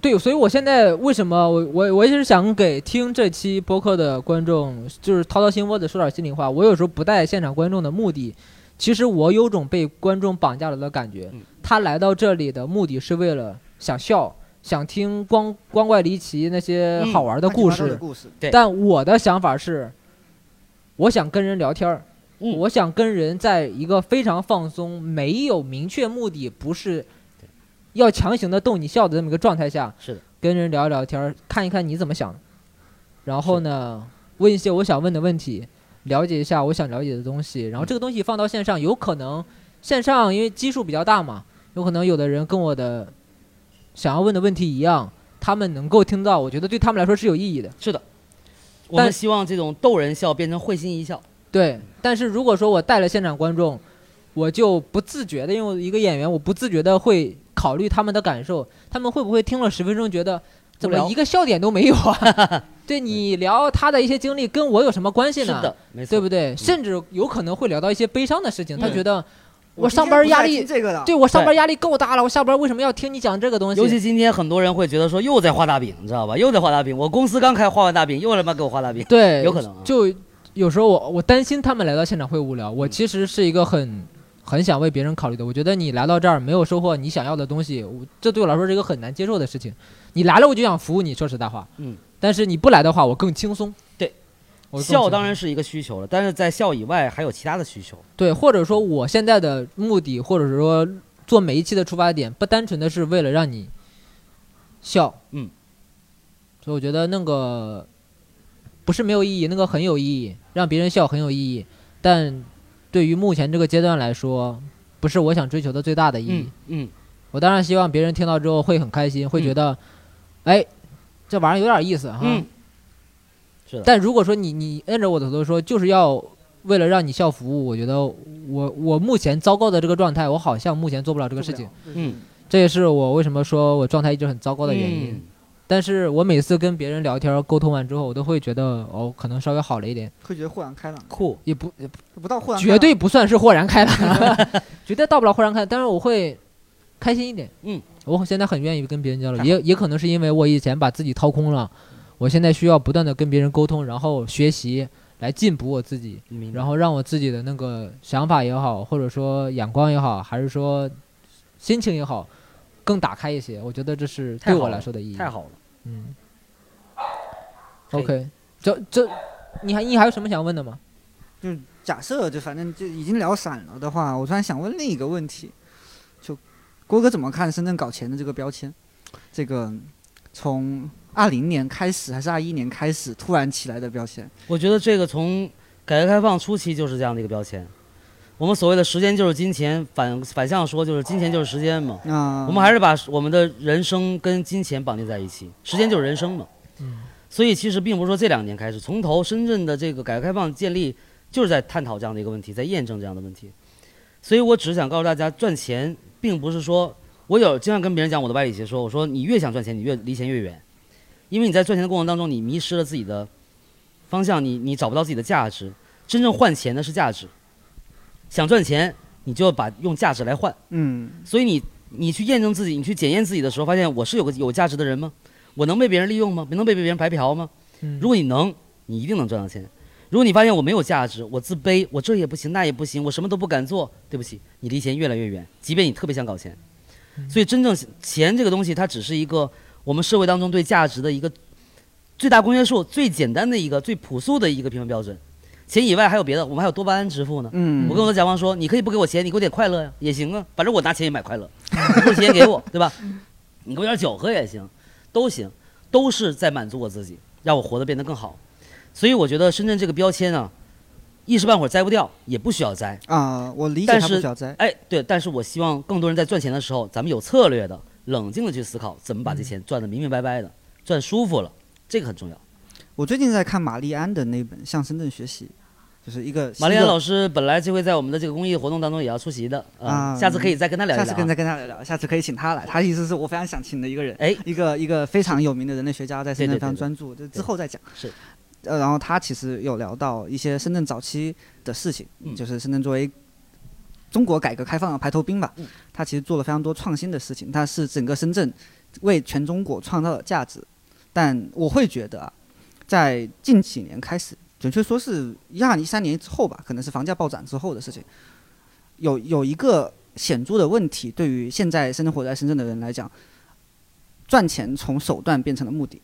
S2: 对，所以我现在为什么我我我也是想给听这期播客的观众，就是掏掏心窝子说点心里话。我有时候不带现场观众的目的，其实我有种被观众绑架了的感觉
S1: 嗯。
S2: 他来到这里的目的是为了想笑，想听光光怪离奇那些
S1: 嗯
S2: 呃好玩的
S3: 乱七
S2: 故
S3: 八糟的
S2: 事。
S3: 故事，
S1: 对
S2: 但我的想法是，我想跟人聊天儿，
S1: 嗯
S2: 我想跟人在一个非常放松、没有明确目的，不是要强行的逗你笑的这么一个状态下，
S1: 是的，
S2: 跟人聊一聊天儿，看一看你怎么想，然后呢，问一些我想问的问题，了解一下我想了解的东西，
S1: 嗯
S2: 然后这个东西放到线上，有可能线上因为基数比较大嘛，有可能有的人跟我的想要问的问题一样。他们能够听到，我觉得对他们来说是有意义的。
S1: 是的，我
S2: 但
S1: 们希望这种逗人笑变成会心一笑。
S2: 对，但是如果说我带了现场观众，我就不自觉的，因为我一个演员，我不自觉的会考虑他们的感受，他们会不会听了十分钟觉得怎
S1: 无
S2: 么
S1: 聊
S2: 一个笑点都没有啊？ 对你聊他的一些经历跟我有什么关系
S1: 是
S2: 呢？
S1: 的，没错，
S2: 对不对？甚至有可能会聊到一些悲伤的事情，他
S1: 嗯
S2: 觉得我
S3: 今
S2: 上
S3: 天
S2: 班
S3: 不是
S2: 压
S3: 来
S2: 力
S3: 听这个的，
S2: 对我上班压力够大了，我下班为什么要听你讲这个东西？
S1: 尤其今天很多人会觉得说又在画大饼，你知道吧？又在画大饼。我公司刚开画完大饼，又他妈给我画大饼。
S2: 对，
S1: 有可能啊
S2: 就有时候我我担心他们来到现场会无聊，我
S1: 嗯
S2: 其实是一个很很想为别人考虑的。我觉得你来到这儿没有收获你想要的东西，我这对我来说是一个很难接受的事情。你来了我就想服务你，说实在话，
S1: 嗯，
S2: 但是你不来的话，我更轻松。
S1: 对
S2: 我更轻松，
S1: 笑当然是一个需求了，但是在笑以外还有其他的需求。
S2: 对，或者说我现在的目的，或者是说做每一期的出发点不单纯的是为了让你笑，
S1: 嗯，
S2: 所以我觉得那个不是没有意义，那个很有意义，让别人笑很有意义，但对于目前这个阶段来说，不是我想追求的最大的意义。
S1: 嗯嗯，
S2: 我当然希望别人听到之后会很开心，会觉得，哎，这玩意儿有点意思哈。
S1: 嗯是的
S2: 但如果说你你摁着我的头说就是要为了让你笑服务，我觉得我我目前糟糕的这个状态，我好像目前做不了这个事情。
S1: 嗯，
S2: 这也是我为什么说我状态一直很糟糕的原因。
S1: 嗯
S2: 但是我每次跟别人聊天沟通完之后，我都会觉得哦，可能稍微好了一点，
S3: 会觉得豁然开朗，
S1: 酷，
S2: 也不
S3: 不到豁然开朗
S2: 绝对不算是豁然开 朗，绝对到不了豁然开朗，但是我会开心一点。
S1: 嗯，
S2: 我现在很愿意跟别人交流，
S3: 太好
S2: 也也可能是因为我以前把自己掏空了，我现在需要不断的跟别人沟通，然后学习来进步我自己，
S1: 明白
S2: 然后让我自己的那个想法也好，或者说眼光也好，还是说心情也好，更打开一些。我觉得这是
S1: 太
S2: 对
S1: 好
S2: 我
S1: 了
S2: 来说的意义。
S1: 太好了。
S2: 嗯
S1: 可以
S2: ，OK，这这，你还你还有什么想问的吗？
S3: 就是假设就反正就已经聊散了的话，我突然想问另一个问题，就郭哥怎么看深圳搞钱的这个标签？这个从二零年开始还是二一年开始突然起来的标签？
S1: 我觉得这个从改革开放初期就是这样的一个标签。我们所谓的时间就是金钱，反反向说就是金钱就是时间嘛。
S3: 那
S1: 哎我们还是把我们的人生跟金钱绑定在一起，时间就是人生嘛。
S2: 嗯，
S1: 所以其实并不是说这两年开始，从头深圳的这个改革开放建立就是在探讨这样的一个问题，在验证这样的问题。所以我只是想告诉大家，赚钱并不是说我有经常跟别人讲我的歪理邪说，我说你越想赚钱，你越离钱越远，因为你在赚钱的过程当中，你迷失了自己的方向，你你找不到自己的价值。真正换钱的是价值，想赚钱，你就要把用价值来换。
S3: 嗯
S1: 所以你你去验证自己，你去检验自己的时候，发现我是有个有价值的人吗？我能被别人利用吗？能被别人白嫖吗？
S2: 嗯
S1: 如果你能，你一定能赚到钱。如果你发现我没有价值，我自卑，我这也不行，那也不行，我什么都不敢做，对不起，你离钱越来越远。即便你特别想搞钱，所以真正钱这个东西，它只是一个我们社会当中对价值的一个最大公约数、最简单的一个、最朴素的一个评分标准。钱以外还有别的，我们还有多巴胺支付呢。
S3: 嗯，
S1: 我跟我的甲方说，你可以不给我钱，你给我点快乐呀，也行啊，反正我拿钱也买快乐， 你不是钱也给我，对吧？ 你给我点酒喝也行，都行，都是在满足我自己，让我活得变得更好。所以我觉得深圳这个标签啊，一时半会儿摘不掉，也不需要摘。
S3: 啊、我理解
S1: 但
S3: 他
S1: 是
S3: 不小灾，
S1: 哎，对，但是我希望更多人在赚钱的时候，咱们有策略的、冷静的去思考，怎么把这钱赚得明明白白的，赚舒服了，这个很重要。
S3: 我最近在看玛丽安的那本《向深圳学习》，就是一个
S1: 玛丽安
S3: 师
S1: 老师本来这回在我们的这个公益活动当中也要出席的啊，
S3: 啊
S1: 下次可以再跟他聊一
S3: 下
S1: 聊啊。
S3: 次跟再跟他聊聊，下次可以请他来，他意思是我非常想请的一个人。
S1: 哎，
S3: 一个一个非常有名的人类学家，在深
S1: 对对对
S3: 圳非常
S1: 对
S3: 专注，这之后再讲。
S1: 是，
S3: 呃，然后他其实有聊到一些深圳早期的事情，
S1: 嗯
S3: 就是深圳作为中国改革开放的排头兵吧
S1: 嗯，
S3: 他其实做了非常多创新的事情，他是整个深圳为全中国创造了价值。但我会觉得啊，在近几年开始，准确说是一二一三年之后吧，可能是房价暴涨之后的事情，有有一个显著的问题，对于现在深圳活在深圳的人来讲。赚钱从手段变成了目的。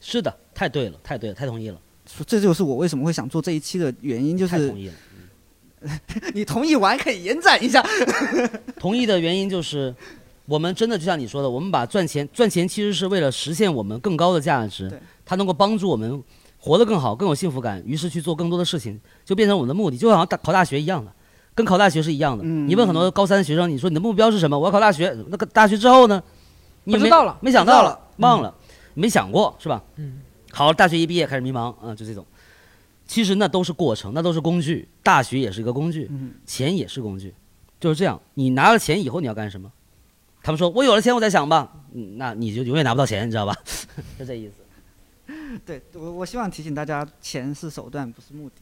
S1: 是的，太对了，太对了，太同意了，
S3: 所这就是我为什么会想做这一期的原因，就
S1: 太同
S3: 是
S1: 意了。
S3: 你同意完可以延展一下。
S1: 同意的原因就是， 我们真的就像你说的，我们把赚钱，赚钱其实是为了实现我们更高的价值
S3: 对，
S1: 它能够帮助我们活得更好，更有幸福感，于是去做更多的事情，就变成我们的目的，就好像大考大学一样的。跟考大学是一样的，
S3: 嗯
S1: 你问很多高三学生，你说你的目标是什么？我要考大学，那个大学之后呢？你
S2: 不知
S1: 没
S2: 道了
S1: 没想
S3: 不知
S1: 到
S3: 道嗯
S1: 了，忘了，没想过是吧？
S2: 嗯。
S1: 好，大学一毕业开始迷茫啊，就这种。其实那都是过程，那都是工具。大学也是一个工具，
S3: 嗯
S1: 钱也是工具，就是这样。你拿了钱以后你要干什么？他们说我有了钱我再想吧，嗯，那你就永远拿不到钱，你知道吧？ 就这意思。呃
S3: 对我，我希望提醒大家，钱是手段，不是目的。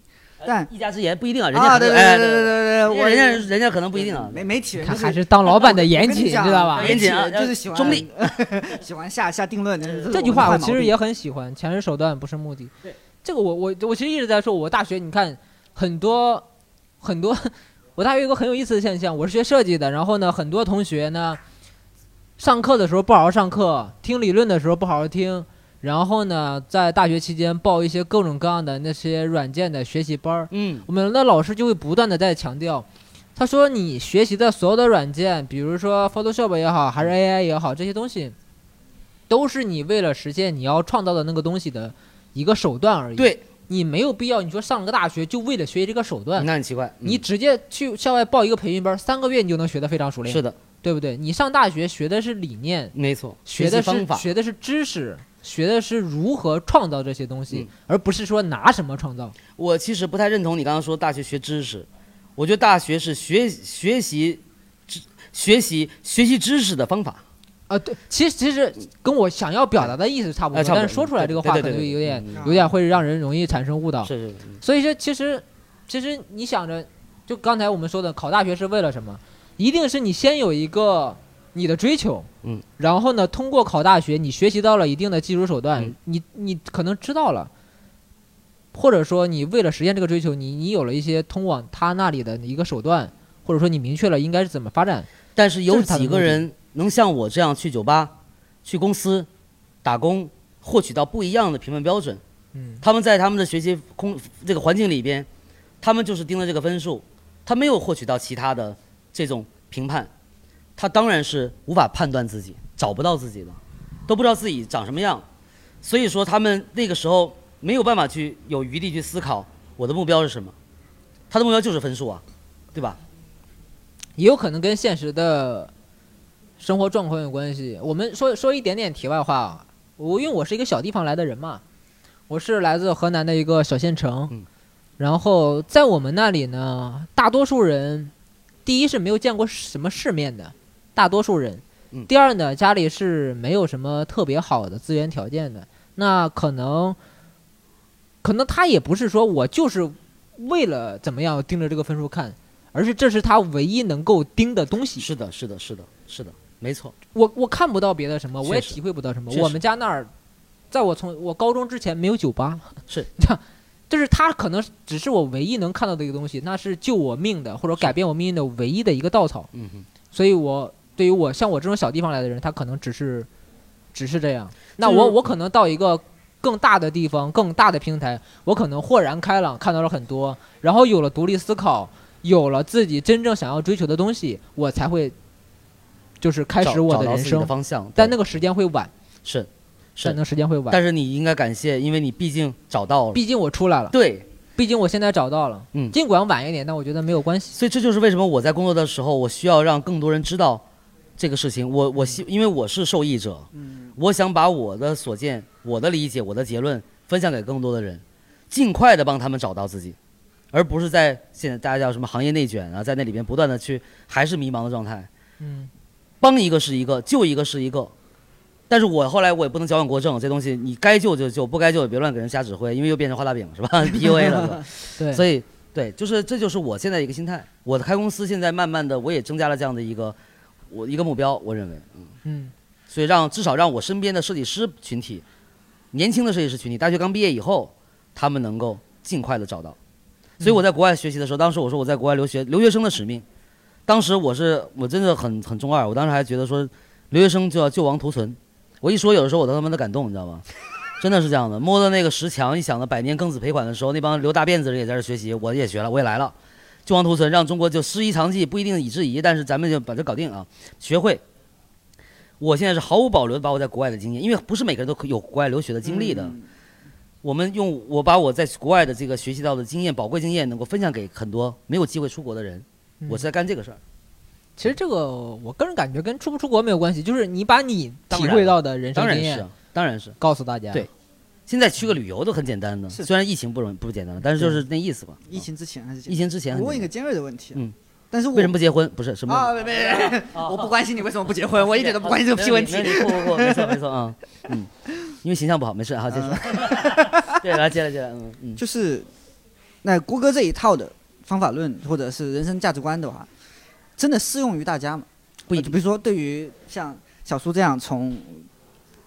S3: 但
S1: 一家之言不一定啊，人家
S3: 啊，
S1: 可
S3: 对
S1: 能
S3: 对
S1: 哎
S3: 对对对对，
S1: 人家
S3: 我
S1: 人家人家可能不一定啊。
S3: 媒媒体人
S2: 看
S3: 就是
S2: 还是当老板的严
S3: 我跟
S2: 谨，
S3: 你讲
S2: 知道吧
S1: 对？严谨啊
S3: 媒体人就是喜欢
S1: 中立， 呃
S3: 喜欢下下定论。是
S2: 这
S3: 我
S2: 句
S3: 们
S2: 话
S3: 坏毛
S2: 我其实
S3: 病
S2: 也很喜欢，钱是手段，不是目的。
S1: 对，
S2: 这个我我我其实一直在说，我大学你看很多很多，我大学有一个很有意思的现象，我是学设计的，然后呢，很多同学呢，上课的时候不好好上课，听理论的时候不好好听，然后呢，在大学期间报一些各种各样的那些软件的学习班儿，
S1: 嗯
S2: 我们的老师就会不断的在强调，他说你学习的所有的软件，比如说 Photoshop 也好，
S1: 嗯
S2: 还是 AI 也好，这些东西都是你为了实现你要创造的那个东西的一个手段而已。
S1: 对，
S2: 你没有必要你说上了个大学就为了学习这个手
S3: 呃
S2: 段，
S1: 那很奇怪，
S2: 你
S1: 嗯
S2: 直接去校外报一个培训班，三个月你就能学得非常熟练，
S1: 是的，
S2: 对不对？你上大学学的是理念，
S1: 没错，
S2: 学
S1: 习
S2: 的
S1: 方
S2: 是
S1: 法，
S2: 学的是知识，学的是如何创造这些东
S1: 嗯
S2: 西，而不是说拿什么创造。
S1: 我其实不太认同你刚刚说大学学知识，我觉得大学是学学习知学习学习知识的方法。
S2: 啊，对，其实其实跟我想要表达的意思差不多，
S1: 哎差不多
S2: 但是说出来这个话
S1: 对
S2: 可
S1: 对
S2: 能就
S1: 对
S2: 有
S1: 对
S2: 点
S1: 嗯
S3: 嗯
S2: 有点会让人容易产生误
S3: 啊
S2: 导。
S1: 是是，嗯
S2: 所以说，其实其实你想着，就刚才我们说的，考大学是为了什么？一定是你先有一个你的追求，
S1: 嗯，
S2: 然后呢，通过考大学，你学习到了一定的技术手段，
S1: 嗯
S2: 你你可能知道了。或者说，你为了实现这个追求，你你有了一些通往他那里的一个手段，或者说你明确了应该是怎么发展，
S1: 但是有
S2: 这是他的
S1: 几个
S2: 目的
S1: 人能像我这样去酒吧、去公司打工，获取到不一样的评分标准？
S2: 嗯，
S1: 他们在他们的学习空这个环境里边，他们就是盯着这个分数，他没有获取到其他的这种评判，他当然是无法判断自己，找不到自己的，都不知道自己长什么样，所以说他们那个时候没有办法去有余地去思考我的目标是什么，他的目标就是分数啊，对吧？
S2: 也有可能跟现实的生活状况有关系。我们说说一点点题外话啊，我因为我是一个小地方来的人嘛，我是来自河南的一个小县城，
S1: 嗯
S2: 然后在我们那里呢，大多数人第一是没有见过什么世面的，大多数人
S1: 嗯，
S2: 第二呢，家里是没有什么特别好的资源条件的，那可能。可能他也不是说我就是为了怎么样盯着这个分数看，而是这是他唯一能够盯的东西。
S1: 是的，是的，是的，是的，没错，
S2: 我我看不到别的什么，
S1: 确
S2: 我也
S1: 实
S2: 体会不到什么。
S1: 确实
S2: 我们家那儿，在我从我高中之前没有酒吧，
S1: 是
S2: 这样， 就是他可能只是我唯一能看到的一个东西，那是救我命的或者改变我命运的唯一的一个稻草。
S1: 嗯哼，
S2: 所以我对于我像我这种小地方来的人，他可能只是只是这样。那
S1: 就是
S2: 我我可能到一个更大的地方、更大的平台，我可能豁然开朗，看到了很多，然后有了独立思考，有了自己真正想要追求的东西，我才会就是开
S1: 找
S2: 始我
S1: 找到
S2: 人
S1: 自己
S2: 生
S1: 的。方向，
S2: 但那
S1: 个
S2: 个时间会晚，
S1: 是是
S2: 但那个时间会晚。
S1: 但是你应该感谢，因为你毕竟找到了，
S2: 毕竟我出来了，
S1: 对，
S2: 毕竟我现在找到了。
S1: 嗯
S2: 尽管晚一点，但我觉得没有关系。
S1: 所以这就是为什么我在工作的时候，我需要让更多人知道这个事情。我我希，因为我是受益者，
S2: 嗯
S1: 我想把我的所见、我的理解、我的结论分享给更多的人，尽快的帮他们找到自己，而不是在现在大家叫什么行业内卷啊，在那里边不断的去还是迷茫的状态。
S2: 嗯，
S1: 帮一个是一个，救一个是一个。但是我后来我也不能矫枉过正，这东西你该救就救，不该救也别乱给人瞎指挥，因为又变成画大饼是吧？PUA 了是吧。
S2: 对。
S1: 所以对，就是这就是我现在一个心态。我的开公司现在慢慢的我也增加了这样的一个我一个目标，我认为，
S2: 嗯，
S1: 所以让至少让我身边的设计师群体，年轻的设计师群体，大学刚毕业以后，他们能够尽快的找到。所以我在国外学习的时候，当时我说我在国外留学，留学生的使命。当时我是我真的很很中二，我当时还觉得说留学生就要救亡图存。我一说，有的时候我都他妈的感动，你知道吗？ 真的是这样的。摸到那个石墙，一想到百年庚子赔款的时候，那帮留大辫子的人也在这学习，我也学了，我也来了。救亡图存，让中国就师夷长技不一定以制夷，但是咱们就把这搞定啊，学会。我现在是毫无保留的把我在国外的经验，因为不是每个人都可有国外留学的经历的。
S3: 嗯
S1: 我们用我把我在国外的这个学习到的经验、宝贵经验，能够分享给很多没有机会出国的人。
S2: 嗯
S1: 我是在干这个事儿，
S2: 其实这个我个人感觉跟出不出国没有关系，就是你把你
S1: 当
S2: 体
S1: 然
S2: 会
S1: 了
S2: 到的人生
S1: 当然
S2: 经
S1: 是
S2: 验
S1: 啊，当然是。
S2: 告诉大家。
S1: 对现在去个旅游都很简单的，
S3: 是
S1: 虽然疫情不容不简单，但是就是那意思吧。
S3: 疫情之前还是
S1: 疫情之前
S3: 我
S1: 很
S3: 问一
S1: 简
S3: 个
S1: 单，
S3: 尖锐的问题，啊
S1: 嗯，
S3: 但是我
S1: 为什么不结婚？不是什么？
S3: 啊？别别别，我不关心你为什么不结婚，我一点都不关心这个屁问题
S1: 没。有你不不不，没错没错啊，嗯，因为形象不好，没事啊，好接着。 对，来接着接着，嗯嗯，
S3: 就是那郭哥这一套的方法论或者是人生价值观的话，真的适用于大家吗？
S1: 不一
S3: 就比如说对于像小苏这样从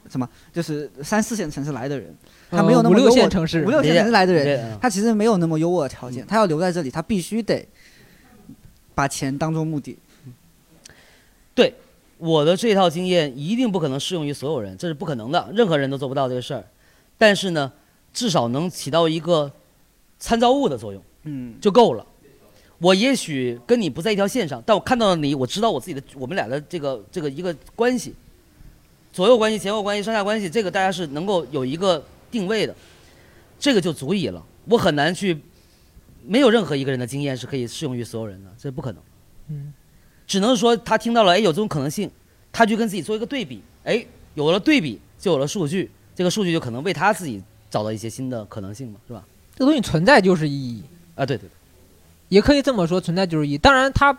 S3: 什么就是三四线城市来的人，他没有那
S2: 嗯五
S3: 么优
S2: 六
S3: 渥
S2: 线城市
S3: 五，六线城市来的人，
S1: 人
S3: 他其实没有那么优渥的条件，他要留在这里，他必须得把钱当做目的。
S1: 我的这套经验一定不可能适用于所有人，这是不可能的，任何人都做不到这个事儿。但是呢，至少能起到一个参照物的作用
S3: 嗯，
S1: 就够了。我也许跟你不在一条线上，但我看到了你，我知道我自己的我们俩的这个这个一个关系，左右关系、前后关系、上下关系，这个大家是能够有一个定位的，这个就足以了。我很难去，没有任何一个人的经验是可以适用于所有人的，这不可能。
S4: 嗯，
S1: 只能说他听到了，哎，有这种可能性，他去跟自己做一个对比，哎，有了对比就有了数据，这个数据就可能为他自己找到一些新的可能性嘛，是吧？
S4: 这个东西存在就是意义，
S1: 啊，对对对，
S4: 也可以这么说，存在就是意义。当然它，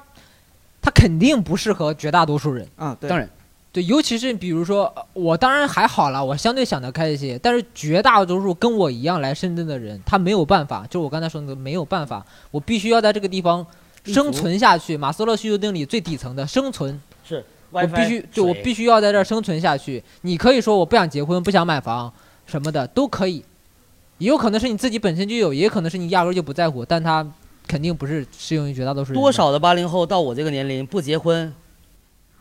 S4: 它肯定不适合绝大多数人。
S3: 啊，对，
S1: 当然
S4: 对，尤其是比如说，呃我当然还好啦，我相对想得开一些，但是绝大多数跟我一样来深圳的人，他没有办法，就是我刚才说的没有办法，我必须要在这个地方
S3: 立
S4: 生
S3: 足
S4: 存下去。马斯洛需求定理最底层的生存，
S1: 是
S4: 我必须就我必须要在这儿生存下去。你可以说我不想结婚，不想买房什么的都可以，也有可能是你自己本身就有，也可能是你压根儿就不在乎，但它肯定不是适用于绝大多数人的。嗯
S1: 多少的八零后到我这个年龄不结婚，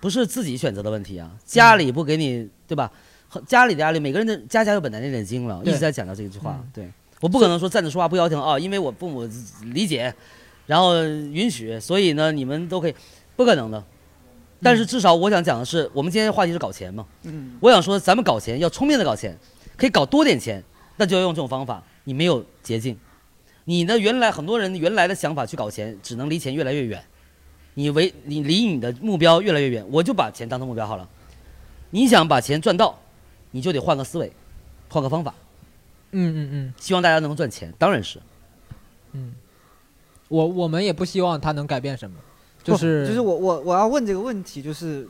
S1: 不是自己选择的问题啊，家里不给你，对吧？很家里的压力，每个人的家家有本难念的经了，一
S4: 对嗯
S1: 直在讲到这句话。对我不可能说站着说话不腰疼啊，因为我父母理解，然后允许，所以呢，你们都可以，不可能的。但
S4: 嗯
S1: 是至少我想讲的是，我们今天的话题是搞钱嘛，
S3: 嗯，
S1: 我想说咱们搞钱要聪明的搞钱，可以搞多点钱，那就要用这种方法，你没有捷径。你的原来很多人原来的想法去搞钱，只能离钱越来越远，你为你离你的目标越来越远。我就把钱当成目标好了。你想把钱赚到，你就得换个思维，换个方法。
S4: 嗯嗯嗯，
S1: 希望大家能够赚钱，当然是
S4: 我我们也不希望它能改变什么，
S3: 不
S4: 是
S3: 就是我我我要问这个问题，就是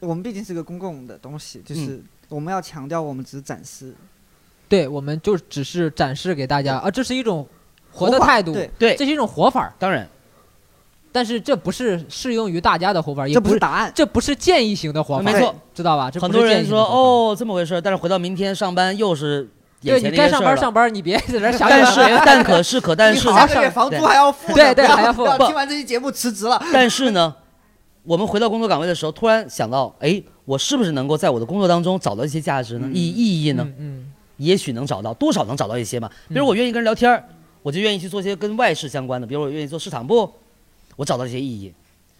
S3: 我们毕竟是个公共的东西，就是我们要强调我们只是展示
S4: 对，我们就只是展示给大家啊，这是一种活
S3: 活
S4: 的
S3: 法
S4: 态度，
S3: 对，
S1: 对，
S4: 这是一种活法儿，
S1: 当然
S4: 但是这不是适用于大家的活法儿，也
S3: 这不
S4: 是
S3: 是答案，
S4: 这不是建议型的活法儿，
S1: 没错。
S4: 知道吧？这不
S1: 很
S4: 是
S1: 多
S4: 建
S1: 人
S4: 议型
S1: 说
S4: 的活法儿，
S1: 哦这么回事儿，但是回到明天上班又是眼
S4: 对
S1: 前
S4: 你
S1: 的一
S4: 该
S1: 些事
S4: 上
S1: 儿
S4: 班
S1: 了。
S4: 上班，你别在这儿瞎
S1: 但
S4: 干
S1: 是 但可是可但
S3: 你
S1: 是
S3: 好
S1: 呢
S3: 下，个月房
S1: 对
S3: 租还要付呢，
S4: 对对
S3: 不要
S4: 还要付
S3: 不
S1: 不
S3: 听完这期节目辞职了，
S1: 但是呢，我们回到工作岗位的时候，突然想到，哎，我是不是能够在我的工作当中找到一些价值呢？
S3: 嗯
S1: 意意义呢？
S4: 嗯嗯，
S1: 也许能找到，多少能找到一些嘛。比如
S4: 嗯
S1: 我愿意跟人聊天儿，我就愿意去做一些跟外事相关的，比如我愿意做市场部，我找到一些意义，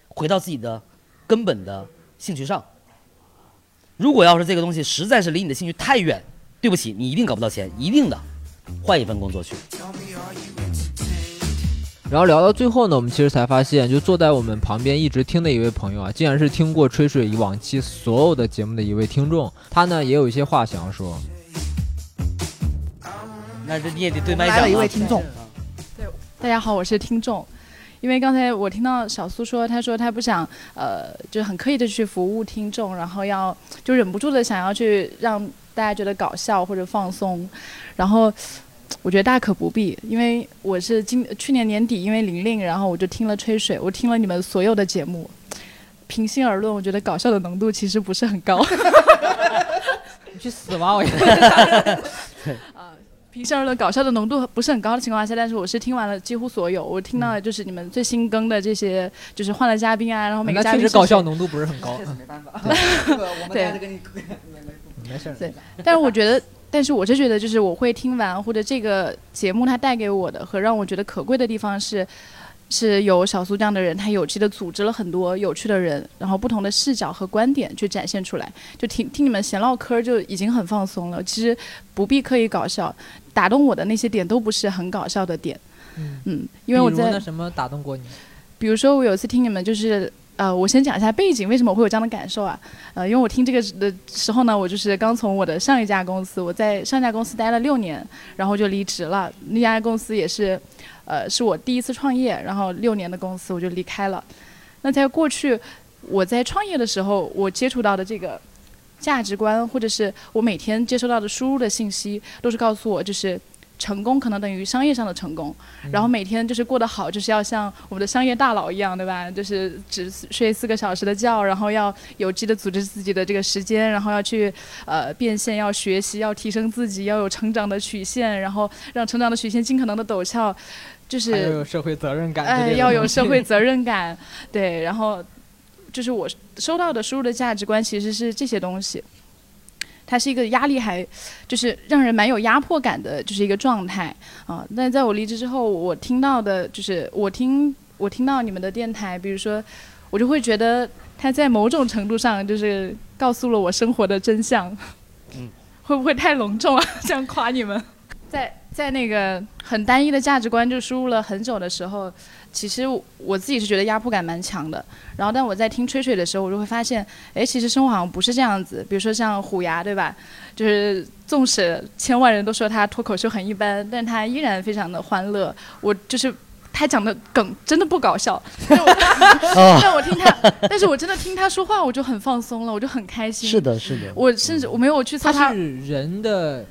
S1: 回到自己的根本的兴趣上。如果要是这个东西实在是离你的兴趣太远，对不起，你一定搞不到钱，一定的，换一份工作去。
S2: 然后聊到最后呢，我们其实才发现，就坐在我们旁边一直听的一位朋友啊，竟然是听过吹水往期所有的节目的一位听众，他呢也有一些话想要说。
S1: 那这你也得对麦
S3: 来
S1: 讲
S3: 了一位
S1: 啊。
S3: 听众，
S5: 大家好，我是听众。因为刚才我听到小苏说，他说他不想，呃，就很刻意的去服务听众，然后要就忍不住的想要去让大家觉得搞笑或者放松，然后我觉得大可不必，因为我是今去年年底因为玲玲，然后我就听了吹水，我听了你们所有的节目，平心而论，我觉得搞笑的浓度其实不是很高。
S4: 你去死吧！我也
S5: 平心而论，搞笑的浓度不是很高的情况下，但是我是听完了几乎所有，我听到
S4: 嗯
S5: 的就是你们最新更的这些，就是换了嘉宾啊，然后每
S4: 那
S5: 个嘉宾
S4: 确实
S5: 是
S4: 搞笑
S5: 谁。
S4: 浓度不是很高
S3: 确，实没办法， 这个我们
S5: 对
S3: 还是跟你
S4: 没事儿。
S5: 对但是我觉得，但是我是觉得，就是我会听完或者这个节目它带给我的和让我觉得可贵的地方是，是有小苏这样的人，他有机的组织了很多有趣的人，然后不同的视角和观点去展现出来。就听听你们闲唠嗑儿就已经很放松了，其实不必刻意搞笑，打动我的那些点都不是很搞笑的点。
S4: 嗯
S5: 嗯，因为我
S4: 比如
S5: 在
S4: 那什么打动过你？
S5: 比如说，我有一次听你们就是。呃，我先讲一下背景，为什么我会有这样的感受啊？呃，因为我听这个的时候呢，我就是刚从我的上一家公司，我在上一家公司待了六年，然后就离职了。那家公司也是，呃，是我第一次创业，然后六年的公司我就离开了。那在过去我在创业的时候，我接触到的这个价值观，或者是我每天接收到的输入的信息，都是告诉我，就是成功可能等于商业上的成功，
S4: 嗯
S5: 然后每天就是过得好，就是要像我们的商业大佬一样，对吧？就是只睡四个小时的觉，然后要有机的组织自己的这个时间，然后要去呃变现，要学习，要提升自己，要有成长的曲线，然后让成长的曲线尽可能的陡峭，就是
S4: 还要有社会责任感之类
S5: 哎，
S4: 的东西，
S5: 要有社会责任感，对，然后就是我收到的输入的价值观其实是这些东西，它是一个压力还就是让人蛮有压迫感的，就是一个状态啊。但在我离职之后，我听到的就是我听我听到你们的电台，比如说，我就会觉得它在某种程度上就是告诉了我生活的真相。
S1: 嗯，
S5: 会不会太隆重啊？ 这样夸你们，在在那个很单一的价值观就输入了很久的时候，其实我我自己是觉得压迫感蛮强的。然后，但我在听吹吹的时候，我就会发现，哎，其实生活好像不是这样子。比如说像虎牙，对吧？就是纵使千万人都说他脱口秀很一般，但他依然非常的欢乐。我就是他讲的梗真的不搞笑，但我
S1: 啊
S5: 但我听他，但是我真的听他说话，我就很放松了，我就很开心。
S1: 是，的，是的，
S5: 我甚至我没有去测
S2: 他
S5: 他，
S2: 是人的，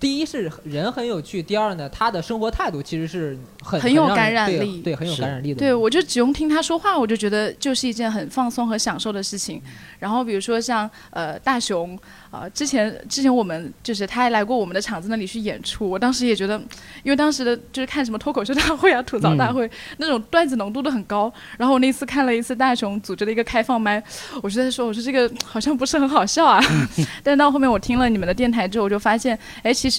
S2: 第一是人很有趣，第二呢，他的生活态度其实是很
S5: 很有
S2: 让人
S5: 感染
S2: 对啊
S5: 力
S2: 对，很有
S1: 是
S2: 感染力的。
S5: 对，我就只用听他说话，我就觉得就是一件很放松和享受的事情。然后比如说像呃大熊啊、呃之前之前我们就是他还来过我们的场子那里去演出，我当时也觉得，因为当时的就是看什么脱口秀大会啊、吐槽大会、那种段子浓度都很高。然后我那次看了一次大熊组织的一个开放麦，我就在说，哦我说这个好像不是很好笑啊。 但是到后面我听了你们的电台之后，我就发现，哎，其实。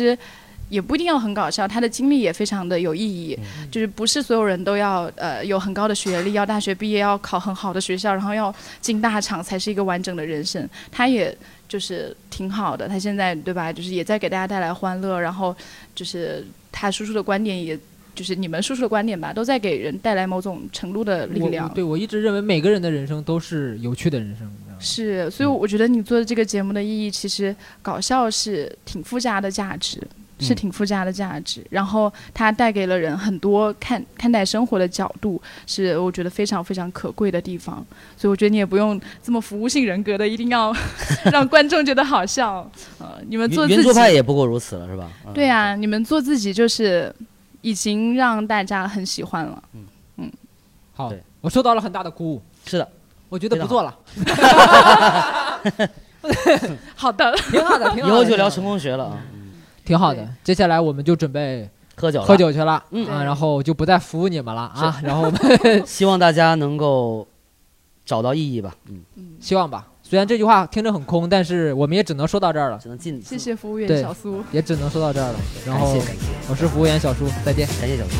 S5: 也不一定要很搞笑，他的经历也非常的有意义。
S2: 嗯
S5: 就是不是所有人都要呃有很高的学历，要大学毕业，要考很好的学校，然后要进大厂才是一个完整的人生。他也就是挺好的，他现在对吧，就是也在给大家带来欢乐，然后就是他输出的观点也。就是你们输出的观点吧，都在给人带来某种程度的力
S2: 我
S5: 量
S2: 我。对我一直认为每个人的人生都是有趣的人生，你知道吗？
S5: 是，所以我觉得你做的这个节目的意义，其实搞笑是挺附加的价值，是
S1: 嗯
S5: 挺附加的价值。然后它带给了人很多看看待生活的角度，是我觉得非常非常可贵的地方。所以我觉得你也不用这么服务性人格的，一定要 让观众觉得好笑。呃，你们做
S1: 圆
S5: 自
S1: 圆桌派
S5: 己，
S1: 也不过如此了，是吧？嗯
S5: 对啊，你们做自己就是已经让大家很喜欢了。
S2: 好
S1: 对，
S2: 我受到了很大的鼓舞，
S1: 是的，
S2: 我觉得
S1: 非
S2: 不
S1: 常
S2: 做了，
S5: 好的，嗯
S2: 挺好的，挺
S1: 以
S2: 好的。
S1: 后就聊
S2: 挺
S1: 成
S2: 好的
S1: 功学了啊，
S2: 挺好
S5: 对
S2: 的。接下来我们就准备
S1: 喝酒了
S2: 喝，酒去了，
S1: 嗯
S2: 啊，
S5: 对
S2: 然后就不再服务你们了啊，然后我们
S1: 希望大家能够找到意义吧，嗯，
S2: 希望吧。虽然这句话听着很空，但是我们也只能说到这儿了，
S1: 只能尽
S5: 谢，谢服务员
S2: 对
S5: 小苏。
S2: 也只能说到这儿了。然
S1: 感
S2: 后
S1: 谢感谢
S2: 我是服务员小叔，再见。
S1: 感谢小叔。